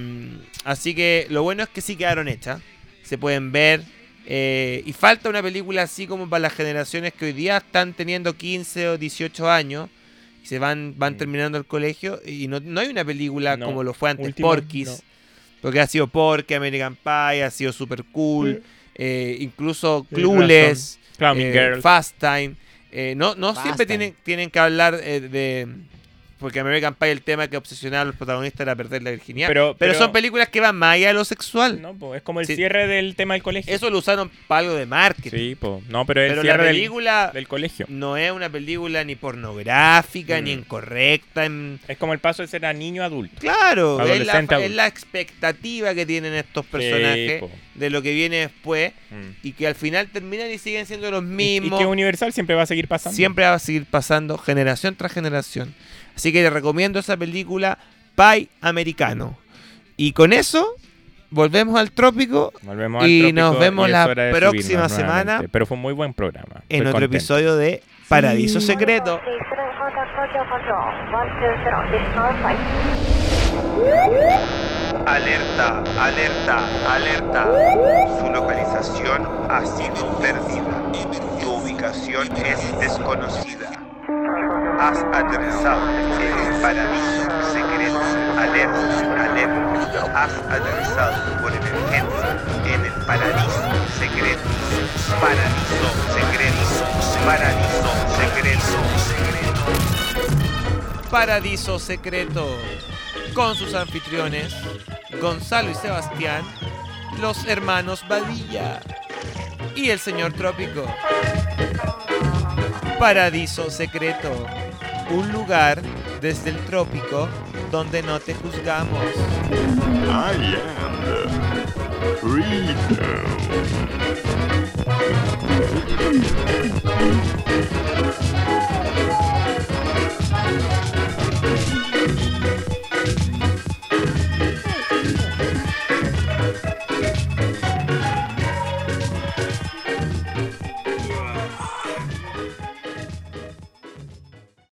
S6: así que lo bueno es que sí quedaron hechas. Se pueden ver. Eh, y falta una película así como para las generaciones que hoy día están teniendo 15 o 18 años. Y se van, van terminando el colegio. Y no, no hay una película
S5: No.
S6: como lo fue antes
S5: Última,
S6: Porky's.
S5: no.
S6: Porque ha sido Porky, American Pie, ha sido super cool. eh, incluso
S5: Tienes razón.
S6: Clueless.
S5: Claro, Mean
S6: Eh,
S5: Girls.
S6: Fast Time. Eh, no no
S7: Fast
S6: siempre
S7: Time.
S6: tienen, tienen que hablar eh, de. Porque American Pie el tema que obsesionaba a los protagonistas era perder la virginidad.
S5: Pero-
S6: Pero,
S5: pero-
S6: son películas que van más allá de lo sexual.
S5: No, po, es como el
S6: Sí.
S5: cierre del tema del colegio.
S6: Eso lo usaron para algo de marketing.
S5: Sí, po. No, pero el
S6: pero la
S5: cierre del-
S6: película
S5: del, colegio.
S6: no es una película ni pornográfica, ni
S5: Mm.
S6: incorrecta. en-
S5: Es como el paso de ser a niño a adulto.
S6: Claro, es la,
S5: Adolescente,
S6: es la expectativa que tienen estos personajes
S5: po.
S6: de lo que viene después
S5: Mm.
S6: y que al final terminan y siguen siendo los
S5: Y- Y,
S6: mismos.
S5: que Universal siempre va a seguir pasando.
S6: Siempre va a seguir pasando generación tras generación. Así que les recomiendo esa película Pie Americano. Y con eso volvemos al trópico
S5: Volvemos al
S6: Y
S5: trópico
S6: nos vemos
S5: es
S6: la
S5: hora de
S6: próxima
S5: subirnos
S6: semana
S5: nuevamente. Pero fue un muy buen programa.
S6: en
S5: Estoy
S6: otro
S5: contento.
S6: episodio de Paradiso Secreto.
S2: Alerta, alerta, alerta. Su localización ha sido perdida. Tu ubicación es desconocida. Has aterrizado en el paraíso secreto. Alerta, alerta. Has aterrizado por emergencia en el paraíso secreto. Paraíso secreto. Paraíso secreto.
S6: Paradiso Secreto con sus anfitriones Gonzalo y Sebastián, los hermanos Badilla y el señor Trópico. Paradiso Secreto, un lugar desde el trópico donde no te juzgamos.
S3: I am the freedom.